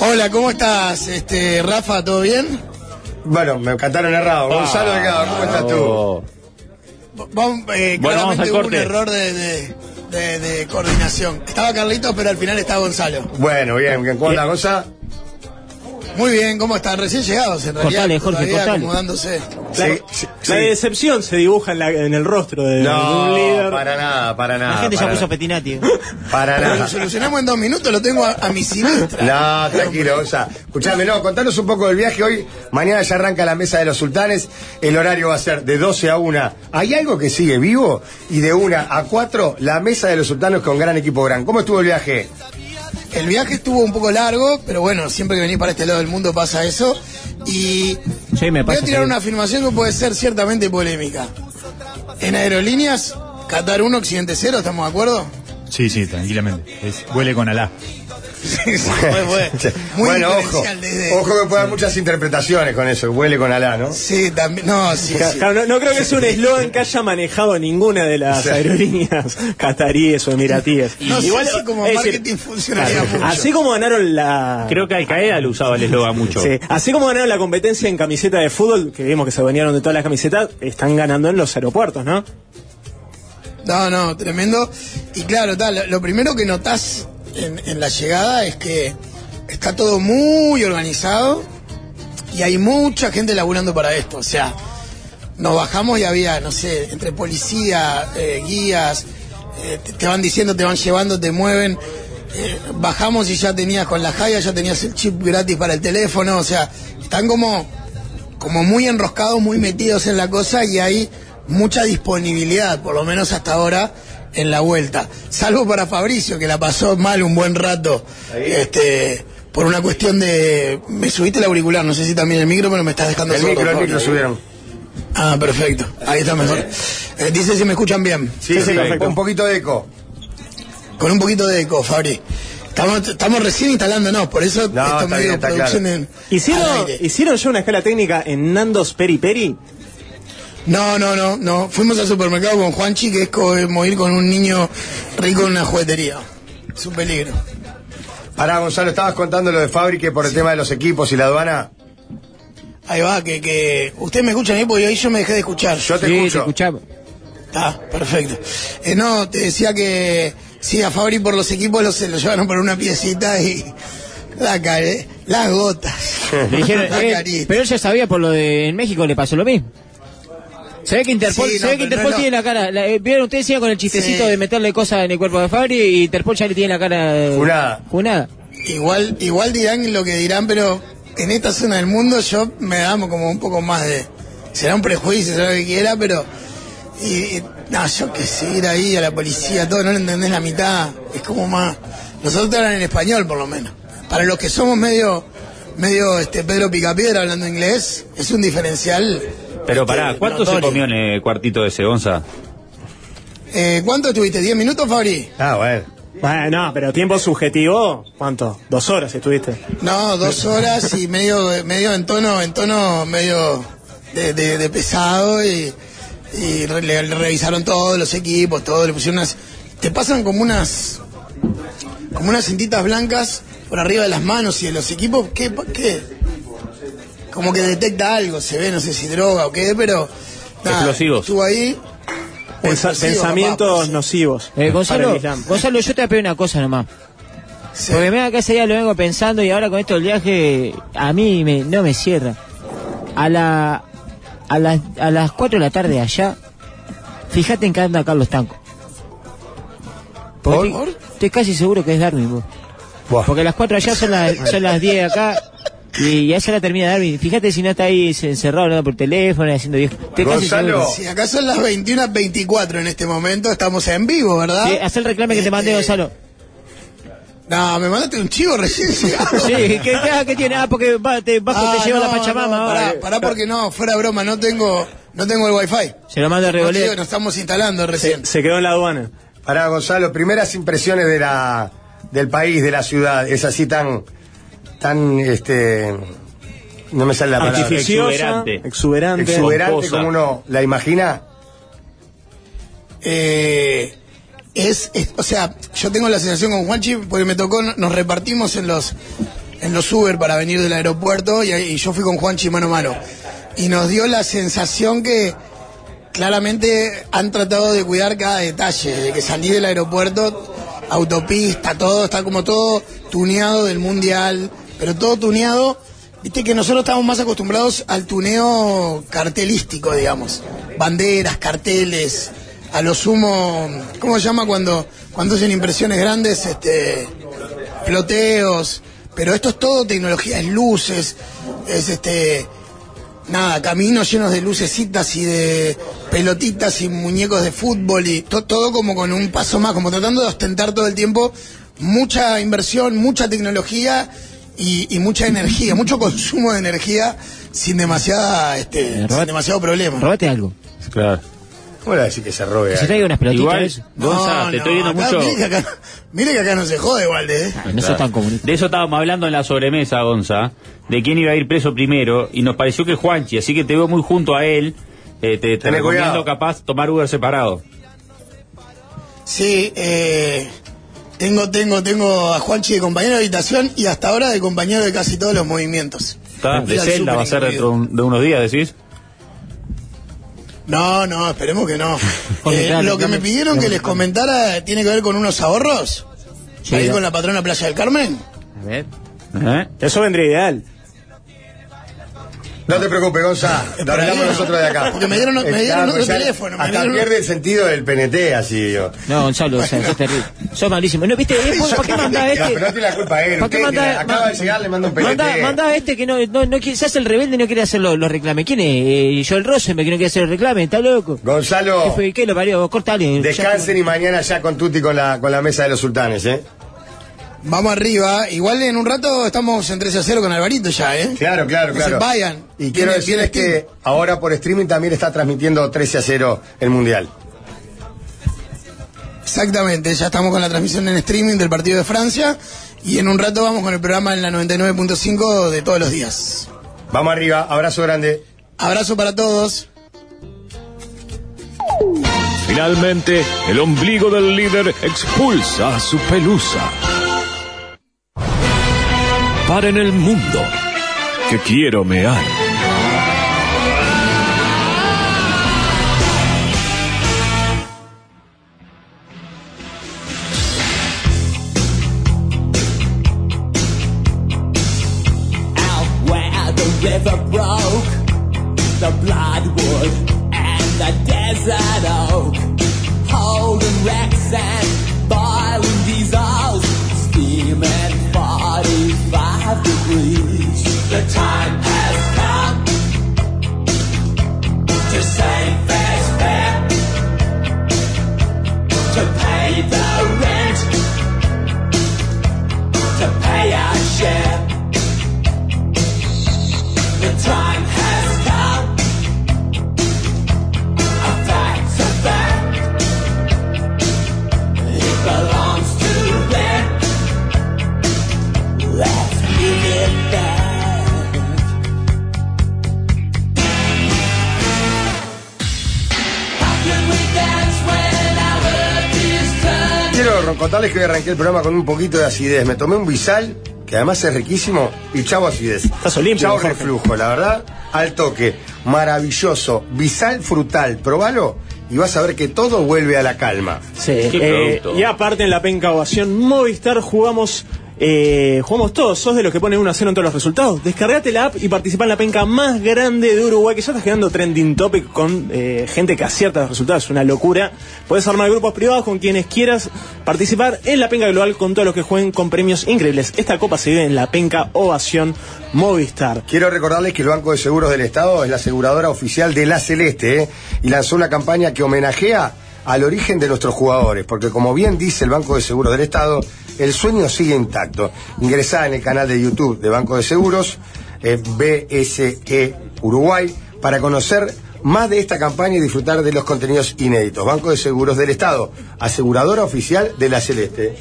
Hola, ¿cómo estás? Este, Rafa, ¿todo bien?
Bueno, me cantaron errado. Gonzalo de Cava, ¿cómo estás tú?
Vamos, eh,
Bueno, vamos al
claramente hubo un
corte.
error de, de- de- de coordinación. Estaba Carlitos, pero al final está Gonzalo.
Bueno, bien, bien. ¿Cómo andás, Gonza?
Muy bien, ¿cómo están? Recién llegados, en realidad.
Cortale, Jorge,
todavía
cortale.
acomodándose.
La, la decepción se dibuja en, la- en el rostro de, de un líder.
No, para nada, para nada.
La gente ya
para
puso
nada.
Petinati.
(laughs) Para
Pero
nada.
Lo solucionamos en dos minutos, lo tengo a, a mi siniestra.
No, tranquilo, Gonza. Escuchame, no, contanos un poco del viaje hoy. Mañana ya arranca la mesa de los sultanes. El horario va a ser de 12 a 1. Hay algo que sigue vivo y de 1 a 4, la mesa de los sultanes con gran equipo gran. ¿Cómo estuvo el viaje?
El viaje estuvo un poco largo, pero bueno, siempre que venís para este lado del mundo pasa eso. Y
Sí, me
voy
pasa.
a tirar
que-
una afirmación que puede ser ciertamente polémica. En aerolíneas, Qatar 1, Occidente 0, ¿estamos de acuerdo?
Sí, sí, tranquilamente. Es- huele con alá.
(laughs)
Muy
bueno, ojo,
diferencial desde-
ojo que puede haber muchas interpretaciones con eso. Huele con alá, ¿no?
Sí, también. No, sí,
Ca-
sí.
claro, no, no creo que sea un eslogan (laughs) que haya manejado ninguna de las
Sí. (laughs)
aerolíneas cataríes o emiratíes.
No sé
Igual,
si como
es decir,
marketing funcionaría mucho.
Así como ganaron la.
Creo que Al Qaeda lo usaba el eslogan mucho.
Sí, así como ganaron la competencia en camiseta de fútbol, que vimos que se bañaron de todas las camisetas, están ganando en los aeropuertos, ¿no?
No, no, tremendo. Y claro, tal, lo, lo primero que notás en, en la llegada es que está todo muy organizado y hay mucha gente laburando para esto. O sea, nos bajamos y había, no sé, entre policía, eh, guías, eh, te, te van diciendo, te van llevando, te mueven. Eh, bajamos y ya tenías con la Jaya, ya tenías el chip gratis para el teléfono. O sea, están como, como muy enroscados, muy metidos en la cosa y hay mucha disponibilidad, por lo menos hasta ahora, en la vuelta. Salvo para Fabricio, que la pasó mal un buen rato. Este, por una cuestión de. Me subiste el auricular, no sé si también el micro, pero me estás dejando
El
sordo,
micro, el
Jorge.
micro subieron.
Ah, perfecto. Ahí está mejor. Eh, dice si me escuchan bien.
Sí, sí, con un poquito de eco.
Con un poquito de eco, Fabri. Estamos, estamos recién instalándonos, por eso esto
está
medio
bien, está
producción
claro.
en- al
¿Hicieron,
aire.
¿Hicieron ya una escala técnica en Nandos Peri Peri?
No, no, no, no. Fuimos al supermercado con Juanchi, que es como ir con un niño rico en una juguetería. Es un peligro.
Pará, Gonzalo, estabas contando lo de Fabri que por el tema de los equipos y la aduana.
Ahí va, que, que... Ustedes me escuchan ahí porque ahí yo me dejé de escuchar.
Yo te Sí, escucho. te escuchaba.
Ah, perfecto. Eh, no, te decía que sí, a Fabri por los equipos los, se lo llevaron por una piecita y la care- las gotas. (laughs)
Le dijeron,
La
eh,
carita.
pero él ya sabía por lo de en México le pasó lo mismo. Se ve que Interpol,
Sí,
se
no,
ve
pero
que Interpol
no es lo-
tiene la cara. la- eh, Vieron ustedes sigan con el chistecito
Sí.
de meterle cosas en el cuerpo de Fabri y Interpol ya le tiene la cara eh,
Jurada.
Junada.
Igual, igual dirán lo que dirán, pero en esta zona del mundo yo me damos como un poco más de. Será un prejuicio, será lo que quiera, pero. Y, y- no, yo que sé, ir ahí a la policía, todo, no lo entendés la mitad. Es como más. Nosotros hablan en español, por lo menos. Para los que somos medio. medio este Pedro Picapiedra hablando inglés, es un diferencial.
Pero
Este,
pará, ¿cuánto se
notorio.
comió en el cuartito de ese onza?
Eh, ¿Cuánto estuviste? ¿10 minutos, Fabri?
Ah, bueno.
Bueno, pero tiempo subjetivo, ¿cuánto? ¿Dos horas estuviste?
Pues
No, dos horas y medio, medio en tono, en tono medio de, de- de pesado y, y re- le, le revisaron todos los equipos, todo, le pusieron unas, te pasan como unas, como unas cintitas blancas por arriba de las manos y de los equipos, ¿qué, pa- qué? Como que detecta algo, se ve, no sé si droga o qué, pero nada,
Explosivos.
estuvo ahí.
Pensa-
Explosivos,
pensamientos nocivos.
Eh,
para el
Gonzalo,
Islam.
Gonzalo, yo te voy a pedir una cosa nomás. Porque mira que ese día lo vengo pensando y ahora con esto del viaje a mí me- no me cierra. A la a las a las 4 de la tarde allá, fíjate en qué anda Carlos Tanco. Porque estoy- Estoy casi seguro que es Darwin vos. Porque las 4 allá son las son las 10 acá. Y ya se la termina Darwin. Fíjate si no está ahí encerrado hablando por teléfono y haciendo viejo. Estoy casi seguro.
Si acá son las 21.24 en este momento, estamos en vivo, ¿verdad? Este,
Sí, haz el reclame que te mandé, Gonzalo.
No, me mandaste un chivo
(laughs)
recién llegado.
Sí, ¿qué, qué, qué tiene? Ah, porque va, te, Vasco
Ah,
te lleva
no,
la Pachamama.
no,
va.
pará, pará porque no, fuera broma, no tengo, no tengo el wifi.
Se lo mando
a Regolet.
No, nos estamos instalando recién.
Se quedó en la aduana. Pará, Gonzalo, primeras impresiones de la, del país, de la ciudad. Es así tan. tan. este. No me sale la palabra.
Artificiosa, Exuberante. exuberante.
Exuberante,
Pomposa.
como uno la imagina.
Eh, es, es- o sea, yo tengo la sensación con Juanchi porque me tocó, nos repartimos en los, en los Uber para venir del aeropuerto y, y yo fui con Juanchi mano a mano. Y nos dio la sensación que claramente han tratado de cuidar cada detalle, de que salí del aeropuerto, autopista, todo, está como todo tuneado del mundial, pero todo tuneado. Viste que nosotros estamos más acostumbrados al tuneo cartelístico, digamos. Banderas, carteles, a lo sumo, ¿cómo se llama cuando, cuando hacen impresiones grandes? Este, floteos. Pero esto es todo tecnología, es luces, es este, nada, caminos llenos de lucecitas y de pelotitas y muñecos de fútbol y to- todo como con un paso más, como tratando de ostentar todo el tiempo mucha inversión, mucha tecnología y, y mucha energía, mucho consumo de energía sin demasiada, este, sin demasiado problema.
Eh, Robate algo.
Claro.
¿Cómo le vas a decir que se robe?
Se
algo?
traiga unas pelotitas.
Igual, Gonza, te estoy viendo
acá,
mucho.
Mire que, acá, mire que acá no se jode, Valde. ¿eh?
Claro. De eso estábamos hablando en la sobremesa, Gonza, de quién iba a ir preso primero, y nos pareció que Juanchi, así que te veo muy junto a él. Eh, te te
Tené
recomiendo
cuidado.
capaz tomar Uber separado.
Sí, eh, tengo, tengo, tengo a Juanchi de compañero de habitación y hasta ahora de compañero de casi todos los movimientos.
¿Está? De
Mira,
celda
súper
va a ser
incluido.
dentro de un- de unos días, decís.
No, no, esperemos
(laughs)
que no.
Porque
Eh,
claro,
lo que me
también-
pidieron que les comentara tiene que ver con unos ahorros.
Sí,
Ahí
ya.
con la patrona Playa del Carmen.
A ver.
¿Eh?
Eso vendría ideal.
No te preocupes,
(laughs)
Gonza, lo hablamos nosotros de acá.
Porque me dieron- me dieron otro
ya-
teléfono, me
Hasta
dieron-
pierde el sentido del PNT, así digo.
No, Gonzalo, o sea, sos terrible. Sos malísimo. No,
(laughs)
viste, ¿eh? ¿por, por qué mandás
No,
este?
pero no tiene la culpa a él.
¿Por qué
usted que
mandás-
acaba de llegar, le mando un PNT.
Mandá, mandá a este que no, no, no quiere, se hace el rebelde y no quiere hacer los, los reclames. ¿Quién es? Yo el Rosenberg que no quiere hacer los reclames, está loco.
Gonzalo.
¿Qué fue? ¿Qué lo parió? Cortale.
Descansen y mañana ya con Tuti con la, con la mesa de los sultanes, ¿eh?
Vamos arriba. Igual en un rato estamos en 13 a 0 con Alvarito ya, ¿eh?
Claro, claro,
No se
claro.
vayan.
Y quiero
Viene-
decirles
viene
que ahora por streaming también está transmitiendo 13 a 0 el Mundial.
Exactamente, ya estamos con la transmisión en streaming del partido de Francia y en un rato vamos con el programa en la 99.5 de todos los días.
Vamos arriba, abrazo grande.
Abrazo para todos.
Finalmente, el ombligo del líder expulsa a su pelusa. Paren el mundo, que quiero mear.
out where the river broke, the bloodwood and the desert oak, holding wrecks and boiling diesels, steaming for
ron- contarles que hoy arranqué el programa con un poquito de acidez. Me tomé un bisal, que además es riquísimo, y chavo acidez. Estás
olímpico,
Chavo
Jorge.
reflujo, la verdad, al toque. Maravilloso. Bisal frutal, probalo y vas a ver que todo vuelve a la calma.
Sí, eh, y aparte en la penca ovación Movistar jugamos eh, jugamos todos, sos de los que ponen 1 a 0 en todos los resultados. Descargate la app y participa en la penca más grande de Uruguay, que ya estás quedando trending topic con eh, gente que acierta los resultados, es una locura. Podés armar grupos privados con quienes quieras participar en la penca global con todos los que jueguen con premios increíbles. Esta copa se vive en la penca ovación Movistar.
Quiero recordarles que el Banco de Seguros del Estado es la aseguradora oficial de La Celeste ¿eh? y lanzó una campaña que homenajea al origen de nuestros jugadores, porque como bien dice el Banco de Seguros del Estado, el sueño sigue intacto. Ingresá en el canal de YouTube de Banco de Seguros, eh, BSE Uruguay, para conocer más de esta campaña y disfrutar de los contenidos inéditos. Banco de Seguros del Estado, aseguradora oficial de La Celeste.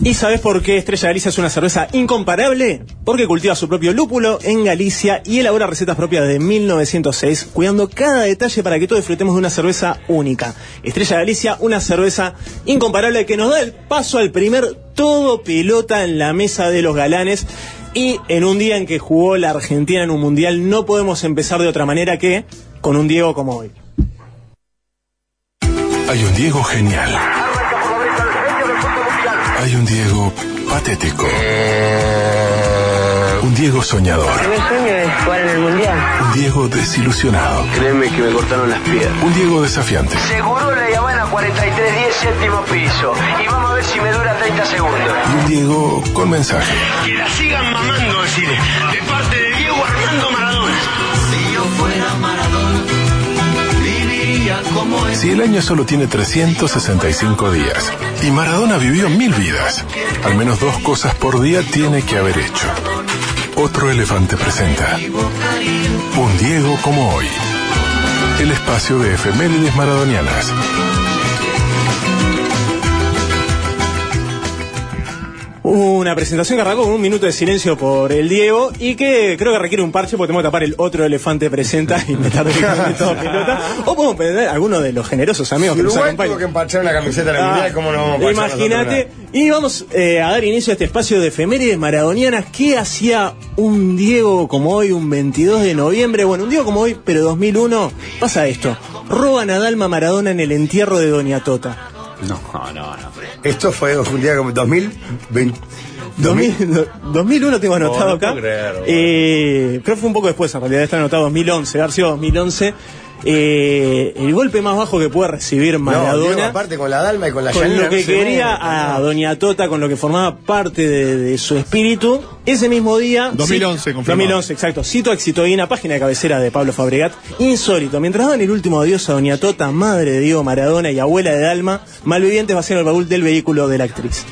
¿Y sabes por qué Estrella Galicia es una cerveza incomparable? Porque cultiva su propio lúpulo en Galicia y elabora recetas propias de 1906, cuidando cada detalle para que todos disfrutemos de una cerveza única. Estrella Galicia, una cerveza incomparable que nos da el paso al primer todo pelota en la mesa de los galanes. Y en un día en que jugó la Argentina en un mundial, no podemos empezar de otra manera que con un Diego como hoy.
Hay un Diego genial. Hay un Diego patético. Un Diego soñador.
Mi sueño este es jugar en el mundial.
Un Diego desilusionado.
Créeme que me cortaron las piernas.
Un Diego desafiante.
Seguro le llaman a 4310 séptimo piso. Y vamos a ver si me dura 30 segundos.
Y un Diego con mensaje.
Que la sigan mamando, decirle. De parte de Diego Armando Maradona. Si yo fuera Maradona, viviría como
Si el año solo tiene 365 días y Maradona vivió mil vidas, al menos dos cosas por día tiene que haber hecho. Otro elefante presenta Un Diego como hoy. El espacio de efemérides maradonianas.
Una presentación que arrancó con un minuto de silencio por el Diego y que creo que requiere un parche porque tenemos que tapar el otro elefante presenta y meter directamente
(laughs)
todo pelota. O podemos perder alguno de los generosos amigos
Si
que nos
Uruguay
acompañan.
tuvo que empachar una camiseta de la
Ah,
mundial, ¿cómo no vamos a empachar nosotros
Imagínate. Y vamos eh, a dar inicio a este espacio de efemérides maradonianas. ¿Qué hacía un Diego como hoy, un 22 de noviembre? Bueno, un Diego como hoy, pero 2001. Pasa esto. Roban a Dalma Maradona en el entierro de Doña Tota.
No, no, no. Esto fue un día como 2020.
2000, 2001 tengo anotado
Oh, no
acá.
puedo creerlo.
Eh, creo que fue un poco después, en realidad está anotado 2011, haber sido 2011. Eh, el golpe más bajo que puede recibir
No, Diego,
Maradona.
aparte con la Dalma y con la
con
Yanina,
lo que
no se
quería
mete,
a
no.
Doña Tota, con lo que formaba parte de, de su espíritu, ese mismo día.
2011 confirmado.
2011, exacto. Cito a Exitoína, página de cabecera de Pablo Fabregat. Insólito. Mientras daban el último adiós a Doña Tota, madre de Diego Maradona y abuela de Dalma, malvivientes vaciaron el baúl del vehículo de la actriz.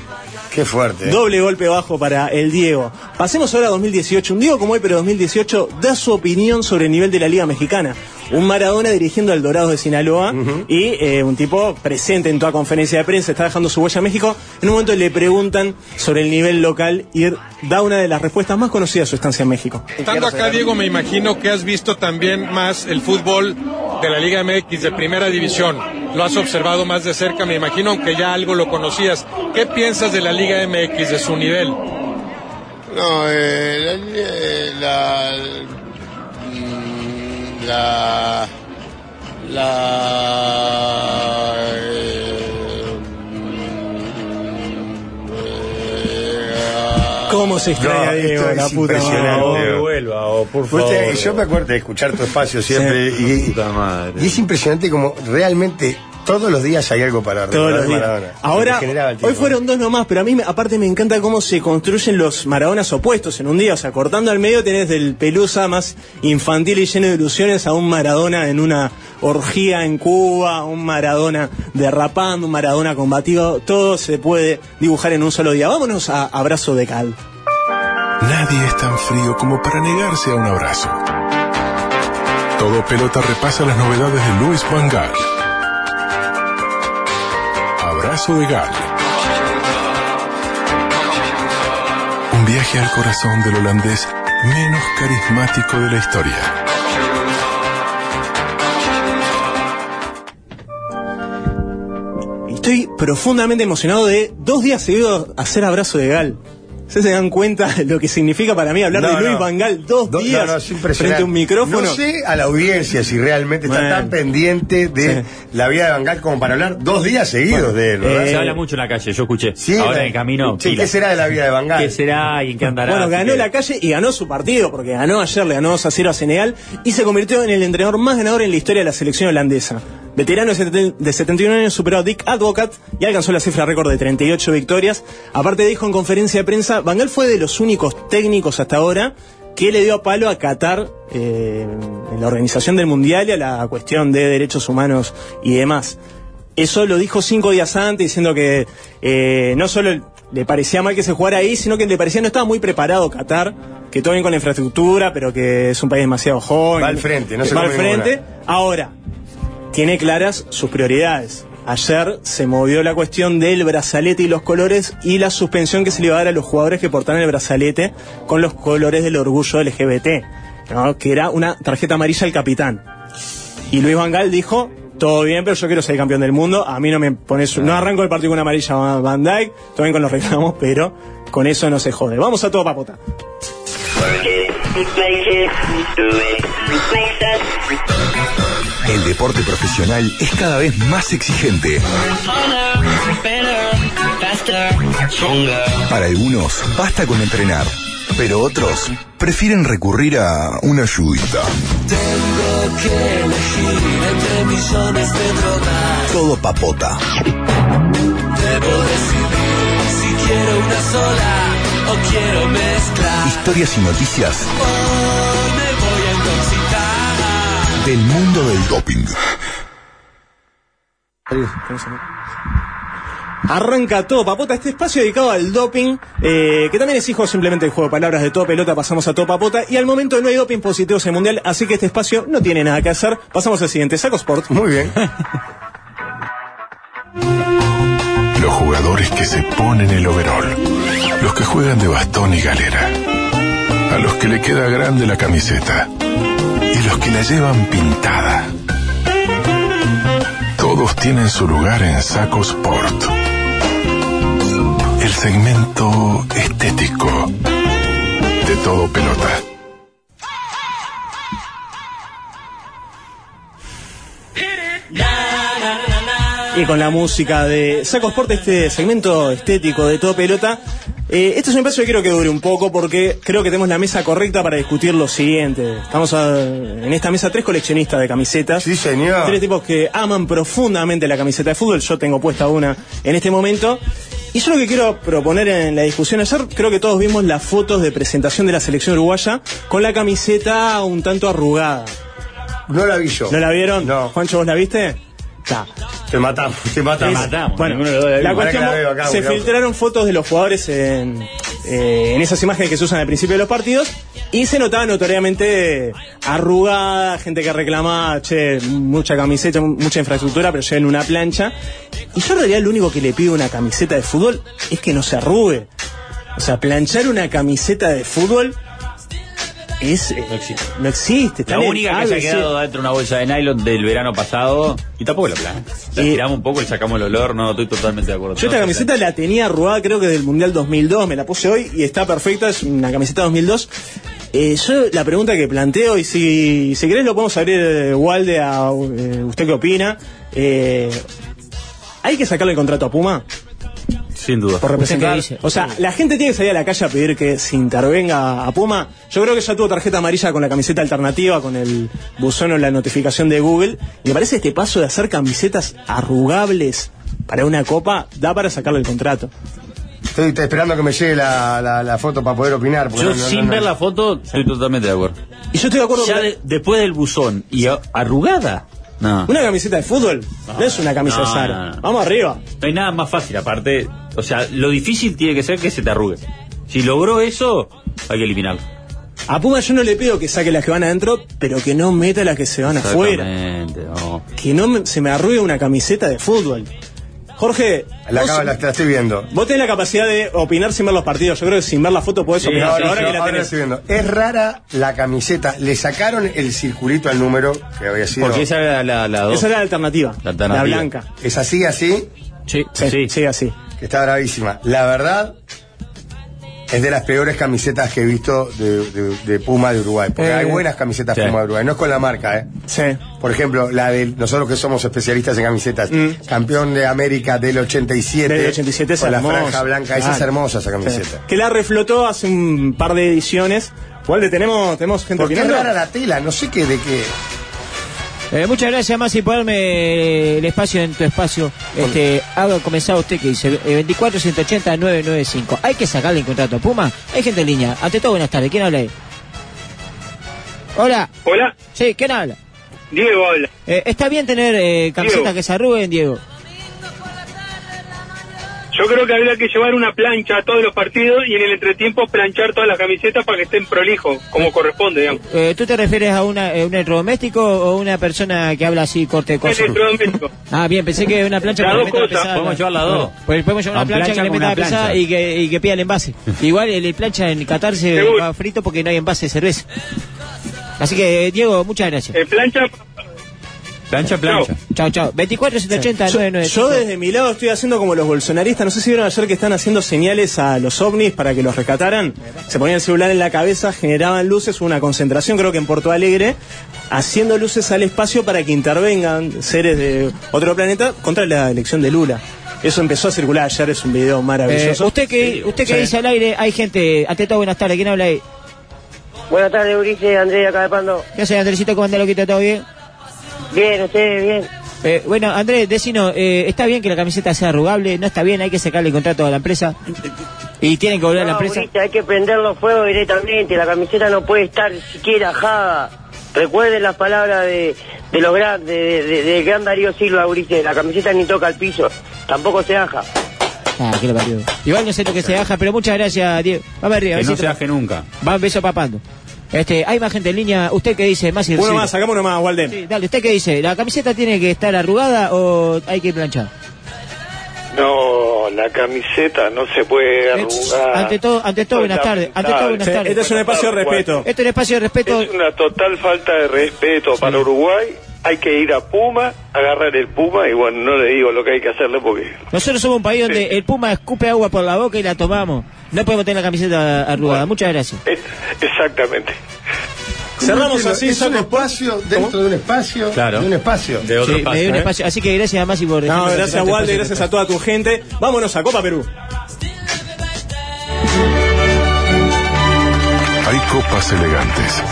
Qué fuerte.
Doble golpe bajo para el Diego. Pasemos ahora a 2018. Un Diego como hoy, pero 2018 da su opinión sobre el nivel de la Liga Mexicana. Un Maradona dirigiendo al Dorados de Sinaloa y eh, un tipo presente en toda conferencia de prensa, está dejando su huella a México. En un momento le preguntan sobre el nivel local y da una de las respuestas más conocidas de su estancia en México.
Estando acá, Diego, me imagino que has visto también más el fútbol de la Liga MX de Primera División. Lo has observado más de cerca, me imagino, aunque ya algo lo conocías. ¿Qué piensas de la Liga MX, de su nivel?
No, eh, la, eh, la, la, la, eh,
¿Cómo se extraña
No,
Diego?
esto
La
es
puta madre.
impresionante. Diego.
oh, por
Usted,
favor.
yo me acuerdo de escuchar tu espacio siempre y, y es impresionante como realmente todos los días hay algo para
Todos
recordar
los días.
Maradona. (laughs)
Ahora,
En general, el tipo.
hoy fueron dos nomás, pero a mí me- aparte me encanta cómo se construyen los Maradonas opuestos en un día. O sea, cortando al medio tenés del Pelusa más infantil y lleno de ilusiones a un Maradona en una orgía en Cuba, un Maradona derrapando, un Maradona combatido. Todo se puede dibujar en un solo día. Vámonos a Abrazo de Cal.
Nadie es tan frío como para negarse a un abrazo. Todo pelota repasa las novedades de Luis Van Gaal. Abrazo de Gaal. Un viaje al corazón del holandés menos carismático de la historia.
Estoy profundamente emocionado de dos días seguidos hacer abrazo de Gal. ¿Ustedes se dan cuenta de lo que significa para mí hablar
No,
de Luis
no.
Van Gaal dos
Do-
días
no, no, es impresionante.
frente a un micrófono?
No sé a la audiencia si realmente
Bueno.
está tan pendiente de la vida de Van Gaal como para hablar dos días seguidos de él,
Eh,
¿verdad?
eh, se habla mucho en la calle, yo escuché.
Sí,
Ahora
la-
en el camino.
Sí,
pila.
¿qué será de la vida de Van Gaal?
¿Qué será y en qué andará?
Bueno, ganó la calle y ganó su partido, porque ganó ayer, le ganó 2 a 0 a Senegal y se convirtió en el entrenador más ganador en la historia de la selección holandesa. Veterano de 70 de 71 años superó a Dick Advocat y alcanzó la cifra récord de 38 victorias. Aparte dijo en conferencia de prensa, Van Gaal fue de los únicos técnicos hasta ahora que le dio a palo a Qatar eh, en la organización del Mundial y a la cuestión de derechos humanos y demás. Eso lo dijo cinco días antes, diciendo que eh, no solo le parecía mal que se jugara ahí, sino que le parecía no estaba muy preparado Qatar, que todo bien con la infraestructura, pero que es un país demasiado joven.
Va al frente, no
que
se
Va al
come
frente. Ahora, tiene claras sus prioridades. Ayer se movió la cuestión del brazalete y los colores y la suspensión que se le iba a dar a los jugadores que portaran el brazalete con los colores del orgullo LGBT, ¿no? que era una tarjeta amarilla al capitán. Y Luis Van Gaal dijo, todo bien, pero yo quiero ser campeón del mundo. A mí no me pones, no arranco el partido con una amarilla Van- Van Dyke, todo bien con los reclamos, pero con eso no se jode. Vamos a todo papota.
El deporte profesional es cada vez más exigente. Para algunos, basta con entrenar, pero otros prefieren recurrir a una ayudita. Todo papota.
Si quiero una sola o quiero mezclar,
Historias y noticias
o me voy a intoxicar.
del mundo del doping.
Arranca todo papota, este espacio dedicado al doping, eh, que también es hijo simplemente del juego de palabras de todo pelota, pasamos a todo papota, y al momento no hay doping positivos en el mundial, así que este espacio no tiene nada que hacer. Pasamos al siguiente, Saco Sport.
Muy bien.
Los jugadores que se ponen el overall. Los que juegan de bastón y galera. A los que le queda grande la camiseta. Y los que la llevan pintada. Todos tienen su lugar en Saco Sport. El segmento estético de todo pelota.
Y con la música de Saco Sport, este segmento estético de todo pelota. eh, este es un espacio que quiero que dure un poco porque creo que tenemos la mesa correcta para discutir lo siguiente. Estamos a- en esta mesa tres coleccionistas de camisetas. Sí,
señor.
Tres tipos que aman profundamente la camiseta de fútbol. Yo tengo puesta una en este momento. Y yo lo que quiero proponer en la discusión ayer, creo que todos vimos las fotos de presentación de la selección uruguaya con la camiseta un tanto arrugada.
No la vi yo.
¿No la vieron? Juancho, ¿vos la viste? Ya.
Te matamos, te Ah. matamos.
Es- Bueno, la cuestión se filtraron fotos de los jugadores en, eh, en esas imágenes que se usan al principio de los partidos y se notaba notoriamente arrugada, gente que reclama, che, mucha camiseta, mucha infraestructura, pero lleven una plancha. Y yo en realidad lo único que le pido a una camiseta de fútbol es que no se arrugue. O sea, planchar una camiseta de fútbol es... eh, no existe.
La
está en el
única que se ha
ABC.
quedado dentro de una bolsa de nylon del verano pasado. Y tampoco la plan. La tiramos un poco y sacamos el olor. No, estoy totalmente de acuerdo. No,
Yo esta
no,
camiseta la tenía arrugada creo que del Mundial 2002, me la puse hoy y está perfecta, es una camiseta 2002. Eh, yo la pregunta que planteo, y si, si querés lo podemos abrir, eh, Walde, a eh, usted qué opina. Eh, ¿Hay que sacarle el contrato a Puma?
Sin duda.
Por representar.
¿Usted qué dice?
O sea, la gente tiene que salir a la calle a pedir que se intervenga a Puma. Yo creo que ya tuvo tarjeta amarilla con la camiseta alternativa, con el buzón o la notificación de Google. Y me parece este paso de hacer camisetas arrugables para una copa, da para sacarle el contrato.
Estoy estoy esperando que me llegue la, la- la foto para poder opinar. porque
Yo
no- no-
sin
no-
ver la foto estoy totalmente de acuerdo.
Y yo estoy de acuerdo
Ya
con-
de- después del buzón y a- arrugada. No.
Una camiseta de fútbol no, es una camisa
No,
de Zara.
no, no.
Vamos arriba.
No hay nada más fácil aparte. O sea, lo difícil tiene que ser que se te arrugue. Si logró eso, hay que eliminarlo.
A Puma yo no le pido que saque las que van adentro, pero que no meta las que se van afuera.
Exactamente, no.
Que no me- se me arrugue una camiseta de fútbol. Jorge,
La,
vos-
acabo- la- la estoy viendo.
Vos tenés la capacidad de opinar sin ver los partidos. Yo creo que sin ver la foto podés
Sí,
opinar.
ahora,
ahora
sí,
que la
ahora
tenés.
estoy viendo. Es rara la camiseta. Le sacaron el circulito al número que había sido.
Porque esa era la, la, la dos.
Esa era la alternativa.
La alternativa.
blanca.
Es así, así. Sí,
sí. así.
Que está bravísima. La verdad, es de las peores camisetas que he visto de, de- de Puma de Uruguay. Porque
Eh,
hay buenas camisetas
sí.
Puma de Uruguay. No es con la marca, ¿eh?
Sí.
Por ejemplo, la de nosotros que somos especialistas en camisetas. Campeón de América del 87.
Mm. Del 87 es
con la
hermosa.
franja blanca. Esa es
Claro.
hermosa esa camiseta.
Que la reflotó hace un par de ediciones. Igual le tenemos, tenemos gente
Porque es
opinando.
rara la tela, no sé qué de qué.
Eh, muchas gracias, Masi, por darme el espacio en tu espacio. Este, haga comenzado usted que dice eh, 24 180 995. Hay que sacarle el contrato a Puma. Hay gente en línea. Ante todo, buenas tardes. ¿Quién habla ahí? Hola.
Hola.
Sí, ¿quién habla?
Diego habla.
Eh, está bien tener eh, camisetas
Diego.
que se arruguen, Diego.
Yo creo que habría que llevar una plancha a todos los partidos y en el entretiempo planchar todas las camisetas para que estén prolijo, como corresponde, digamos.
Eh, ¿Tú te refieres a una, eh, un electrodoméstico o una persona que habla así corte
Un
cosa?
electrodoméstico.
Ah, bien, pensé que una plancha
Las
que le
dos
meta la
cosas.
pesada.
Podemos llevar las dos.
Pues podemos llevar
Con
una plancha,
plancha
que le
con
meta la
una
pesada
plancha.
y que, y que pida el envase. Igual el, el plancha en Qatar se
Seguro.
va frito porque no hay envase de cerveza. Así que, eh, Diego, muchas gracias.
El plancha.
Plancha, plancha.
Chao, chao. 24, 780,
Yo, yo
eh,
desde mi lado estoy haciendo como los bolsonaristas. No sé si vieron ayer que están haciendo señales a los ovnis para que los rescataran. Se ponían el celular en la cabeza, generaban luces, hubo una concentración, creo que en Porto Alegre, haciendo luces al espacio para que intervengan seres de otro planeta contra la elección de Lula. Eso empezó a circular ayer, es un video maravilloso.
Eh, usted que, usted que
Sí.
dice al aire, hay gente. Ante todo, buenas tardes. ¿Quién habla ahí?
Buenas tardes, Ulises, Andrea, acá de Pando.
¿Qué hace, Andresito? ¿Cómo anda, loquito? ¿Todo bien?
Bien, ustedes, bien.
Eh, bueno, Andrés, decinos, eh, ¿está bien que la camiseta sea arrugable? ¿No está bien? ¿Hay que sacarle el contrato a la empresa? ¿Y tienen que volver a la
No,
empresa?
Ulises, Ah, hay que prenderlo fuego directamente, la camiseta no puede estar siquiera ajada. Recuerden las palabras de, de los grandes, de, de- del gran Darío Silva, Ulises, la camiseta ni toca el piso, tampoco se aja.
Ah, qué lo parió. Igual no sé lo que se baja, pero muchas gracias, Diego. Vamos arriba,
Que no
besito.
se baje nunca.
Va un beso papando. Este, hay más gente en línea. ¿Usted qué dice? Más y
Uno
recibe.
más, sacamos uno más, Walden.
Sí, dale, ¿usted qué dice? ¿La camiseta tiene que estar arrugada o hay que planchar?
(laughs) No, la camiseta no se puede
Ah.
arrugar.
Ante todo, ante todo,
Pues
buenas tardes. Ante todo, buenas tardes. Este es un espacio de respeto.
Es una total falta de respeto para Uruguay. Hay que ir a Puma, agarrar el Puma y bueno, no le digo lo que hay que hacerle porque (laughs)
Nosotros somos un país donde el puma escupe agua por la boca y la tomamos. No podemos tener la camiseta arrugada. Muchas gracias.
Eh,
exactamente.
Cerramos así, es un espacio dentro de un espacio.
Claro.
De un espacio.
De otro ¿eh?
Sí, me dio un espacio. Así que gracias a Masi por... este
No, gracias Walde, gracias a toda tu gente. Vámonos a Copa Perú.
Hay copas elegantes.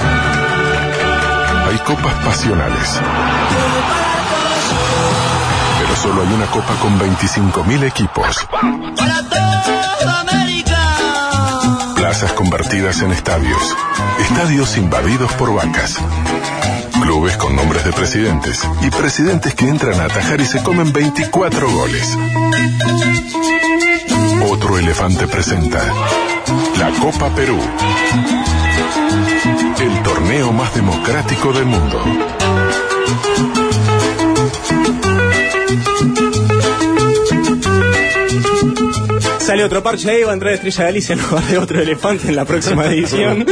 Hay copas pasionales. Pero solo hay una copa con 25.000 equipos. Plazas convertidas en estadios. Estadios invadidos por vacas. Clubes con nombres de presidentes. Y presidentes que entran a atajar y se comen 24 goles. Otro elefante presenta la Copa Perú. El torneo más democrático del mundo.
Sale otro parche ahí, va a entrar Estrella Galicia (laughs) en lugar de otro elefante en la próxima edición.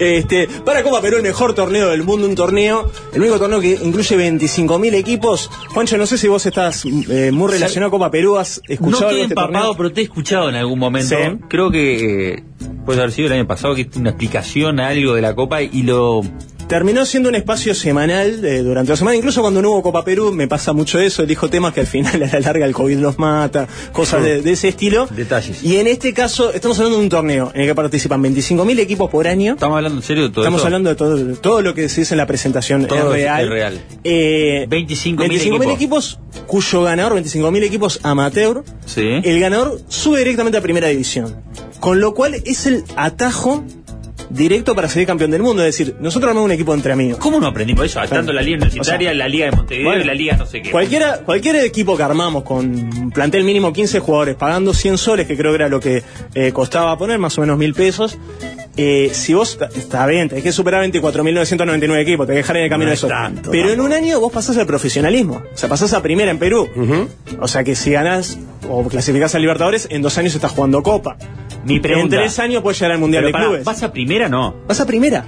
Este, para Copa Perú, el mejor torneo del mundo, un torneo, el único torneo que incluye 25.000 equipos. Juancho, no sé si vos estás eh, muy relacionado a Copa Perú, has escuchado
no
algo
estoy
de este
empapado,
torneo.
pero te he escuchado en algún momento.
Sí.
Creo que eh, puede haber sido el año pasado que una explicación a algo de la Copa y lo...
Terminó siendo un espacio semanal eh, durante la semana, incluso cuando no hubo Copa Perú, me pasa mucho eso, elijo temas que al final (laughs) a la larga el COVID los mata, cosas de, de ese estilo. Detalles. Y en este caso, estamos hablando de un torneo en el que participan 25.000 equipos por año.
Estamos hablando en serio de todo
Estamos
eso?
hablando de todo, todo lo que se dice en la presentación
Todo
es real.
es real.
Eh, 25.000
equipos.
equipos, cuyo ganador, 25.000 equipos amateur,
Sí.
el ganador sube directamente a primera división. Con lo cual es el atajo directo para ser campeón del mundo. Es decir, nosotros armamos un equipo entre amigos.
¿Cómo no aprendimos eso? Estando la Liga Universitaria,
O sea,
la Liga de Montevideo
bueno,
y la Liga no sé qué.
Cualquiera, cualquier equipo que armamos con un plantel mínimo 15 jugadores, pagando 100 soles, que creo que era lo que eh, costaba poner, más o menos mil pesos. eh, si vos, está bien, tenés que superar 24.999 equipos, te dejaré en el camino
No
de
es
eso.
tanto,
Pero en un año vos pasás al profesionalismo. O sea, pasás a primera en Perú. O sea que si ganás o clasificás a Libertadores, en dos años estás jugando Copa.
Mi pregunta.
En tres años puedes llegar al Mundial
Pero
de
pará,
Clubes.
¿Vas a primera o no?
Vas a primera.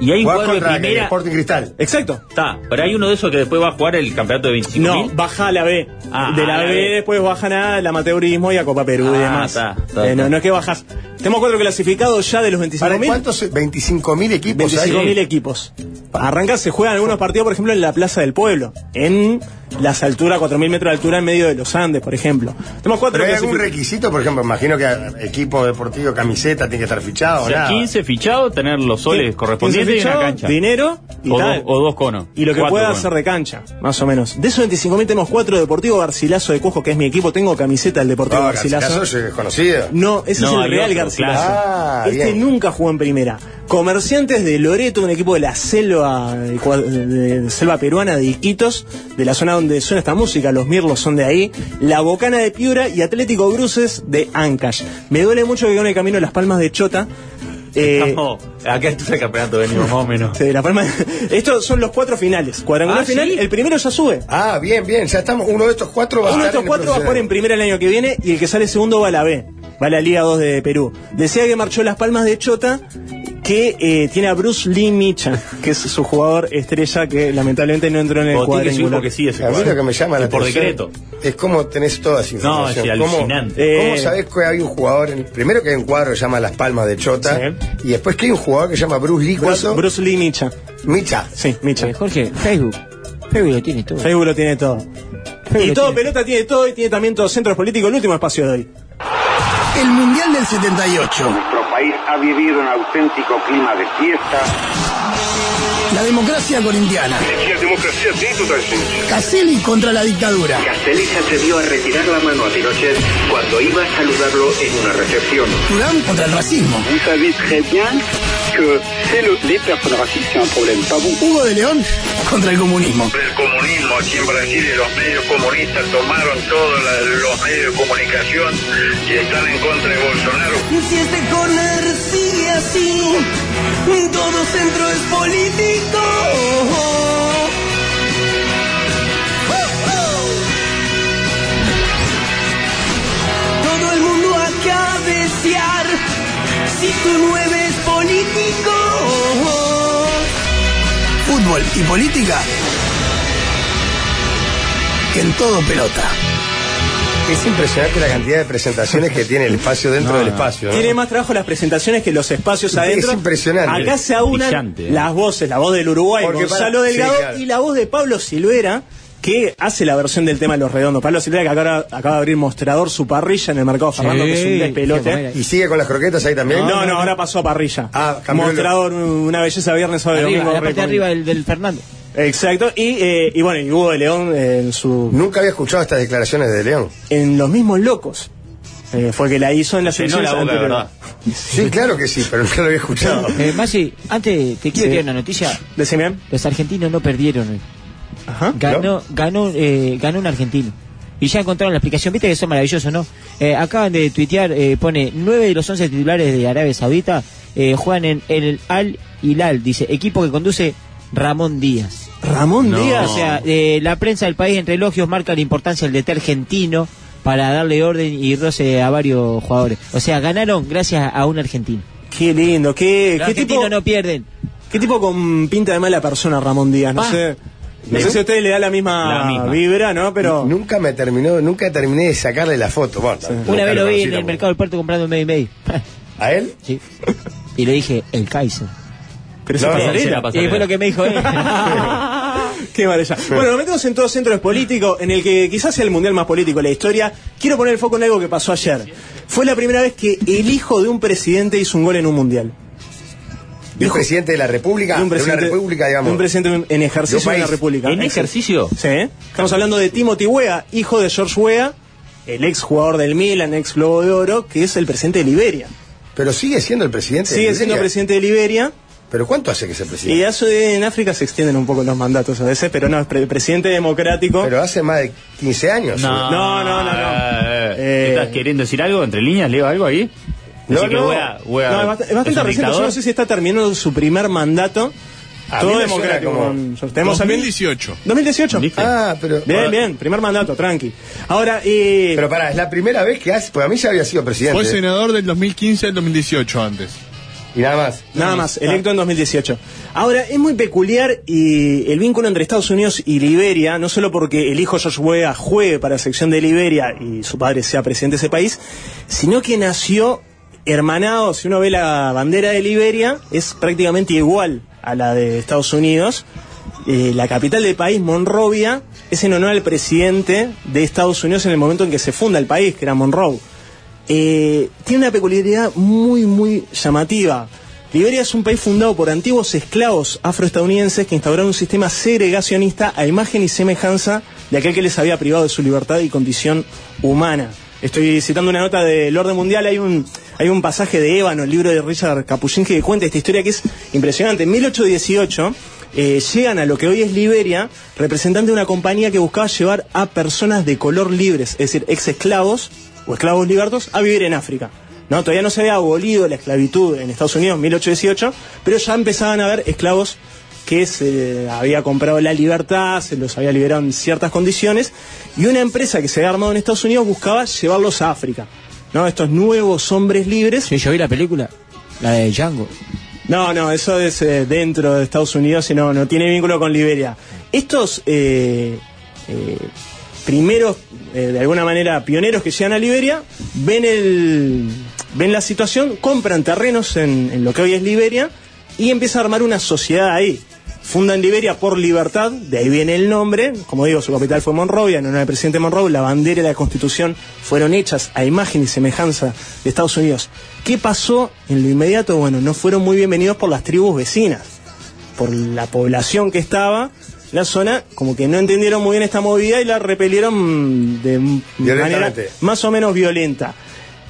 Y hay un
Jugás
cuadro de
contra el
primera.
Sporting Cristal.
Exacto.
Está, pero hay uno de esos que después va a jugar el campeonato de 25
No, baja a la B.
Ah,
de la
a la
B,
B.
después bajan al amateurismo y a Copa Perú y
Ah,
demás.
está, está,
Eh, no,
está.
no es que bajas. Tenemos cuatro clasificados ya de los 25.000.
¿Para cuántos? 25.000 equipos. hay?
25.000 equipos. Arranca, se juegan algunos partidos, por ejemplo, en la Plaza del Pueblo, en las alturas, 4.000 metros de altura en medio de los Andes, por ejemplo. Tenemos cuatro
¿Pero hay algún
clasific-
requisito? Por ejemplo, imagino que equipo deportivo, camiseta, tiene que estar fichado.
O sea,
nada.
15 fichados, tener los soles
15
correspondientes y una
fichados,
cancha.
dinero y
o,
tal.
dos- o dos conos.
Y lo que
Cuatro
pueda
conos.
hacer de cancha, más o menos. De esos 25.000 tenemos cuatro Deportivo Garcilaso de Cuojo, que es mi equipo. Tengo camiseta del Deportivo
Ah,
Garcilaso.
Garcilaso es conocido.
No, ese
No,
es
hay
el Real
otro,
Garcilaso.
claro. Ah,
este
bien.
nunca jugó en primera. Comerciantes de Loreto, un equipo de la selva, el cua- de, de selva peruana de Iquitos, de la zona donde suena esta música, los Mirlos son de ahí, La Bocana de Piura y Atlético Bruces de Ancash. Me duele mucho que en el camino Las Palmas de Chota.
(laughs)
Eh,
No, Oh, acá esto es el campeonato venimos más o menos.
de (laughs) La Palma- Estos son los cuatro finales. Cuadrangular
Ah, ¿sí?
final, el primero ya sube.
Ah, bien, bien. Ya estamos. Uno de estos cuatro va a
Uno de
estar en
estos
el
cuatro va a jugar en primera el año que viene y el que sale segundo va a la B, va a la Liga 2 de Perú. Decía que marchó Las Palmas de Chota, que eh, tiene a Bruce Lee Micha, que es su jugador estrella que lamentablemente no entró en el
O tiene que subir
cuadrangular.
porque sí ese A mí cuadro. lo que me llama la Y por atención- decreto. Es como tenés toda esa información.
es
¿Cómo-
alucinante.
¿Cómo,
Eh,
sabés que hay un jugador? en- primero que hay un cuadro que se llama Las Palmas de Chota. Y después que hay un jugador que se llama Bruce Lee.
Bruce,
¿cuánto?
Bruce Lee Micha.
Micha.
Sí,
Eh,
Micha.
Jorge, Facebook. Facebook lo tiene todo.
Facebook lo tiene todo. y todo pelota tiene todo y tiene también todos centros políticos. El último espacio de hoy.
El Mundial del 78.
Nuestro país ha vivido un auténtico clima de fiesta.
La democracia corintiana. Caselli contra la dictadura.
Castelli se atrevió a retirar la mano a Pinochet cuando iba a saludarlo en una recepción.
Durán contra el racismo.
Vous savez très bien que c'est le- les personnes racistes qui ont un problème, pas vous.
Hugo de León contra el comunismo.
El comunismo aquí en Brasil y los medios comunistas tomaron todos los medios de comunicación y están en contra de Bolsonaro.
Si este corner sigue así, todo centro es político. Todo el mundo a cabecear, si tu nueve es político.
Fútbol y política. En todo
Tota.
pelota.
Es impresionante la cantidad de presentaciones que tiene el espacio dentro del espacio. ¿eh? ¿no?
Tiene más trabajo las presentaciones que los espacios
Es
adentro.
impresionante.
Acá se aunan
Brillante, ¿eh?
las voces, la voz del Uruguay,
Porque
Gonzalo
para- sí,
Delgado
claro.
y la voz de Pablo Silvera, que hace la versión del tema Los Redondos. Pablo Silvera que acaba, acaba de abrir mostrador su parrilla en el mercado Fernando, que es un despelote.
¿Y sigue con las croquetas ahí también?
No, no, ahora pasó a parrilla.
Ah, cambió el-
mostrador, una belleza viernes, sábado y
Arriba,
domingo.
la parte de
recomiendo.
arriba del, del Fernando.
Exacto, y, eh, y bueno, y Hugo de León eh, en su...
Nunca había escuchado estas declaraciones de León.
En Los Mismos Locos. Eh, fue que la hizo en las
Llenó
elecciones
la boca,
anteriores.
¿verdad? Sí, claro que sí, pero nunca lo había
(laughs)
escuchado.
Eh, Masi, antes te quiero
Sí.
tirar una noticia.
Decime.
Los argentinos no perdieron hoy. Ganó, ganó, eh, ganó un argentino. Y ya encontraron la explicación. Viste que eso es maravilloso, ¿no? Eh, acaban de tuitear, eh, pone 9 de los 11 titulares de Arabia Saudita eh, juegan en, en el Al Hilal. Dice, equipo que conduce Ramón Díaz.
Ramón Díaz.
O sea, eh, la prensa del país entre elogios marca la importancia del detergentino para darle orden y roce a varios jugadores. O sea, ganaron gracias a un argentino.
Qué lindo, qué,
Los
qué
argentinos
tipo.
no pierden.
Qué tipo con pinta de mala persona Ramón Díaz, no
Pa.
sé. No
Le-
sé si a usted le da la misma,
Ah. La misma.
vibra, ¿no? Pero.
Nunca me terminó, nunca terminé de sacarle la foto. Bueno, nunca
Una vez lo vi
conocí
en el
tampoco.
mercado del puerto comprando un medio y medio.
¿A él?
Sí. Y le dije, el Kaiser.
Pero esa pasarela.
Y después lo que me
(laughs)
dijo él.
Qué maravilla. Bueno, nos metemos en todo centro de político, en el que quizás sea el mundial más político de la historia. Quiero poner el foco en algo que pasó ayer. Fue la primera vez que el hijo de un presidente hizo un gol en un mundial.
¿De un presidente de la República?
De un presidente-
una república, digamos.
de un presidente en ejercicio
De un
de, la
país.
República.
¿En
Exacto.
ejercicio?
Sí. Estamos hablando de Timothy Wea, hijo de George Wea, el ex jugador del Milan, ex Globo de Oro, que es el presidente de Liberia.
Pero sigue siendo el presidente. de
Sigue siendo
Liberia.
presidente de Liberia.
¿Pero cuánto hace que sea presidente?
Y hace- en África se extienden un poco los mandatos a veces, pero no, es pre- presidente democrático.
Pero hace más de 15 años.
No,
No, no, no, no.
Eh, ¿Estás queriendo decir algo? ¿Entre líneas? ¿Leo algo ahí? Decir que wea- wea-
No, es bast- es bastante
un
reciente. Yo
dictador.
no sé si está terminando su primer mandato.
A mí
Todo
me suena
democrático.
como
con- Tenemos también-
2018.
2018.
Ah, pero.
Bien, bien, primer mandato, tranqui. Ahora, eh,
Pero pará, es la primera vez que hace. Pues a mí ya había sido presidente.
Fue senador del 2015 al 2018 antes.
Y nada más.
Nada más, electo en 2018. Ahora, es muy peculiar y el vínculo entre Estados Unidos y Liberia, no solo porque el hijo George Weah juegue para la sección de Liberia y su padre sea presidente de ese país, sino que nació hermanado, si uno ve la bandera de Liberia, es prácticamente igual a la de Estados Unidos. Eh, la capital del país, Monrovia, es en honor al presidente de Estados Unidos en el momento en que se funda el país, que era Monroe. Eh, tiene una peculiaridad muy, muy llamativa. Liberia es un país fundado por antiguos esclavos afroestadounidenses que instauraron un sistema segregacionista a imagen y semejanza de aquel que les había privado de su libertad y condición humana. Estoy citando una nota del orden mundial, hay un, hay un pasaje de Ébano, el libro de Richard Kapuscinski, que cuenta esta historia que es impresionante. En 1818 eh, llegan a lo que hoy es Liberia representantes de una compañía que buscaba llevar a personas de color libres, es decir, ex esclavos o esclavos libertos, a vivir en África. No, todavía no se había abolido la esclavitud en Estados Unidos en 1818, pero ya empezaban a haber esclavos que se había comprado la libertad, se los había liberado en ciertas condiciones, y una empresa que se había armado en Estados Unidos buscaba llevarlos a África. ¿No? Estos nuevos hombres libres. Sí,
yo vi la película, la de Django.
No, no, eso es eh, dentro de Estados Unidos y no, no tiene vínculo con Liberia. Estos eh, eh, primeros, eh, de alguna manera, pioneros que llegan a Liberia, ven, el, ven la situación, compran terrenos en, en lo que hoy es Liberia y empieza a armar una sociedad ahí. Fundan Liberia por libertad, de ahí viene el nombre. Como digo, su capital fue Monrovia, en honor al presidente Monroe. La bandera y la constitución fueron hechas a imagen y semejanza de Estados Unidos. ¿Qué pasó en lo inmediato? Bueno, no fueron muy bienvenidos por las tribus vecinas, por la población que estaba. La zona, como que no entendieron muy bien esta movida y la repelieron de manera
Violentamente.
más o menos violenta.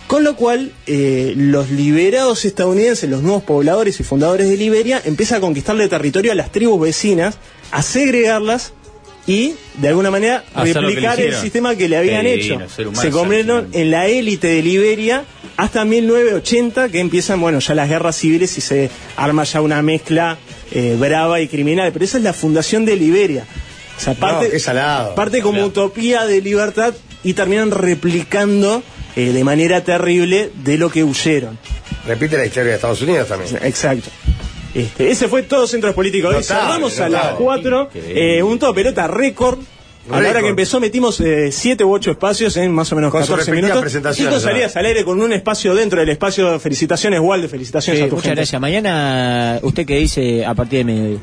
Con lo cual, eh, los liberados estadounidenses, los nuevos pobladores y fundadores de Liberia, empiezan a conquistarle territorio a las tribus vecinas, a segregarlas y, de alguna manera,
Hacer lo que le
replicar el
hicieron.
sistema que le habían
Qué
hecho.
divino, ser humano,
Se
ser
convirtieron en la élite de Liberia hasta 1980, que empiezan, bueno, ya las guerras civiles y se arma ya una mezcla eh, brava y criminal. Pero esa es la fundación de Liberia. O sea, parte,
qué salado.
parte como utopía de libertad y terminan replicando eh, de manera terrible de lo que huyeron.
Repite la historia de Estados Unidos también.
Exacto. Este, ese fue todo Centros Políticos. Hoy
Notable,
cerramos a
notable.
las 4. un todo pelota récord. A la hora
Récord.
que empezó metimos 7 u 8 espacios en más o menos
Con sus
14
respectivas
minutos. Y
presentaciones,
tú
¿verdad?
salías al aire con un espacio dentro del espacio. Felicitaciones, Walde. Felicitaciones
Sí,
a tu
muchas
gente.
gracias. Mañana, ¿usted qué dice a partir de mediodía?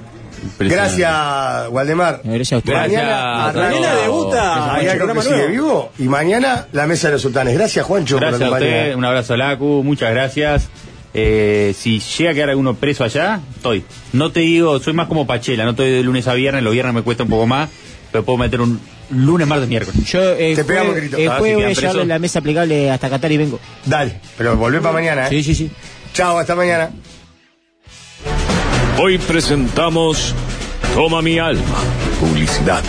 Gracias, Ah, Waldemar. Gracias
a usted.
Mañana,
Gracias,
mañana
Juancho.
debuta.
Gracias,
Mañana
Juancho.
creo que sigue vivo. Y mañana la mesa de los sultanes. Gracias, Juancho,
Gracias
por
a
la compañía.
usted, un abrazo a Lacu, muchas gracias. Eh, si llega a quedar alguno preso allá, estoy. No te digo, soy más como Pachela, no estoy de lunes a viernes, los viernes me cuesta un poco más, pero puedo meter un lunes, martes, miércoles.
Yo, eh,
Te
jue-
pegamos gritos.
eh,
Ah, si
jueves voy a
quedan
llevarlo
presos.
en la mesa aplicable hasta Qatar y vengo.
Dale, pero volvé para mañana, ¿eh? Sí,
sí, sí.
Chao, hasta mañana.
Hoy presentamos Toma mi alma. Publicidad.